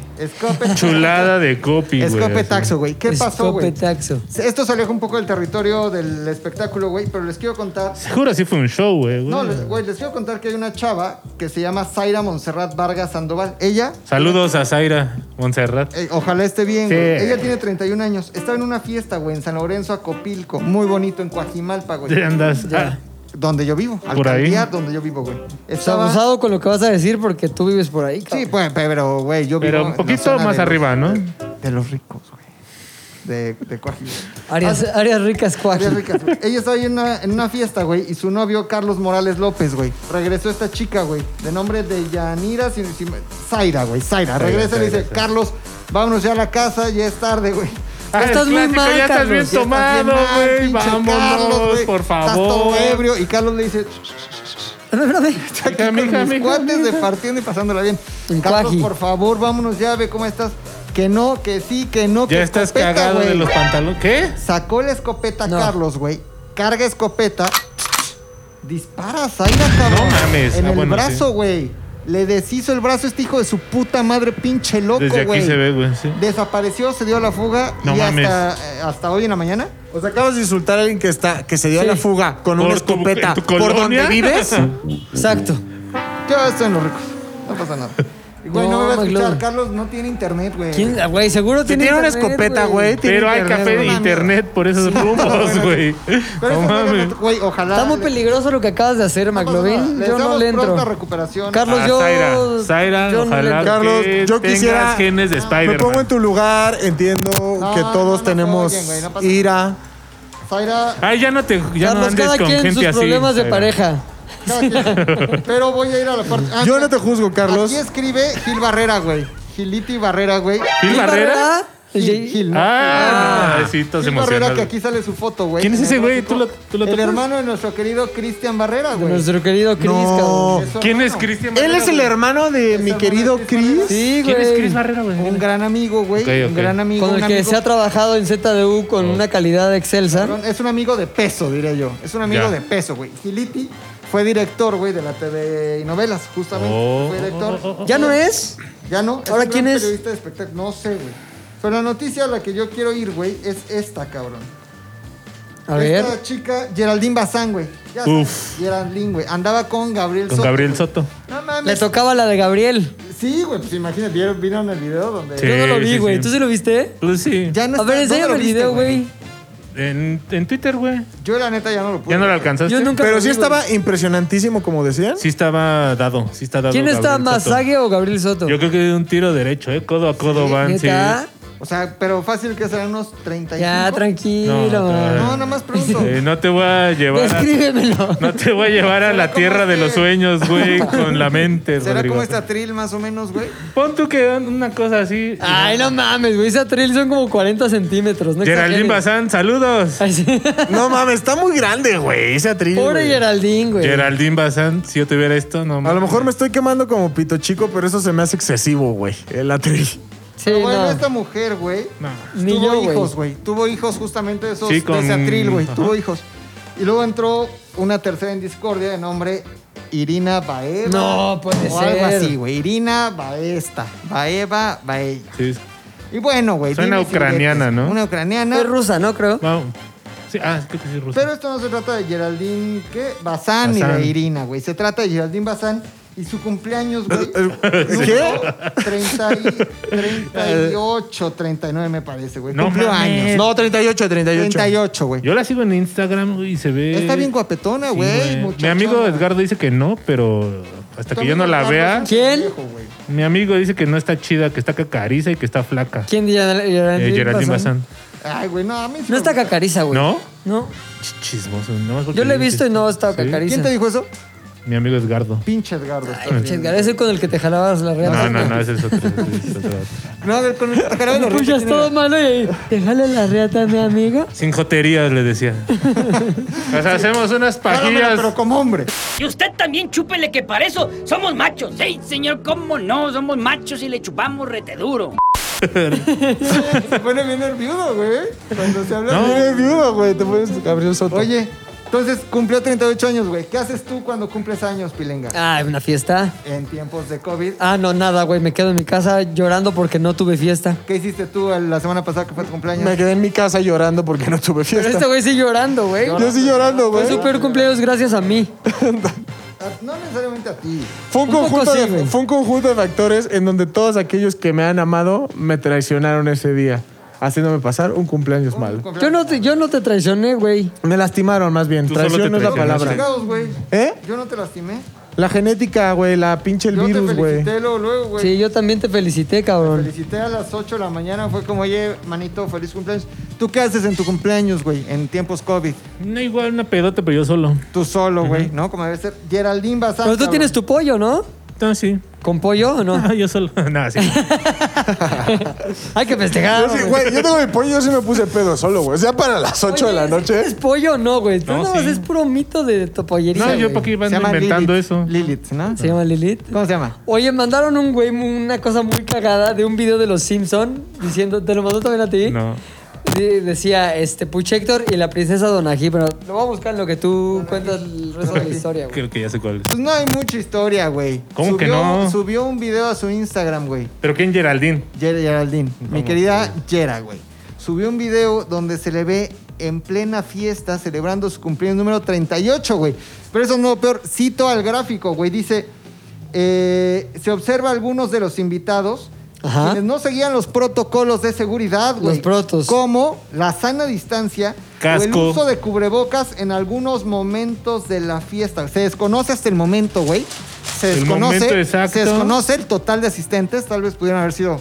D: Escope taxo.
B: Chulada de copy, güey.
D: Escope
B: así.
D: taxo, güey. ¿Qué pasó, güey?
A: Escopetaxo.
D: Esto se aleja un poco del territorio del espectáculo, güey, pero les quiero contar
B: Seguro sí fue un show, güey.
D: no,
B: güey.
D: les- güey, les quiero contar que hay una chava que se llama Zaira Montserrat Vargas Sandoval. Ella,
B: Saludos a Zaira Montserrat.
D: eh, ojalá esté bien,
B: Sí.
D: güey. Ella tiene 31 años. Estaba en una fiesta, güey, en San Lorenzo, Acopilco. Muy bonito, en Coajimalpa,
B: ¿Dónde
D: güey.
B: andas? Ah.
A: Ya.
D: Donde yo vivo.
B: Por ahí.
D: Alcaldía, donde yo vivo, güey.
A: O sea,
D: Estaba...
A: abusado con lo que vas a decir porque tú vives por ahí,
D: Sí,
A: cabrón.
D: pues, pero, güey, yo vivo...
B: Pero
D: en
B: un
D: la
B: poquito
D: zona
B: más
D: de-
B: arriba, ¿no?
D: De los ricos, güey. De, de Coajimalpa.
A: Áreas, áreas ricas, cuac.
D: María Rica, güey. Ella estaba ahí en una, en una fiesta, güey, y su novio Carlos Morales López, güey. Regresó esta chica, güey, de nombre de Yanira, si- si- Zaira, güey, Zaira. Regresa y le dice, Carlos, vámonos ya a la casa, ya es tarde, güey.
B: Ah,
A: estás
B: el
A: muy
B: clásico,
A: mal,
B: Ya estás
A: Carlos,
B: bien
D: Ya estás bien
B: tomado,
D: mal,
B: güey.
D: pinche
B: Vámonos,
D: Carlos, güey.
B: por
D: Estás todo
B: favor.
D: ebrio. Y Carlos le dice, "Shh,
A: Espérame, espérame.
D: aquí con
B: mija,
D: mis
B: mija,
D: cuates de partiendo y pasándola bien.
A: En
D: Carlos,
A: cuaji.
D: por favor, vámonos ya, ve cómo estás. Que no, que sí, que no, que
B: Ya estás
D: escopeta,
B: cagado de
D: güey.
B: los pantalones. ¿Qué?
D: Sacó la escopeta
A: No.
D: Carlos, güey. Carga escopeta. Dispara, Zaira, cabrón.
B: No mames.
D: En
B: Ah,
D: el
B: bueno,
D: brazo, güey. Le deshizo el brazo a este hijo de su puta madre, pinche loco, güey.
B: Desde aquí se ve, güey. sí.
D: Desapareció, se dio a la fuga.
B: No
D: y
B: mames.
D: Hasta, eh, hasta hoy en la mañana.
J: O sea, Pues acabas de insultar a alguien que está que se dio
A: Sí.
J: a la fuga con
B: Por
J: una
B: tu- en
J: escopeta
B: tu
J: por
B: colonia.
J: donde vives.
A: Exacto.
D: Yo estoy en los ricos. No pasa nada. Güey, no, me va a
A: McLovin.
D: escuchar. Carlos no tiene internet, güey.
A: ¿Quién? Ah, Güey, seguro
D: Si
A: tiene.
D: tiene una
A: internet,
D: escopeta, güey, tiene
B: Pero hay café de
D: güey.
B: internet por esos
D: Sí.
B: rumbos, güey.
D: Pero
B: No
D: eso no
B: mames.
D: le- Güey, ojalá.
A: Está muy peligroso lo que acabas de hacer, McLovin.
D: Les
A: Yo no
D: damos
A: le entro.
D: pronta recuperación.
A: Carlos,
B: Ah,
A: yo.
B: Zaira, Zaira,
A: yo no le
B: ojalá
A: entro.
B: Carlos, que
J: yo
B: tengas
J: quisiera-
B: genes de
J: Me pongo
B: Spider-Man.
J: en tu lugar, entiendo que
D: no,
J: todos
D: no
J: tenemos
D: oyen, güey, no pasa
J: ira.
D: Zaira,
B: Ay, ya no te ya no
A: Carlos,
B: andes
A: cada
B: con
A: quien
B: gente
A: sus
B: así.
A: problemas de
B: Zaira.
A: pareja.
D: cada quien. Pero voy a ir a la parte. Ah,
J: Yo no te juzgo, Carlos.
D: Aquí escribe Gil Barrera, güey. Giliti Barrera, güey.
B: ¿Gil Barrera?
D: Gil, Gil, ¿no?
B: Ah, necesito
D: Gil Barrera, que
B: emocional.
D: aquí sale su foto, güey.
B: ¿Quién es
D: En
B: ese
D: el
B: güey?
D: gráfico.
B: ¿Tú lo- tú lo
D: El
B: topas?
D: hermano de nuestro querido Cristian Barrera, güey.
A: Nuestro querido Chris,
J: No.
A: cabrón.
D: Eso,
B: ¿Quién es
D: bueno,
B: Cristian
J: Él
B: Barrera,
J: es el
B: güey?
J: hermano de mi querido Chris.
A: Sí, güey.
B: ¿Quién es Chris Barrera, güey?
D: Un gran amigo, güey.
B: Ok, ok.
D: Un gran amigo.
A: Con
D: un
A: el que
D: amigo-
A: se ha trabajado en ZDU con una calidad excelsa.
D: Perdón, es un amigo de peso, diría yo. Es un amigo
B: Ya.
D: de peso, güey. Giliti fue director, güey, de la TV y novelas, justamente.
B: Oh.
D: Fue director.
A: ¿Ya no es?
D: Ya no.
A: Ahora,
D: un gran
A: ¿quién es?
D: periodista de espectáculo. No sé, güey. Pero la noticia a la que yo quiero ir, güey, es esta, cabrón.
A: A ver.
D: Esta chica, Geraldine Bazán, güey. Ya
B: Uf.
D: sabes, Geraldine, güey. Andaba con Gabriel
B: Con
D: Soto,
B: Gabriel
D: güey.
B: Soto.
D: No
A: Le
D: mames.
A: tocaba la de Gabriel.
D: Sí, güey, pues imagínate, ¿vieron, vieron el video donde.
B: Sí.
A: Yo no lo vi,
B: sí,
A: güey.
B: sí.
A: ¿Tú sí lo viste?
B: Pues sí.
D: Ya no
A: A
D: está-
A: ver,
D: ¿dónde
A: enséñame
D: lo
A: el
D: viste,
A: video, güey.
B: En, en Twitter, güey.
D: Yo, la neta, ya no lo pude.
B: ¿Ya no lo
D: ver.
B: alcanzaste?
A: Yo nunca
J: Pero
A: lo
J: sí
A: vi,
J: estaba
A: güey.
J: impresionantísimo, como decían.
B: Sí estaba dado, sí está dado.
A: ¿Quién está
B: Gabriel
A: más,
B: Soto.
A: Sague o Gabriel Soto?
B: Yo creo que de un tiro derecho, ¿eh? Codo a codo van, sí.
A: ¿Neta?
D: O sea, pero fácil que serán unos 35.
A: Ya, tranquilo.
B: No, otra vez.
D: No, nada más pregunto.
B: Eh, no te voy a llevar a,
A: Descríbemelo.
B: no te voy a llevar a la
D: ¿Será
B: tierra
D: como
B: de
D: este?
B: los sueños, güey, con la mente,
D: ¿Será
B: Rodrigo.
D: como este atril más o menos, güey?
B: Pon tú que una cosa así.
A: Ay, no mames, güey. Esa trail son como 40 centímetros. No
B: Geraldine
A: exageres.
B: Bazán, saludos.
A: Ay, sí.
J: No mames, está muy grande, güey, ese atril.
A: Pobre
J: güey.
A: Geraldine, güey.
B: Geraldine Bazán, si yo tuviera esto, no
J: A lo
B: mames.
J: mejor me estoy quemando como pito chico, pero eso se me hace excesivo, güey. El atril.
A: Sí,
D: Pero bueno,
A: no.
D: esta mujer, güey,
B: No.
A: Ni
D: tuvo
A: yo, güey.
D: hijos, güey. Tuvo hijos justamente de esos
B: Sí, con-
D: de ese atril, güey.
B: Ajá.
D: Tuvo hijos. Y luego entró una tercera en discordia de nombre Irina Baeva.
A: No, puede
D: o algo
A: ser.
D: así, güey. Irina Baesta. Baeva, Baella.
B: Sí.
D: Y bueno, güey.
B: Suena
D: dimes y diretes.
B: ucraniana, ¿no?
D: Una ucraniana.
A: Es rusa, ¿no? Creo.
B: Vamos. Sí, ah, creo que sí, ruso.
D: Pero esto no se trata de Geraldine, ¿qué? Bazán, y
B: Bazán.
D: de Irina, güey. Se trata de Geraldine Bazán y su cumpleaños, güey.
J: ¿Qué?
D: 30 y- 38, 39 me parece, güey.
B: No
D: Cumplió
B: mames.
D: años.
J: No, 38, 38.
D: 38, güey.
B: Yo la sigo en Instagram güey, y se ve.
D: Está bien guapetona,
B: Sí,
D: güey.
B: Mi
D: muchachona.
B: amigo Edgardo dice que no, pero hasta que yo no la
D: Carlos
B: vea,
D: es un
A: ¿Quién?
D: pendejo, güey.
B: mi amigo dice que no está chida, que está cacariza y que está flaca.
A: ¿Quién diría Geraldine,
B: Eh, Geraldine
A: Bazán?
B: Bazán.
D: Ay, güey, no, a mí sí
A: No
D: me
A: está
D: gusta.
A: cacariza, güey.
B: ¿No?
A: No.
B: Ch- Chismoso. nada más porque
A: Yo la he
B: dices-
A: visto y no está
B: este ¿Sí?
A: cacariza.
D: ¿Quién te dijo eso?
B: Mi amigo Edgardo.
D: Pinche Edgardo. está
A: Ay,
D: bien.
A: Edgar, ese con el que te jalabas la reata.
B: No, no, no, ese es otro. ese es otro.
D: No, a ver, con el caray, lo
A: Pues ya es
D: repite,
A: todo
D: mira.
A: malo y ahí, te jala la reata, mi amigo.
B: Sin joterías, le decía. Nos hacemos unas
D: Páramela,
B: pajillas.
D: Pero como hombre.
M: Y usted también chúpele que para eso somos machos. Sí, señor, ¿cómo no? Somos machos y le chupamos rete duro.
D: Se pone bien nervioso, güey. Cuando se habla
B: No.
D: de
J: Eres viudo, güey. Te pones Gabriel Soto.
D: Oye, entonces cumplió 38 años, güey. ¿Qué haces tú cuando cumples años, Pilenga?
A: Ah, una fiesta.
D: En tiempos de COVID.
A: Ah, no, nada, güey. Me quedo en mi casa llorando porque no tuve fiesta.
D: ¿Qué hiciste tú la semana pasada que fue tu cumpleaños?
J: me quedé en mi casa llorando porque no tuve
A: Pero
J: fiesta.
A: este güey sí llorando, güey.
J: Yo sí llorando,
A: Fue
J: güey.
A: su peor cumpleaños gracias a mí.
D: Ah, No necesariamente a ti.
J: Fue un,
A: Un poco
J: conjunto
A: sí,
J: de,
A: güey.
J: fue un conjunto de factores en donde todos aquellos que me han amado me traicionaron ese día, haciéndome pasar un cumpleaños malo.
A: Yo no te, yo no te traicioné, güey.
J: Me lastimaron más bien,
B: Tú solo
J: traición
B: te
J: no es la
B: traicionaste.
J: palabra.
D: Chingados, güey.
J: ¿Eh?
D: Yo no te lastimé.
J: La genética, güey, la pinche el
D: Yo
J: virus,
D: te
J: güey.
D: felicité luego, luego, güey.
A: Sí, yo también te felicité, cabrón.
D: Felicité a las 8 de la mañana. Fue como, oye, manito, feliz cumpleaños. ¿Tú qué haces en tu cumpleaños, güey? En tiempos COVID.
B: No, igual una pedota, pero yo solo.
D: Tú solo, güey, ¿no? Como debe ser. Geraldine Bazán.
A: Pero tú
D: cabrón.
A: tienes tu pollo, ¿no?
B: No, sí.
A: ¿Con pollo o no?
B: Ah, yo solo. Nada, sí.
A: Hay que festejar.
J: Yo sí,
A: güey.
J: güey, yo tengo mi pollo, yo sí me puse pedo solo, güey. O sea, para las 8 de
A: Oye,
J: la
A: ¿Es
J: noche.
A: pollo o no, güey? Tú
B: No,
A: nada más
B: sí.
A: es puro mito de tu pollería.
B: No, yo
A: güey.
B: para qué iban
D: Se llama
B: inventando
D: Lilith.
B: eso.
D: Lilith, ¿no?
A: ¿Se llama Lilith?
D: ¿Cómo se llama?
A: Oye, mandaron un güey una cosa muy cagada de un video de los Simpson diciendo, ¿te lo mandó también a ti?
B: No.
A: De- decía, este, Puchector y la princesa Donají, pero lo voy a buscar en lo que tú cuentas el resto de la historia, güey.
B: Creo que ya sé cuál es.
D: Pues no hay mucha historia, güey.
B: ¿Cómo
D: Subió-
B: que no?
D: Subió un video a su Instagram, güey.
B: Pero ¿quién Geraldine?
D: Ger- Geraldine, mi querida Gera, güey. Subió un video donde se le ve en plena fiesta celebrando su cumpleaños número 38, güey. Pero eso no, peor, cito al gráfico, güey. Dice, eh, se observa a algunos de los invitados quienes no seguían los protocolos de seguridad, güey.
A: Los protos.
D: Como la sana distancia o el
B: Casco.
D: uso de cubrebocas en algunos momentos de la fiesta. Se desconoce hasta el momento, güey. Se
B: El
D: desconoce.
B: momento exacto.
D: Se desconoce el total de asistentes. Tal vez pudieran haber sido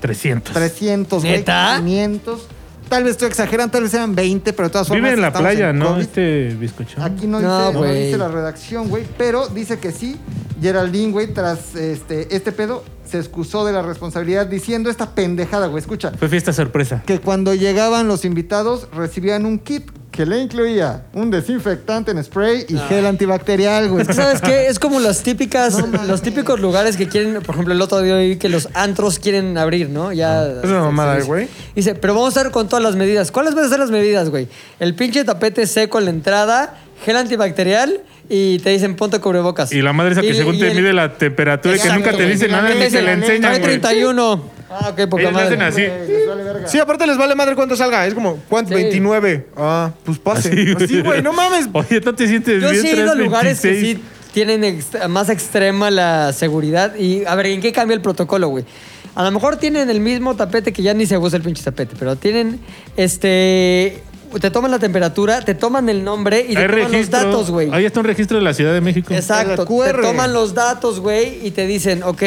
B: 300.
D: 300, güey,
B: Pues, ¿Neta?
D: 500. Tal vez estoy exagerando, tal vez eran 20, pero de todas formas.
B: Vive en la
D: estamos
B: playa,
D: en
B: ¿no?
D: COVID.
B: Este bizcochón.
D: Aquí no,
B: No,
D: dice, no
B: güey.
D: dice la redacción, güey, pero dice que sí. Geraldine, güey, tras este, este pedo, se excusó de la responsabilidad diciendo esta pendejada, güey. Escucha,
B: Fue fiesta sorpresa.
D: que cuando llegaban los invitados recibían un kit que le incluía un desinfectante en spray
B: Ah.
D: y gel antibacterial, güey.
A: Es que, ¿sabes qué? Es como las típicas, los típicos lugares que quieren, por ejemplo, el otro día oí que los antros quieren abrir, ¿no?
B: Ah,
A: Ya.
C: Es una mamada,
A: se dice.
C: güey.
A: Dice, pero vamos a estar con todas las medidas. ¿Cuáles van a ser las medidas, güey? El pinche tapete seco en la entrada, gel antibacterial y te dicen ponte cubrebocas.
B: Y la madre esa
A: Y-
B: que según
A: y
B: te
A: el-
B: mide la temperatura y que nunca te
A: Exacto,
B: dice
A: güey.
B: nada ni
A: Dice,
B: te la enseñan,
A: trae
B: güey.
A: 31. Ah, ok, poca
B: Ellos le
A: madre.
B: hacen así.
D: Eh,
C: Sí, aparte les vale madre cuánto salga. Es como, ¿cuánto? 29. Ah, pues pase.
B: Así, güey.
C: Así, güey, no mames.
B: Oye, no te sientes
A: Yo
B: bien.
A: sí he ido a
B: traes
A: lugares que
B: 26.
A: sí tienen ext- más extrema la seguridad. Y a ver, ¿en qué cambia el protocolo, güey? A lo mejor tienen el mismo tapete que ya ni se usa el pinche tapete, pero tienen este. Te toman la temperatura, te toman el nombre y te
B: Hay
A: toman
B: registro.
A: los datos, güey.
B: Ahí está un registro de la Ciudad de México.
A: Exacto. Te toman los datos, güey, y te dicen, ok,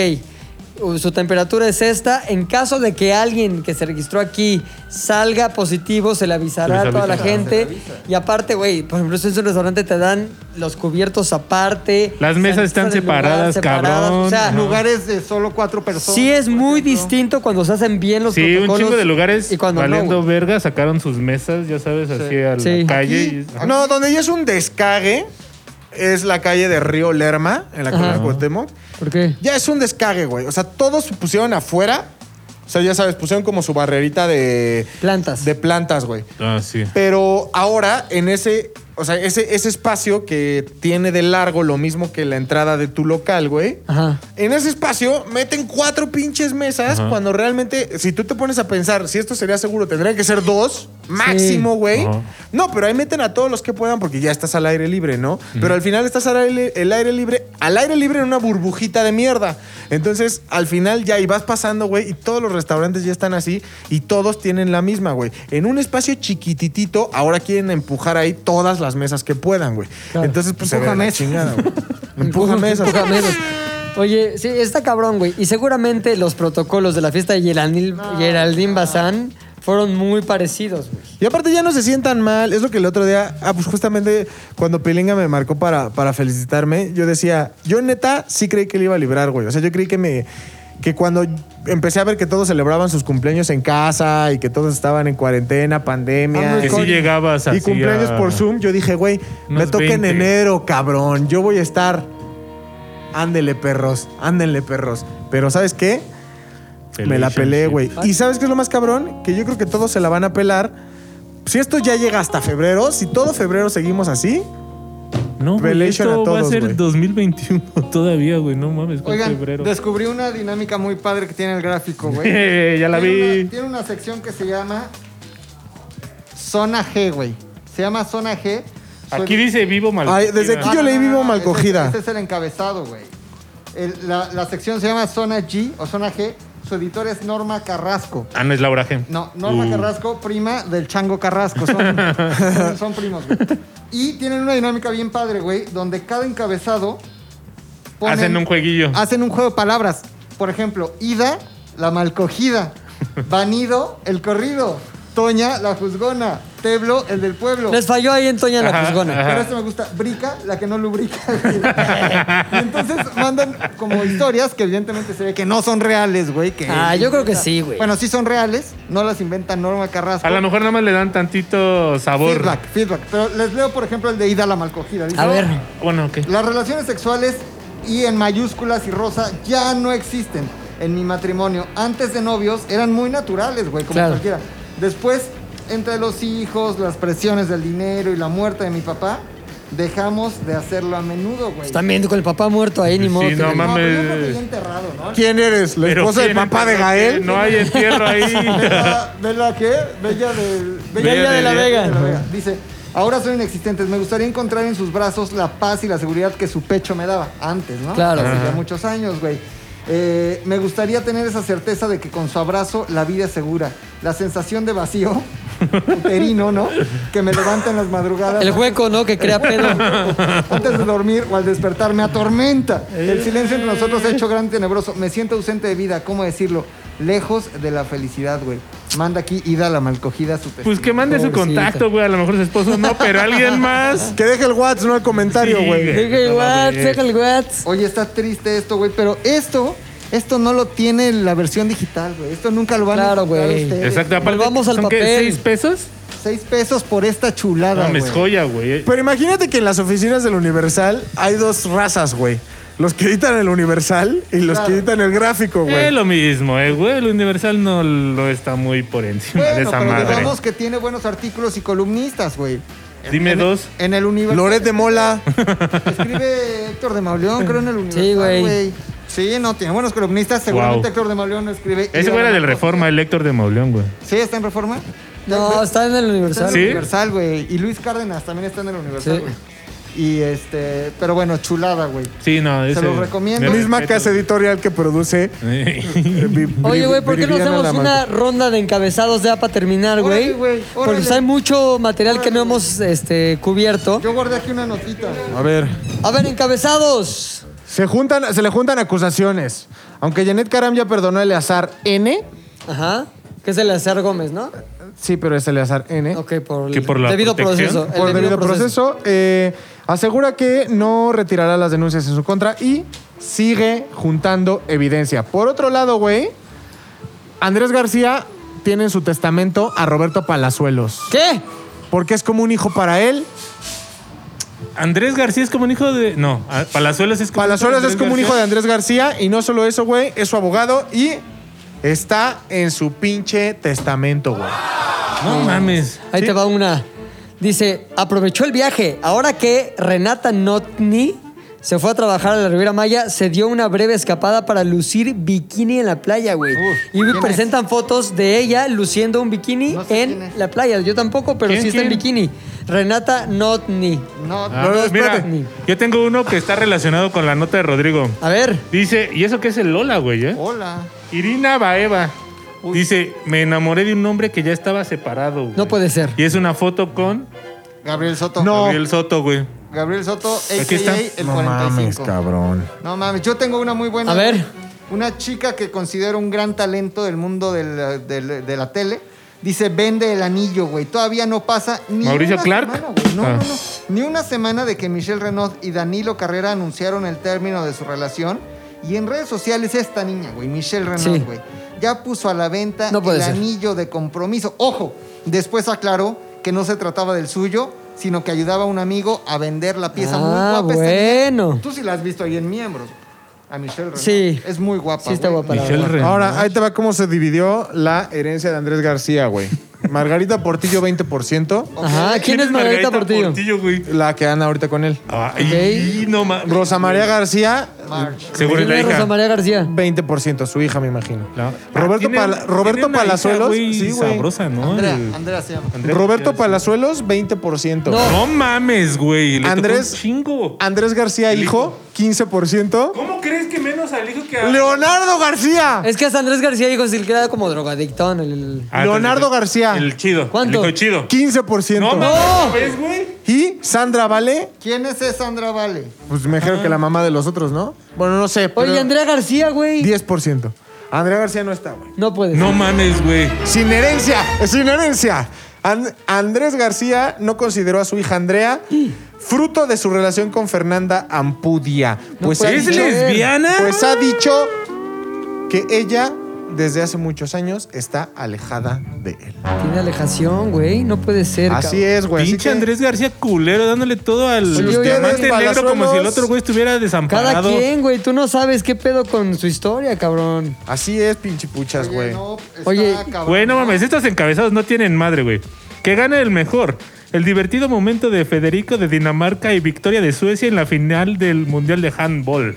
A: uh, su temperatura es esta. En caso de que alguien que se registró aquí salga positivo, se le avisará
N: Se les
A: a toda la
N: avisa.
A: gente. Y aparte, güey, por ejemplo, si es un restaurante, te dan los cubiertos aparte.
B: Las mesas están
A: del
B: separadas, cabrón.
A: O sea,
B: Ajá.
D: Lugares de solo cuatro personas.
A: Sí es muy distinto cuando se hacen bien los
B: Sí, un
A: protocolos.
B: chingo de lugares
A: y cuando
B: valiendo
A: no. güey.
B: verga sacaron sus mesas, ya sabes, así a la
A: Sí.
B: calle.
A: Aquí-
B: y-
C: No, donde ya es un descague es la calle de Río Lerma, en la colonia
A: Ajá.
C: Cuauhtémoc.
A: ¿Por qué?
C: Ya es un descague, güey. O sea, todos se pusieron afuera. O sea, ya sabes, pusieron como su barrerita de...
A: Plantas.
C: De plantas, güey.
B: Ah, sí.
C: Pero ahora, en ese... O sea, ese, ese espacio que tiene de largo lo mismo que la entrada de tu local, güey.
A: Ajá.
C: En ese espacio meten cuatro pinches mesas
B: Ajá.
C: cuando realmente, si tú te pones a pensar, si esto sería seguro, tendría que ser dos, máximo, güey.
B: Ajá.
C: No, pero ahí meten a todos los que puedan porque ya estás al aire libre, ¿no? Pero al final estás al aire, el aire libre, al aire libre en una burbujita de mierda. Entonces, al final ya y vas pasando, güey, y todos los restaurantes ya están así y todos tienen la misma, güey. En un espacio chiquititito, ahora quieren empujar ahí todas las mesas que puedan, güey. Entonces, pues se ve
A: Empuja
C: de la
A: mesas.
C: chingada, güey. Empuja Pues, mesas.
A: Empuja mesas. Oye, sí, está cabrón, güey. Y seguramente los protocolos de la fiesta de Geraldine, Geraldine Bazán fueron muy parecidos, güey.
C: Y aparte ya no se sientan mal. Es lo que el otro día, ah, pues justamente cuando Pelinga me marcó para, para felicitarme, yo decía, yo neta sí creí que le iba a librar, güey. O sea, yo creí que me. Que cuando empecé a ver que todos celebraban sus cumpleaños en casa y que todos estaban en cuarentena, pandemia.
B: Ah, Que sí llegabas así
C: Y cumpleaños
B: a-
C: por Zoom, yo dije, güey, me
B: Unos
C: toca en
B: 20.
C: enero, cabrón. Yo voy a estar. Ándele, perros. Ándele, perros. Pero ¿sabes qué? Me la pelé, güey. Y ¿sabes qué es lo más cabrón? Que yo creo que todos se la van a pelar. Si esto ya llega hasta febrero, si todo febrero seguimos así,
B: No, güey,
C: Velation
B: esto
C: a
B: va a
C: todos,
B: ser
C: güey.
B: 2021 todavía, güey. No mames, ¿cuál
D: Oigan,
B: febrero?
D: descubrí una dinámica muy padre que tiene el gráfico,
B: Eh,
D: güey.
B: ya la
D: Tiene
B: vi.
D: una- tiene una sección que se llama Zona G, güey. Se llama Zona G. Ah, Su
B: Aquí dice vivo mal.
C: Ay, desde aquí yo leí vivo mal
D: Ese es-
C: cogida.
D: Ese, es el encabezado, güey. El- La, la sección se llama Zona G o Zona G. Su editor es Norma Carrasco.
B: Ah, no es Laura G.
D: No, Norma
B: Uh.
D: Carrasco, prima del Chango Carrasco. Son, son- son primos, güey. Y tienen una dinámica bien padre, güey, donde cada encabezado ponen-
B: Hacen un jueguillo.
D: hacen un juego de palabras. Por ejemplo, Ida, la malcogida. Vanido, el corrido. Toña, la juzgona. Teblo, el del pueblo.
A: Les falló ahí en Toña la
D: Ajá,
A: Juzgona.
D: Pero esto me gusta. Brica, la que no lubrica. Y entonces mandan como historias que evidentemente se ve que no son reales, güey. que-
A: Ah, yo creo que sí, güey.
D: Bueno, sí son reales. No las inventa Norma Carrasco.
B: A lo mejor nada más le dan tantito sabor.
D: Feedback, feedback. Pero les leo, por ejemplo, el de Ida la malcogida. Dice,
B: Bueno, ok.
D: Las relaciones sexuales y en mayúsculas y rosa ya no existen en mi matrimonio. Antes de novios eran muy naturales, güey, como
A: Claro.
D: cualquiera. Después, entre los hijos, las presiones del dinero y la muerte de mi papá, dejamos de hacerlo a menudo, güey.
A: Pues también con el papá muerto ahí, ni
B: Sí,
A: modo. que-
B: no
D: Yo creo que
B: mames.
D: ya enterrado, ¿no?
C: ¿quién eres? ¿La
B: Pero
C: esposa del
B: ¿quién
C: papá de
B: enterró quién?
C: Gael?
B: No hay entierro ahí.
D: ¿De la qué? Bella del...
B: Bella de la Vega.
D: Dice, Ahora son inexistentes. Me gustaría encontrar en sus brazos la paz y la seguridad que su pecho me daba antes, ¿no?
A: Claro.
D: Hace
A: Ajá.
D: ya muchos años, güey. Eh, me gustaría tener esa certeza de que con su abrazo la vida es segura. La sensación de vacío, uterino, ¿no? Que me levanta en las madrugadas.
A: El hueco, ¿no? Que crea pedo.
D: Antes de dormir o al despertar me atormenta.
B: Eh.
D: El silencio entre nosotros se ha hecho gran y tenebroso. Me siento ausente de vida, ¿cómo decirlo? Lejos de la felicidad, güey. Manda aquí y da la malcogida a su
B: Pues que mande su contacto, güey. A lo mejor su esposo no, pero alguien más.
C: Que deje el WhatsApp, no el comentario,
B: Sí,
C: güey.
B: güey. Deje el No WhatsApp, mames. deje
D: el Oye, está triste esto, güey, pero esto, esto no lo tiene la versión digital, güey. Esto nunca lo van a
A: Claro,
D: encontrar
A: güey.
D: ustedes.
B: Exacto, aparte,
A: Volvamos al
B: ¿son qué,
A: papel.
B: ¿Seis pesos?
D: Seis pesos por esta chulada,
B: No, me
D: güey.
B: joya, güey.
C: Pero imagínate que en las oficinas del Universal hay dos razas, güey. Los que editan el Universal y los
D: Claro.
C: que editan el gráfico, güey.
B: Es lo mismo, eh, güey. El Universal no lo está muy por encima de
D: Bueno,
B: esa
D: pero
B: madre.
D: digamos que tiene buenos artículos y columnistas, güey.
B: Dime dos.
D: En el universo.
C: Loret de Mola.
D: Escribe Héctor de Mauleón, creo, en el universo.
A: Sí, güey.
D: Sí, no, tiene buenos columnistas. Seguramente
B: Wow.
D: Héctor de Mauleón escribe.
B: Ese güey era del Reforma, el Héctor de Mauleón, güey.
D: Sí, está en Reforma.
A: No, está en el
D: Está en
A: Universal.
D: el
B: ¿Sí?
D: Universal, güey. Y Luis Cárdenas también está en el Universal,
A: Sí.
D: güey. Y este, pero bueno, chulada, güey.
B: Sí, no, ese.
D: Se los recomiendo.
C: La
D: Me
C: misma casa editorial que produce. eh,
A: Oye, güey, ¿por qué no
C: Viridiana
A: hacemos
C: Lamarca.
A: una ronda de encabezados ya para terminar,
D: Órale,
A: güey?
D: güey,
A: Porque pues,
D: órale.
A: hay mucho material que no hemos este, cubierto.
D: Yo guardé aquí una notita.
C: A ver.
A: A ver, encabezados.
C: Se, juntan, se le juntan acusaciones. Aunque Janet Karam ya perdonó a Eleazar N.
A: Ajá. Que es el Azar Gómez, ¿no?
C: Sí, pero es Eleazar N.
A: Ok, por,
B: Que
A: el
B: por la
A: debido
B: protección.
A: proceso. el
C: Por debido proceso, eh, asegura que no retirará las denuncias en su contra y sigue juntando evidencia. Por otro lado, güey, Andrés García tiene en su testamento a Roberto Palazuelos.
A: ¿Qué?
C: Porque es como un hijo para él.
B: Andrés García es como un hijo de. No, a- Palazuelos es como.
C: Palazuelos es
B: Andrés
C: como un hijo de
B: García.
C: Andrés García y no solo eso, güey, es su abogado y está en su pinche testamento, güey.
B: No mames.
A: Ahí te va una. Dice, aprovechó el viaje. Ahora que Renata Notni se fue a trabajar a la Riviera Maya, se dio una breve escapada para lucir bikini en la playa, güey. Y
D: ¿quién
A: presentan fotos de ella luciendo un bikini
D: No sé quién
A: en
D: es.
A: la playa. Yo tampoco, pero
B: ¿Quién,
A: sí está en
B: quién?
A: bikini. Renata Notni.
D: No,
B: Ah,
C: No, no, espérate.
B: mira, yo tengo uno que está relacionado con la nota de Rodrigo.
A: A ver.
B: Dice, ¿y eso qué es el Lola, güey? eh?
D: hola.
B: Irina Baeva. Dice, me enamoré de un hombre que ya estaba separado. güey".
A: No puede ser.
B: Y es una foto con
D: Gabriel Soto.
C: No.
B: Gabriel Soto, güey.
D: Gabriel Soto,
B: Aquí está.
D: a.k.a. el 45.
C: cabrón.
D: No mames, yo tengo una muy buena.
A: A ver.
D: Una chica que considero un gran talento del mundo de la, de la- de la tele. Dice, vende el anillo, güey. Todavía no pasa ni
B: ¿Mauricio
D: una
B: Clark?
D: semana, güey. No,
B: Ah.
D: no, no. Ni una semana de que Michelle Renaud y Danilo Carrera anunciaron el término de su relación. Y en redes sociales esta niña, güey, Michelle Renaud,
A: Sí.
D: güey. Ya puso a la venta
A: No puede
D: el
A: ser.
D: anillo de compromiso. Ojo, después aclaró que no se trataba del suyo, sino que ayudaba a un amigo a vender la pieza
A: Ah,
D: muy guapa. esta niña.
A: bueno.
D: Tú sí la has visto ahí en miembros. A Michelle Renaud.
A: Sí.
D: Es muy guapa.
A: Sí, está
D: güey.
A: guapa. la
B: Michelle
A: verdad.
B: Renaud.
C: Ahora, ahí te va cómo se dividió la herencia de Andrés García, güey. Margarita Portillo, 20%.
A: Ajá, ¿quién, es Margarita Portillo?
B: güey?
C: La que anda ahorita con él.
B: Ah, Ay, no ma-
C: Rosa María García,
D: March.
B: Seguro es
A: ¿Quién
B: la
A: es Rosa
B: hija.
A: María García?
C: 20%, su hija, me imagino.
B: La-
C: Roberto,
B: Tiene-
C: Pala-
B: tiene
C: Roberto
B: una hija,
C: Palazuelos.
B: güey,
C: sí, güey.
B: sabrosa, ¿no?
D: Andrea,
B: El-
D: Andrea se llama.
B: Andrea
C: Roberto
B: García.
C: Palazuelos, 20%.
B: No mames, güey. Andrés.
C: Andrés-
B: chingo.
C: Andrés García, hijo, 15%.
B: ¿Cómo crees que menos al hijo que a.
C: Leonardo García.
A: Es que es Andrés García, hijo, se le queda como drogadictón. el- el-
B: Ah,
C: Leonardo
B: entonces,
C: García.
B: El chido.
A: ¿Cuánto?
B: El hijo chido.
C: 15%.
B: No, mames, ¿ves, güey?
C: Y Sandra Vale,
D: ¿Quién es esa Sandra Vale?
C: pues mejor
B: Ah.
C: que la mamá de los otros, ¿no? Bueno, no sé, pero
A: Oye, Andrea García, güey.
C: 10%. Andrea García no está, güey.
A: No puede ser.
B: No mames, güey.
C: Sin herencia, sin herencia. An- Andrés García no consideró a su hija Andrea fruto de su relación con Fernanda Ampudia.
A: No
C: Pues, ha
A: puede
B: ¿Es
C: dicho-
A: ser.
B: lesbiana?
C: pues ha dicho que ella desde hace muchos años está alejada de él.
A: Tiene alejación, güey. No puede ser.
C: Así es, güey. Pues, así
B: Pinche
C: que-
B: Andrés García culero dándole todo al
C: Oye, oye,
B: diamante
C: ustedes,
B: negro como si el
C: palazuelos.
B: otro güey estuviera
A: Cada
B: desamparado.
A: quien, güey. Tú no sabes qué pedo con su historia, cabrón.
C: Así es, pinche puchas, güey.
D: No, está
A: Oye,
D: cabrón.
B: Güey, no mames, estos encabezados no tienen madre, güey. Que gane el mejor. El divertido momento de Federico de Dinamarca y victoria de Suecia en la final del Mundial de Handball.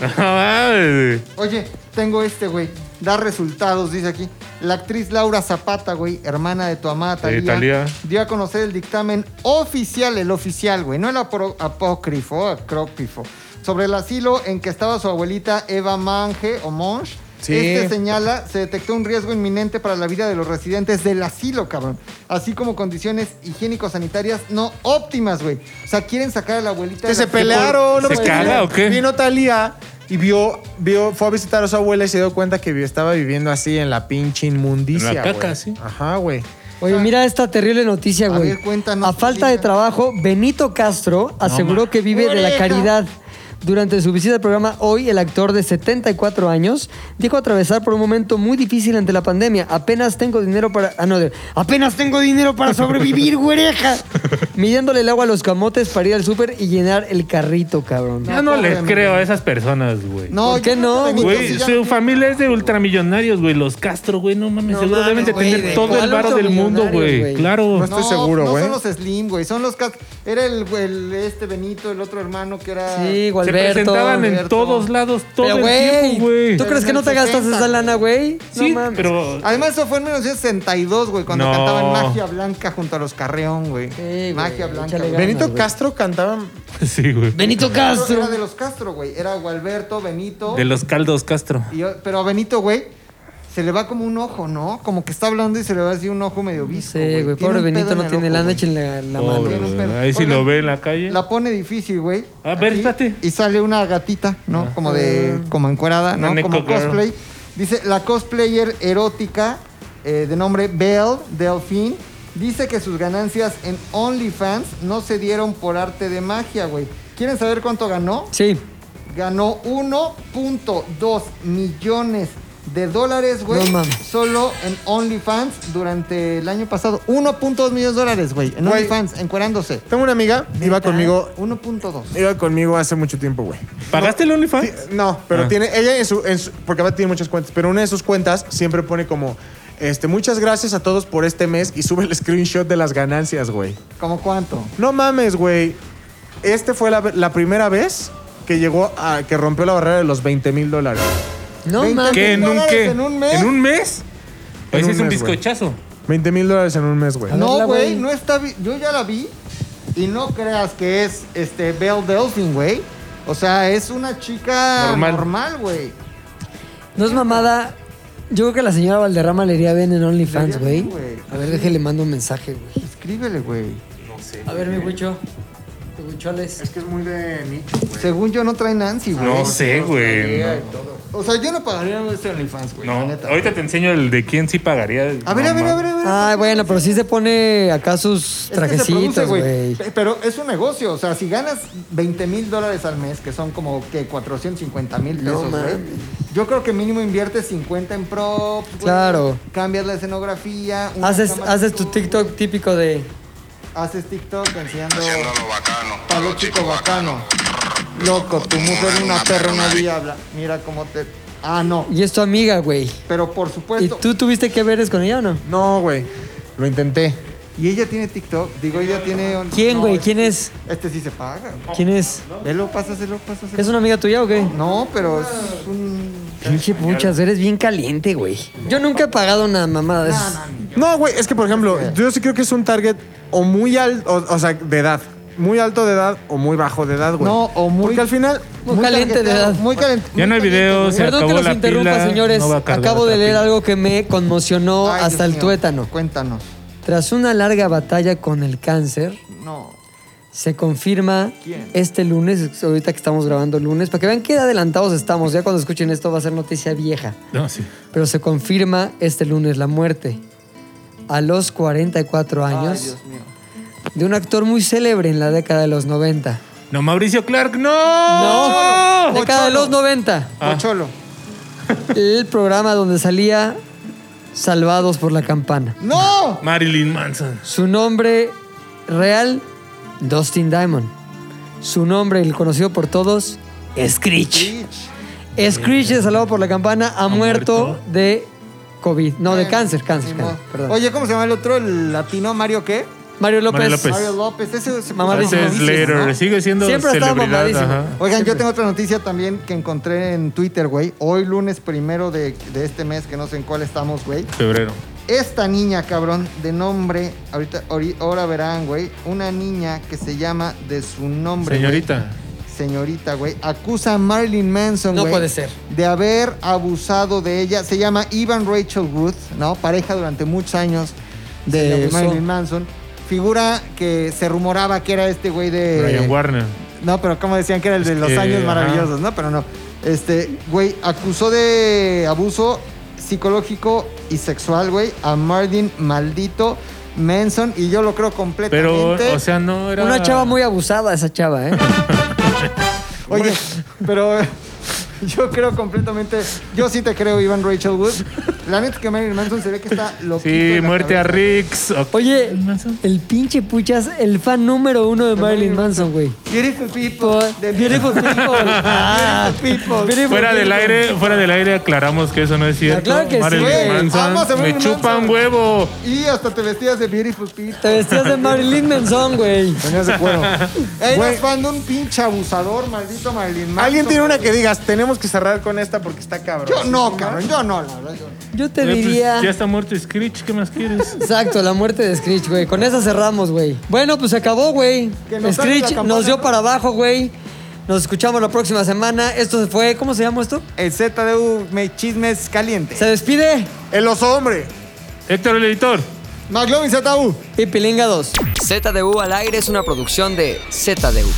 B: No mames, güey.
D: Oye, tengo este, güey. Da resultados, dice aquí. la actriz Laura Zapata, güey, hermana de tu amada
B: De
D: Talía,
B: Thalía.
D: dio a conocer el dictamen oficial, el oficial, güey, no el apro- apócrifo, acrópifo, sobre el asilo en que estaba su abuelita Eva Mange o Monge.
J: Sí.
D: Este señala, se detectó un riesgo inminente para la vida de los residentes del asilo, cabrón. Así como condiciones higiénico-sanitarias no óptimas, güey. O sea, quieren sacar a la abuelita.
J: Que
D: del
J: se
D: asilo.
J: pelearon. no
B: ¿Se
J: puede
B: caga
J: ser.
B: o qué?
J: Vino Talía y vio, vio, fue a visitar a su abuela y se dio cuenta que vi- estaba viviendo así en la pinche inmundicia.
A: En la caca,
J: güey.
A: sí.
J: Ajá, güey.
A: Oye, mira esta terrible noticia, güey. A, falta de trabajo, Benito Castro aseguró
J: ma.
A: que vive de la
J: Oreja.
A: caridad. Durante su visita al programa Hoy, el actor de 74 años dijo atravesar por un momento muy difícil ante la pandemia. Apenas tengo dinero para... Ah, no, de- apenas tengo dinero para sobrevivir, güereja. Midiéndole el agua a los camotes para ir al súper y llenar el carrito, cabrón.
B: Yo no les creo a esas personas, güey.
A: No, ¿Por qué yo no, no? Benito,
B: Güey,
A: si ya
B: su familia es de ultramillonarios, güey. Los Castro, güey, no mames.
A: No
B: seguro
A: mames,
B: deben de
A: güey,
B: tener
A: ¿de
B: todo el
A: cuál
B: varo del mundo,
A: ultramillonarios,
B: güey.
A: güey?
B: Claro.
D: no son los Slim, güey. Son los cas- Era el, el- este Benito, el otro hermano que era.
A: Sí, Gualberto.
D: Gualberto.
B: lados,
D: todo
A: Pero,
D: el tiempo, güey.
A: ¿Tú crees que no te
D: Pero en el
A: gastas
D: 70,
A: esa lana, güey?
D: Sí,
A: no mames.
B: pero-
D: Además, eso fue en 1962, güey, cuando
B: No.
D: cantaban Magia Blanca junto a los Carreón, güey. Magia Blanca. güey.
J: Benito Castro cantaba.
A: Ah,
B: Sí, güey.
D: Era de los Castro, güey. Era Gualberto, Benito.
B: De los caldos Castro.
D: y yo- pero a Benito, güey, se le va como un ojo, ¿no? Como que está hablando y se le va así un ojo medio visto.
A: Sí, güey, pobre Benito no tiene lana, échenle la, la mano.
B: Pobre, güey. Ahí sí lo ve en la calle.
D: La pone difícil, güey.
B: A ver,
D: Aquí,
B: espérate. Ah.
D: Y sale una gatita, ¿no? Como de. como encuerada, ¿no?
B: Una
D: Como
B: Neko Girl.
D: cosplay. Dice, la cosplayer erótica eh, de nombre Belle Delphine dice que sus ganancias en OnlyFans no se dieron por arte de magia, güey. ¿Quieren saber cuánto ganó?
A: Sí.
D: Ganó 1.2 millones de dólares, güey.
A: No mames.
D: Solo en OnlyFans durante el año pasado. 1.2 millones de dólares, güey. En
J: Güey.
D: OnlyFans, encuerándose.
J: Tengo una amiga, iba conmigo,
D: 1.2.
J: iba conmigo hace mucho tiempo, güey.
B: ¿Pagaste el OnlyFans?
J: No, pero
B: Ah.
J: tiene, ella en su, en su- porque ahora tiene muchas cuentas, pero una de sus cuentas siempre pone como, este, muchas gracias a todos por este mes y sube el screenshot de las ganancias, güey.
D: ¿Cómo cuánto?
J: No mames, güey. Este fue la, la primera vez que llegó a, que rompió la barrera de los 20 mil dólares.
A: No
J: 20
A: mames.
J: mil
B: ¿Qué? ¿En un
J: dólares
B: qué?
J: en un mes?
B: ¿En un mes?
J: En
B: Ahí sí es
J: un
B: un
J: mes, güey.
B: bizcochazo.
J: 20 mil dólares en un mes, güey.
D: No, güey, no está. vi- Yo ya la vi y no creas que es este Belle Delphine, güey. O sea, es una chica
A: Normal.
D: normal, güey.
A: No es mamada. Yo creo que la señora Valderrama le iría bien en OnlyFans,
D: Le iría
A: güey.
D: bien, güey.
A: A ver, déjale, mando un mensaje, güey.
D: Escríbele, güey.
B: No sé.
A: A ver, mi guicho. Es
J: que es muy de nicho.
D: Según yo, no trae Nancy, güey.
B: No sé, güey. no.
D: O sea, yo no pagaría ese OnlyFans, güey.
B: No, ahorita te enseño el de quién sí pagaría.
D: A ver, a ver, a ver, a ver.
A: Ah, bueno, pero sí se pone acá sus
D: Es que se produce,
A: trajecitos, güey.
D: Pe- Pero es un negocio. O sea, si ganas 20 mil dólares al mes, que son como que 450 mil
A: No
D: pesos, güey.
A: mames.
D: yo creo que mínimo inviertes 50 en props, güey.
A: Claro.
D: Cambias la escenografía. una
A: Haces,
D: cámara
A: haces tu TikTok típico de.
D: Haces TikTok enseñando. Palo chico bacano. Loco, tu mujer una perra, una diabla. Mira cómo te. Ah, no.
A: Y es tu amiga, güey.
D: Pero por
A: ¿Y
D: supuesto.
A: tú tuviste que veres con ella o no?
J: No, güey. Lo intenté.
D: ¿Y ella tiene TikTok? Digo, ella tiene. un-
A: ¿Quién,
D: No,
A: güey?
D: este-
A: ¿Quién es?
D: Este sí se paga.
A: ¿Quién es?
D: Velo, pásaselo, pásaselo.
A: ¿Es una amiga tuya o qué?
D: No, pero es un.
A: Pinche puchas, eres bien caliente, güey. Yo nunca he pagado una mamada de esas.
J: No, güey, es que por ejemplo, yo sí creo que es un target o muy alto, o, o sea, de edad. Muy alto de edad o muy bajo de edad, güey.
D: No, o muy.
J: Porque al final.
A: Muy caliente de edad.
D: Muy caliente.
B: Ya no hay video, se
A: Perdón que
B: acabó
A: los
B: la
A: interrumpa,
B: pila,
A: señores.
B: no va a cargar
A: Acabo de
B: otra
A: leer
B: pila.
A: algo que me conmocionó
D: Ay,
A: hasta
D: Dios
A: el
D: mío.
A: tuétano.
D: Cuéntanos.
A: Tras una larga batalla con el cáncer,
D: No.
A: se confirma
D: ¿Quién?
A: este lunes, ahorita que estamos grabando lunes, para que vean qué adelantados estamos. Ya cuando escuchen esto va a ser noticia vieja.
B: No, sí.
A: Pero se confirma este lunes la muerte a los 44
D: Ay,
A: años
D: Dios mío.
A: de un actor muy célebre en la década de los 90.
B: No, Mauricio Clark, no. Ah,
A: No, década de los 90.
D: Pocholo.
A: El programa donde salía Salvados por la Campana.
D: ¡No!
B: Marilyn Manson.
A: Su nombre real, Dustin Diamond. Su nombre, el conocido por todos, Screech. Screech, de Salvado por la Campana, ha, muerto, de COVID. No, de cáncer, cáncer, cáncer, perdón.
D: Oye, ¿cómo se llama el otro? ¿El latino Mario qué?
A: Mario López.
B: Mario López.
D: Mario López, ese es
B: Ese Pues, es later. Sigue siendo
A: Siempre ha estado
B: celebridad.
A: mamadísimo.
B: ajá.
D: Oigan, yo tengo otra noticia también que encontré en Twitter, güey. Hoy lunes primero de, de este mes, que no sé en cuál estamos, güey.
B: Febrero.
D: Esta niña, cabrón, de nombre, ahorita, ori- ahora verán, güey, una niña que se llama de su nombre. güey.
B: Señorita.
D: Señorita, güey, acusa a Marilyn Manson,
A: No
D: güey,
A: puede ser.
D: De haber abusado de ella. Se llama Ivan Rachel Ruth, ¿no? Pareja durante muchos años
A: Se le
D: de
A: abusó.
D: Marilyn Manson. Figura que se rumoraba que era este güey de.
B: Brian Warner.
D: No, pero como decían que era el de los
B: que,
D: años
B: ajá.
D: maravillosos, ¿no? Pero no. Este, güey, acusó de abuso psicológico y sexual, güey, a Martin Maldito Manson. Y yo lo creo completamente.
B: Pero, o sea, no era-
A: Una chava muy abusada, esa chava, ¿eh?
D: Oye, pero eh, yo creo completamente. Yo sí te creo, Iván Rachel Wood. La neta es que Marilyn Manson se ve que está loquito.
B: Sí, muerte a Rix.
A: Oye, el pinche puchas, el fan número uno de Marilyn Manson, güey.
D: Beautiful people. The
A: beautiful people. Ah,
D: Beautiful people.
B: Fuera del aire, fuera del aire aclaramos que eso no es cierto.
D: claro que sí.
B: Marilyn
D: Güey,
B: Manson,
D: amas a
B: me
D: Marilyn
B: chupa un
D: Manson.
B: huevo.
D: Y hasta te vestías de Beautiful People.
A: Te vestías de Marilyn Manson, güey.
D: Venías de cuero.
J: Güey.
D: Eres fan de un pinche abusador, maldito Marilyn Manson.
J: Alguien tiene una que digas, tenemos que cerrar con esta porque está cabrón.
D: Yo no, cabrón. Yo no, la verdad. yo no.
A: Yo te
B: Eh, pues,
A: diría.
B: ya está muerto Screech, ¿qué más quieres?
A: Exacto, la muerte de Screech, güey. Con esa cerramos, güey. Bueno, pues se acabó, güey.
D: Que nos salga la
A: Screech
D: campana.
A: nos dio para abajo, güey. Nos escuchamos la próxima semana. Esto fue, ¿cómo se llama esto?
D: El ZDU me chismes calientes.
A: Se despide
J: El oso hombre.
B: Héctor, el editor.
D: McLovin ZDU.
A: y Pilinga 2.
O: ZDU al aire es una producción de ZDU.